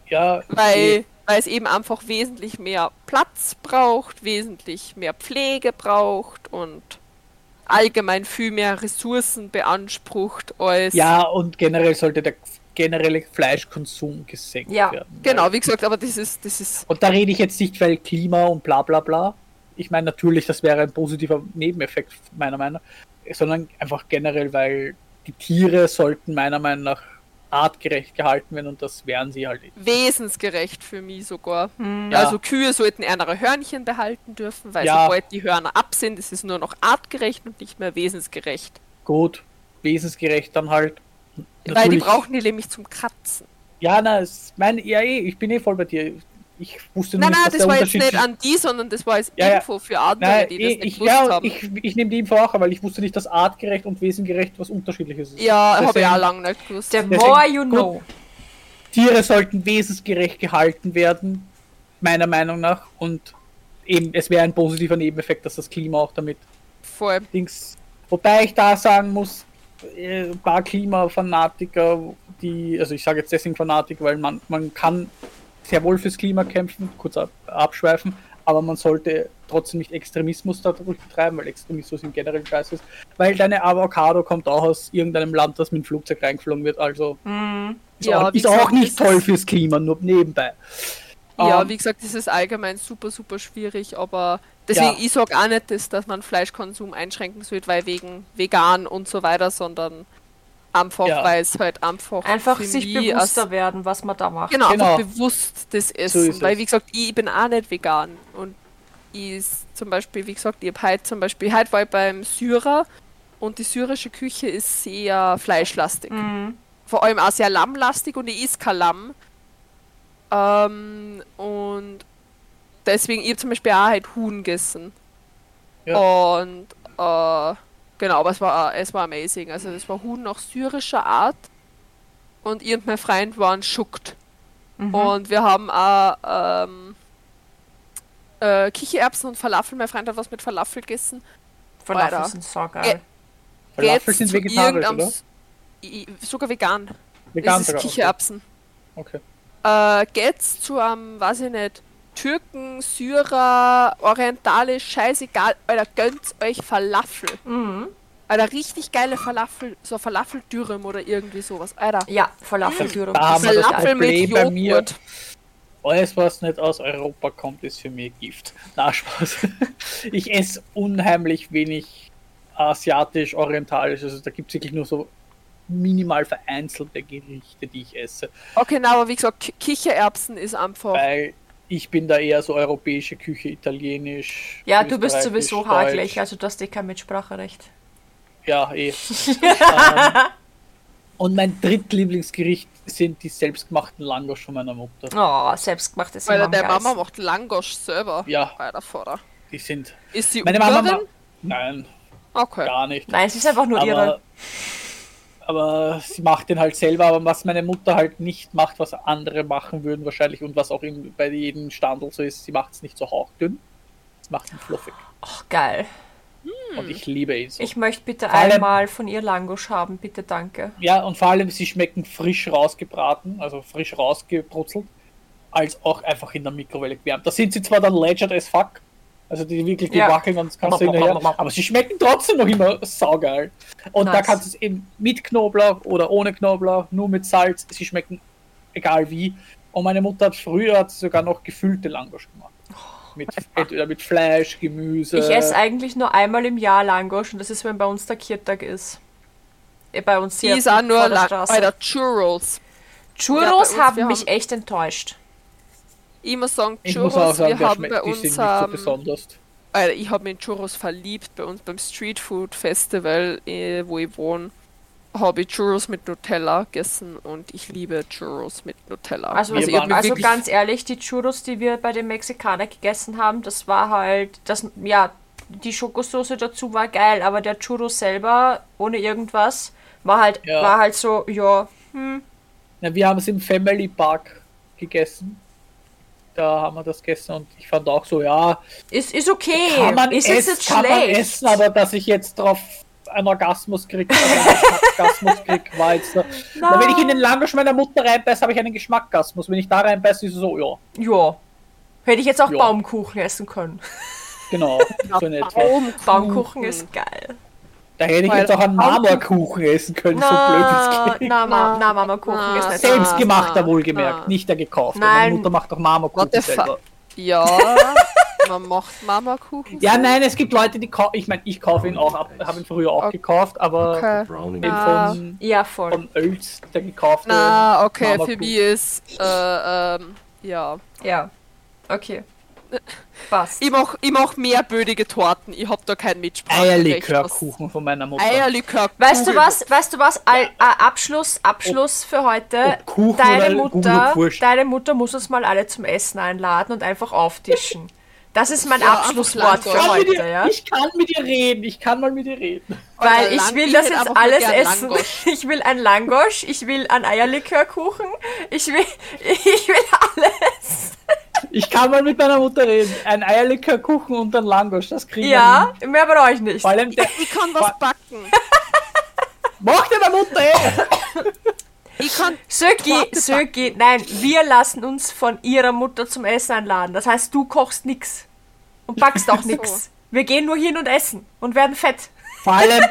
[SPEAKER 2] Ja, eh.
[SPEAKER 3] Weil, weil es eben einfach wesentlich mehr Platz braucht, wesentlich mehr Pflege braucht und allgemein viel mehr Ressourcen beansprucht als
[SPEAKER 2] Ja, und generell sollte der generelle Fleischkonsum gesenkt
[SPEAKER 1] Ja,
[SPEAKER 2] werden.
[SPEAKER 3] Genau, wie gesagt, aber das ist, das ist,
[SPEAKER 2] Und da rede ich jetzt nicht, weil Klima und bla bla bla. Ich meine natürlich, das wäre ein positiver Nebeneffekt meiner Meinung nach, sondern einfach generell, weil die Tiere sollten meiner Meinung nach artgerecht gehalten werden und das wären sie halt.
[SPEAKER 3] wesensgerecht für mich sogar.
[SPEAKER 2] Ja.
[SPEAKER 3] Also Kühe sollten andere Hörnchen behalten dürfen, weil
[SPEAKER 2] Ja.
[SPEAKER 3] sobald die Hörner ab sind, ist es nur noch artgerecht und nicht mehr wesensgerecht.
[SPEAKER 2] Gut, wesensgerecht dann halt.
[SPEAKER 3] Weil die
[SPEAKER 2] Natürlich-
[SPEAKER 3] brauchen die nämlich zum Kratzen.
[SPEAKER 2] Ja, na, es- mein, ja, eh, ich bin eh voll bei dir. Ich wusste nur
[SPEAKER 3] Nein,
[SPEAKER 2] nicht,
[SPEAKER 3] nein,
[SPEAKER 2] dass
[SPEAKER 3] das
[SPEAKER 2] der
[SPEAKER 3] war jetzt
[SPEAKER 2] Unterschied
[SPEAKER 3] nicht an die, sondern das war als
[SPEAKER 2] Ja, ja.
[SPEAKER 3] Info für andere,
[SPEAKER 2] Nein,
[SPEAKER 3] die das
[SPEAKER 2] eh,
[SPEAKER 3] nicht
[SPEAKER 2] ich,
[SPEAKER 3] gewusst
[SPEAKER 2] ja,
[SPEAKER 3] haben.
[SPEAKER 2] ich, ich nehme die Info auch, weil ich wusste nicht, dass artgerecht und wesengerecht was unterschiedliches ist.
[SPEAKER 3] ja, habe ich
[SPEAKER 2] Deswegen,
[SPEAKER 3] auch lange nicht gewusst.
[SPEAKER 1] The
[SPEAKER 2] Deswegen-
[SPEAKER 1] more you
[SPEAKER 2] Gut.
[SPEAKER 1] know.
[SPEAKER 2] Tiere sollten wesensgerecht gehalten werden, meiner Meinung nach. Und eben, es wäre ein positiver Nebeneffekt, dass das Klima auch damit
[SPEAKER 3] Voll.
[SPEAKER 2] Dings. Wobei ich da sagen muss, äh, ein paar Klimafanatiker, die, also ich sage jetzt deswegen Fanatiker, weil man, man kann sehr wohl fürs Klima kämpfen, kurz ab, abschweifen, aber man sollte trotzdem nicht Extremismus dadurch betreiben, weil Extremismus im generellen Scheiß ist. Weil deine Avocado kommt auch aus irgendeinem Land, das mit dem Flugzeug reingeflogen wird, also ist,
[SPEAKER 3] Hm, Ja,
[SPEAKER 2] auch,
[SPEAKER 3] wie
[SPEAKER 2] ist auch
[SPEAKER 3] gesagt,
[SPEAKER 2] nicht
[SPEAKER 3] es
[SPEAKER 2] toll
[SPEAKER 3] ist-
[SPEAKER 2] fürs Klima, nur nebenbei.
[SPEAKER 3] Ja,
[SPEAKER 2] Ähm,
[SPEAKER 3] wie gesagt, das ist allgemein super, super schwierig, aber deswegen,
[SPEAKER 2] Ja.
[SPEAKER 3] ich sag auch nicht, dass, dass man Fleischkonsum einschränken sollte, weil wegen vegan und so weiter, sondern einfach,
[SPEAKER 2] Ja.
[SPEAKER 3] weil es halt einfach.
[SPEAKER 1] Einfach
[SPEAKER 3] für
[SPEAKER 1] sich
[SPEAKER 3] mich als-
[SPEAKER 1] bewusster werden, was man da macht.
[SPEAKER 3] Genau,
[SPEAKER 2] Genau.
[SPEAKER 3] einfach bewusst das Essen.
[SPEAKER 2] ist
[SPEAKER 3] weil,
[SPEAKER 2] es.
[SPEAKER 3] wie gesagt, ich bin auch nicht vegan. Und ich s- zum Beispiel, wie gesagt, ich habe heute zum Beispiel, heute war ich beim Syrer und die syrische Küche ist sehr fleischlastig.
[SPEAKER 2] Mhm.
[SPEAKER 3] Vor allem auch sehr lammlastig und ich esse kein Lamm. Ähm, und deswegen, ich hab zum Beispiel auch halt Huhn gegessen.
[SPEAKER 2] Ja.
[SPEAKER 3] Und, äh, genau, aber es war, es war amazing. Also, es war Huhn nach syrischer Art. Und ich und mein Freund waren schuckt.
[SPEAKER 2] Mhm.
[SPEAKER 3] Und wir haben auch ähm, äh, Kichererbsen und Falafel. Mein Freund hat was mit Falafel gegessen.
[SPEAKER 1] Falafel
[SPEAKER 3] Alter.
[SPEAKER 1] sind saugeil.
[SPEAKER 2] Falafel
[SPEAKER 3] Geht's
[SPEAKER 2] sind
[SPEAKER 3] zu
[SPEAKER 2] vegetarisch,
[SPEAKER 3] irgendeinem
[SPEAKER 2] oder?
[SPEAKER 3] S- I- Sogar vegan.
[SPEAKER 2] Vegan
[SPEAKER 3] es ist
[SPEAKER 2] sogar,
[SPEAKER 3] Kichererbsen.
[SPEAKER 2] Okay. okay.
[SPEAKER 3] Äh, geht's zu einem, weiß ich nicht, Türken, Syrer, Orientalisch, scheißegal. Alter, gönnt euch Falafel.
[SPEAKER 2] Mhm.
[SPEAKER 3] Alter, richtig geile Falafel, so Falafeldürüm oder irgendwie sowas. Alter,
[SPEAKER 1] Ja, Falafeldürüm.
[SPEAKER 2] Da haben wir das
[SPEAKER 3] Falafel mit
[SPEAKER 2] Problem bei mir.
[SPEAKER 3] Joghurt.
[SPEAKER 2] Alles, was nicht aus Europa kommt, ist für mich Gift. Na, Spaß. Ich esse unheimlich wenig asiatisch, orientalisch. Also da gibt es wirklich nur so minimal vereinzelte Gerichte, die ich esse.
[SPEAKER 3] Okay, na, aber wie gesagt, Ki- Kichererbsen ist
[SPEAKER 1] Oh.
[SPEAKER 3] einfach.
[SPEAKER 2] Weil ich bin da eher so europäische Küche, italienisch.
[SPEAKER 1] Ja, du bist
[SPEAKER 2] österreichisch,
[SPEAKER 1] sowieso also
[SPEAKER 2] deutsch.
[SPEAKER 1] eh haargleich, also du hast eh kein Mitspracherecht.
[SPEAKER 2] Ja, eh. ähm, Und mein drittlieblingsgericht sind die selbstgemachten Langosch von meiner Mutter.
[SPEAKER 1] Oh, selbstgemachtes
[SPEAKER 3] Weil
[SPEAKER 1] Imam
[SPEAKER 3] deine
[SPEAKER 1] Reis.
[SPEAKER 3] Mama macht Langosch selber.
[SPEAKER 2] Ja.
[SPEAKER 3] Alter, Vorder.
[SPEAKER 2] Die sind.
[SPEAKER 3] Ist sie
[SPEAKER 2] Meine Mama.
[SPEAKER 3] Ungarin?
[SPEAKER 2] ma- Nein,
[SPEAKER 3] Okay.
[SPEAKER 2] gar nicht.
[SPEAKER 1] Nein, es ist einfach nur ihre.
[SPEAKER 2] aber, aber sie macht den halt selber, aber was meine Mutter halt nicht macht, was andere machen würden wahrscheinlich und was auch in, bei jedem Standel so ist, sie macht es nicht so hauchdünn, sie macht ihn fluffig.
[SPEAKER 1] Ach, geil.
[SPEAKER 2] Und ich liebe ihn so.
[SPEAKER 1] Ich möchte bitte
[SPEAKER 2] Vor allem-
[SPEAKER 1] einmal von ihr Langosch haben, bitte danke.
[SPEAKER 2] Ja, und vor allem, sie schmecken frisch rausgebraten, also frisch rausgebrutzelt, als auch einfach in der Mikrowelle gewärmt. Da sind sie zwar dann legit as fuck, also die wirklich, die
[SPEAKER 1] Ja.
[SPEAKER 2] wackeln und das kannst du hinterher, aber sie schmecken trotzdem noch immer saugeil. Und da
[SPEAKER 1] Nice.
[SPEAKER 2] kannst du es eben mit Knoblauch oder ohne Knoblauch, nur mit Salz, sie schmecken egal wie. Und meine Mutter hat früher hat sie sogar noch gefüllte Langosch gemacht.
[SPEAKER 3] Oh,
[SPEAKER 2] Mit, entweder mit Fleisch, Gemüse.
[SPEAKER 1] Ich esse eigentlich nur einmal im Jahr Langosch und das ist, wenn bei uns der Kirtag ist. Eh, Bei uns
[SPEAKER 3] Die
[SPEAKER 1] hier
[SPEAKER 3] ist auch nur
[SPEAKER 1] vor der
[SPEAKER 3] lang.
[SPEAKER 1] Straße.
[SPEAKER 3] Alter, Churros. Ja, bei
[SPEAKER 1] Churros
[SPEAKER 3] uns, wir
[SPEAKER 1] haben mich
[SPEAKER 3] haben-
[SPEAKER 1] echt enttäuscht.
[SPEAKER 3] Ich muss sagen,
[SPEAKER 2] ich
[SPEAKER 3] Churros,
[SPEAKER 2] muss auch sagen,
[SPEAKER 3] wir
[SPEAKER 2] der
[SPEAKER 3] haben
[SPEAKER 2] schmeckt,
[SPEAKER 3] bei
[SPEAKER 2] die sind
[SPEAKER 3] uns.
[SPEAKER 2] nicht so
[SPEAKER 3] ähm,
[SPEAKER 2] besonders.
[SPEAKER 3] Alter, ich habe mich in Churros verliebt. Bei uns beim Street Food Festival, äh, wo ich wohne, habe ich Churros mit Nutella gegessen und ich liebe Churros mit Nutella.
[SPEAKER 1] Also,
[SPEAKER 2] Wir
[SPEAKER 1] also,
[SPEAKER 2] waren
[SPEAKER 1] also
[SPEAKER 2] wirklich-
[SPEAKER 1] ganz ehrlich, die Churros, die wir bei den Mexikanern gegessen haben, das war halt, das, ja, die Schokosoße dazu war geil, aber der Churros selber ohne irgendwas war halt,
[SPEAKER 2] Ja.
[SPEAKER 1] war halt so, ja,
[SPEAKER 2] Na, wir haben es im Family Park gegessen. Da haben wir das gegessen und ich fand auch so, ja,
[SPEAKER 1] ist, ist okay.
[SPEAKER 2] kann man,
[SPEAKER 1] ist es
[SPEAKER 2] essen,
[SPEAKER 1] jetzt
[SPEAKER 2] kann man
[SPEAKER 1] schlecht?
[SPEAKER 2] essen, aber dass ich jetzt drauf einen Orgasmus krieg, also einen Geschmackgasmus krieg, war jetzt so. Na, wenn ich in den Langosch meiner Mutter reinbeiße, habe ich einen Geschmackgasmus. Wenn ich da reinbeiße, ist es so, ja,
[SPEAKER 1] Ja. Hätte ich jetzt auch
[SPEAKER 2] Ja.
[SPEAKER 1] Baumkuchen essen können.
[SPEAKER 2] genau, so in etwa.
[SPEAKER 3] Baumkuchen.
[SPEAKER 2] Hm.
[SPEAKER 1] Baumkuchen ist geil.
[SPEAKER 2] Da hätte ich
[SPEAKER 3] Weil-
[SPEAKER 2] jetzt auch einen Marmorkuchen essen können, so blöd es geht.
[SPEAKER 1] na, Ma na, Mama Kuchen
[SPEAKER 3] Na,
[SPEAKER 1] ist nicht
[SPEAKER 3] selbst-
[SPEAKER 2] Selbstgemachter
[SPEAKER 3] na,
[SPEAKER 2] wohlgemerkt,
[SPEAKER 3] na.
[SPEAKER 2] nicht der gekauft.
[SPEAKER 1] Nein.
[SPEAKER 2] Meine Mutter macht doch Marmorkuchen
[SPEAKER 3] What the
[SPEAKER 2] selber.
[SPEAKER 3] fuck? Ja, man macht Mamakuchen.
[SPEAKER 2] Ja, nein, es gibt Leute, die kaufen. Ich meine, ich kaufe ihn auch, habe ihn früher auch
[SPEAKER 3] Okay.
[SPEAKER 2] gekauft, aber
[SPEAKER 3] Okay.
[SPEAKER 6] Browning.
[SPEAKER 2] den
[SPEAKER 3] Ah.
[SPEAKER 2] von,
[SPEAKER 1] Ja, voll.
[SPEAKER 2] von Oels, der gekaufte.
[SPEAKER 3] Na, okay,
[SPEAKER 2] Mama
[SPEAKER 3] für
[SPEAKER 2] Kuchen.
[SPEAKER 3] mich ist, äh, ähm, ja.
[SPEAKER 1] Ja. Okay. Passt.
[SPEAKER 3] Ich mach, ich mach mehr bödige Torten, ich hab da kein Mitspracherecht.
[SPEAKER 2] Eierlikörkuchen von meiner
[SPEAKER 3] was-
[SPEAKER 2] Mutter.
[SPEAKER 3] Eierlikör.
[SPEAKER 1] Weißt du was? Weißt du was? Al- äh, Abschluss, Abschluss für heute.
[SPEAKER 2] ob Kuchen
[SPEAKER 1] deine
[SPEAKER 2] oder
[SPEAKER 1] Mutter,
[SPEAKER 2] Gugelwurst. wurscht.
[SPEAKER 1] deine Mutter muss uns mal alle zum Essen einladen und einfach auftischen. Das ist mein
[SPEAKER 3] Ja,
[SPEAKER 1] Abschlusswort
[SPEAKER 3] einfach
[SPEAKER 1] für
[SPEAKER 2] Ich kann mit
[SPEAKER 1] heute,
[SPEAKER 2] dir,
[SPEAKER 1] ja?
[SPEAKER 2] ich kann mit dir reden, ich kann mal mit dir reden.
[SPEAKER 1] Weil
[SPEAKER 3] Alter,
[SPEAKER 1] ich
[SPEAKER 3] Lang-
[SPEAKER 1] will das
[SPEAKER 3] hätt
[SPEAKER 1] jetzt
[SPEAKER 3] einfach nur
[SPEAKER 1] alles
[SPEAKER 3] gern
[SPEAKER 1] essen.
[SPEAKER 3] Langosch.
[SPEAKER 1] Ich will ein Langosch, ich will ein Eierlikörkuchen, ich will, ich will alles.
[SPEAKER 2] Ich kann mal mit meiner Mutter reden. Ein Eierlikörkuchen und ein Langosch, das kriegen wir
[SPEAKER 1] Ja,
[SPEAKER 2] hin.
[SPEAKER 1] mehr brauche ich nicht.
[SPEAKER 2] Vor allem, der,
[SPEAKER 3] Ich kann was backen.
[SPEAKER 2] mach dir meine Mutter eh!
[SPEAKER 3] Ich kann,
[SPEAKER 1] Söki, Söki, nein, wir lassen uns von ihrer Mutter zum Essen einladen. Das heißt, du kochst nix und backst auch nix. Wir gehen nur hin und essen und werden fett.
[SPEAKER 2] Vor allem,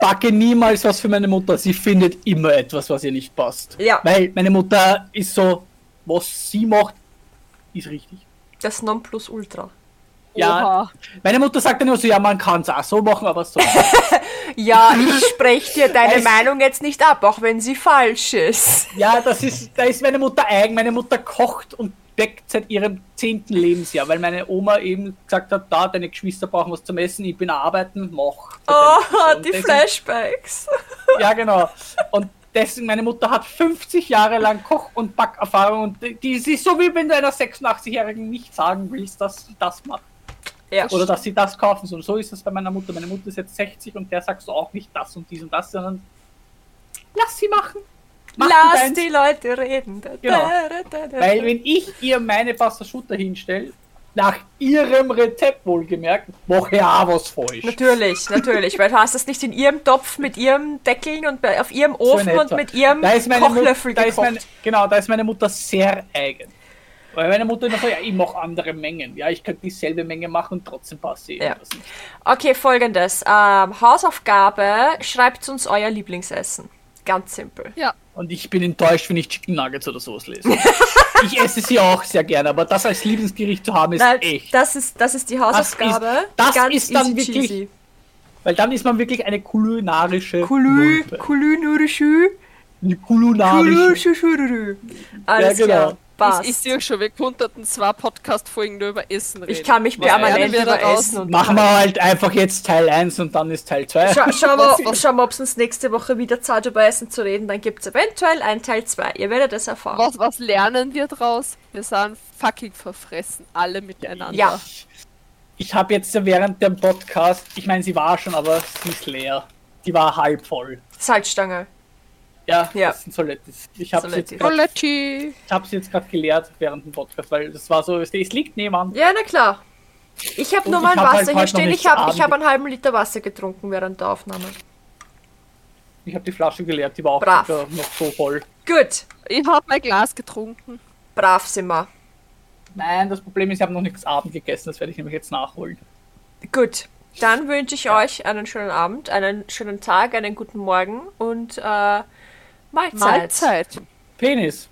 [SPEAKER 2] backe niemals was für meine Mutter. Sie findet immer etwas, was ihr nicht passt.
[SPEAKER 1] Ja.
[SPEAKER 2] Weil meine Mutter ist so, was sie macht, ist richtig.
[SPEAKER 1] Das Nonplusultra.
[SPEAKER 2] Ja.
[SPEAKER 3] Oha.
[SPEAKER 2] Meine Mutter sagt dann immer so, ja, man kann es auch so machen, aber so.
[SPEAKER 1] Ja, ich spreche dir deine
[SPEAKER 2] Es-
[SPEAKER 1] Meinung jetzt nicht ab, auch wenn sie falsch ist.
[SPEAKER 2] ja, das ist, da ist meine Mutter eigen. Meine Mutter kocht und bäckt seit ihrem zehnten Lebensjahr, weil meine Oma eben gesagt hat, da, deine Geschwister brauchen was zum Essen, ich bin arbeiten, mach.
[SPEAKER 1] Oh,
[SPEAKER 2] Und
[SPEAKER 1] die
[SPEAKER 2] deswegen-
[SPEAKER 1] Flashbacks.
[SPEAKER 2] Ja, genau. Und deswegen, meine Mutter hat 50 Jahre lang Koch- und Backerfahrung und die- die sie ist so wie wenn du einer 86-Jährigen nicht sagen willst, dass sie das macht.
[SPEAKER 1] Ja.
[SPEAKER 2] Oder dass sie das kaufen soll. So ist es bei meiner Mutter. Meine Mutter ist jetzt 60 und der sagst du auch nicht das und dies und das, sondern lass sie machen. Mach du
[SPEAKER 1] Lass
[SPEAKER 2] deins.
[SPEAKER 1] die Leute reden. Da,
[SPEAKER 2] Genau.
[SPEAKER 1] da, da, da,
[SPEAKER 2] Weil
[SPEAKER 1] da.
[SPEAKER 2] wenn ich ihr meine Pasta Shooter hinstelle, nach ihrem Rezept wohlgemerkt, mache ich auch was falsch.
[SPEAKER 1] Natürlich, natürlich, weil du hast das nicht in ihrem Topf mit ihrem Deckeln und bei- auf ihrem
[SPEAKER 2] So in
[SPEAKER 1] Ofen und
[SPEAKER 2] etwa.
[SPEAKER 1] mit ihrem
[SPEAKER 2] da ist meine Mut-
[SPEAKER 1] Kochlöffel
[SPEAKER 2] da ist
[SPEAKER 1] gekocht.
[SPEAKER 2] meine, Genau, da ist meine Mutter sehr eigen. Weil meine Mutter immer so, ja, ich mache andere Mengen. Ja, ich könnte dieselbe Menge machen und trotzdem passt sie
[SPEAKER 1] Ja.
[SPEAKER 2] irgendwas nicht.
[SPEAKER 1] Okay, folgendes. Ähm, Hausaufgabe, schreibt uns euer Lieblingsessen. Ganz simpel.
[SPEAKER 3] Ja.
[SPEAKER 2] Und ich bin enttäuscht, wenn ich Chicken Nuggets oder sowas lese. ich esse sie auch sehr gerne, aber das als Lieblingsgericht zu haben ist
[SPEAKER 1] Na,
[SPEAKER 2] echt.
[SPEAKER 1] das, ist, das ist die Hausaufgabe.
[SPEAKER 2] das
[SPEAKER 1] Ganz
[SPEAKER 2] ist dann
[SPEAKER 1] easy
[SPEAKER 2] wirklich-
[SPEAKER 1] cheesy.
[SPEAKER 2] Weil dann ist man wirklich eine kulinarische
[SPEAKER 1] Kulü,
[SPEAKER 2] Mulpe.
[SPEAKER 1] kulü, nurü, schü,
[SPEAKER 2] Eine
[SPEAKER 1] kulü,
[SPEAKER 2] kulinarische.
[SPEAKER 1] schü, schü, rü, rü. Alles
[SPEAKER 2] Ja, genau.
[SPEAKER 1] klar. Passt.
[SPEAKER 3] Ich, ich sehe schon, wir konnten zwei Podcast-Folgen nur über Essen reden.
[SPEAKER 1] Ich kann mich
[SPEAKER 3] Was
[SPEAKER 1] permanent
[SPEAKER 3] lernen wir
[SPEAKER 1] über
[SPEAKER 3] daraus?
[SPEAKER 1] Essen und
[SPEAKER 2] Machen wir halt einfach jetzt Teil 1 und dann ist Teil 2.
[SPEAKER 1] Scha schauen wir, schauen wir ob es uns nächste Woche wieder Zeit über Essen zu reden. Dann gibt es eventuell einen Teil 2. Ihr werdet es erfahren.
[SPEAKER 3] Was, was lernen wir draus? Wir sind fucking verfressen, alle miteinander.
[SPEAKER 1] Ja.
[SPEAKER 2] Ich habe jetzt während dem Podcast, ich meine, sie war schon, aber sie ist leer. Die war halb voll.
[SPEAKER 1] Salzstange.
[SPEAKER 2] Ja,
[SPEAKER 1] Ja.
[SPEAKER 2] das sind Solettis. Ich habe sie jetzt
[SPEAKER 1] Solettis.
[SPEAKER 2] grad-
[SPEAKER 3] Quality.
[SPEAKER 2] ich hab sie jetzt gerade geleert während dem Podcast, weil das war so, es liegt nebenan.
[SPEAKER 1] Ja, na klar. Ich habe
[SPEAKER 2] Und
[SPEAKER 1] nur mein
[SPEAKER 2] ich hab
[SPEAKER 1] Wasser
[SPEAKER 2] halt heute
[SPEAKER 1] hier
[SPEAKER 2] noch
[SPEAKER 1] stehen.
[SPEAKER 2] nichts
[SPEAKER 1] Ich habe ich
[SPEAKER 2] Abend-
[SPEAKER 1] hab einen halben Liter Wasser getrunken während der Aufnahme.
[SPEAKER 2] Ich habe die Flasche geleert, die war auch
[SPEAKER 1] Brav.
[SPEAKER 2] sogar noch so voll.
[SPEAKER 1] Gut.
[SPEAKER 3] Ich habe mein Glas getrunken.
[SPEAKER 1] Brav sind wir.
[SPEAKER 2] Nein, das Problem ist, ich habe noch nichts Abend gegessen, das werde ich nämlich jetzt nachholen.
[SPEAKER 1] Gut. Dann wünsche ich euch einen schönen Abend, einen schönen Tag, einen guten Morgen und äh, Mahlzeit.
[SPEAKER 3] Mahlzeit.
[SPEAKER 2] Penis.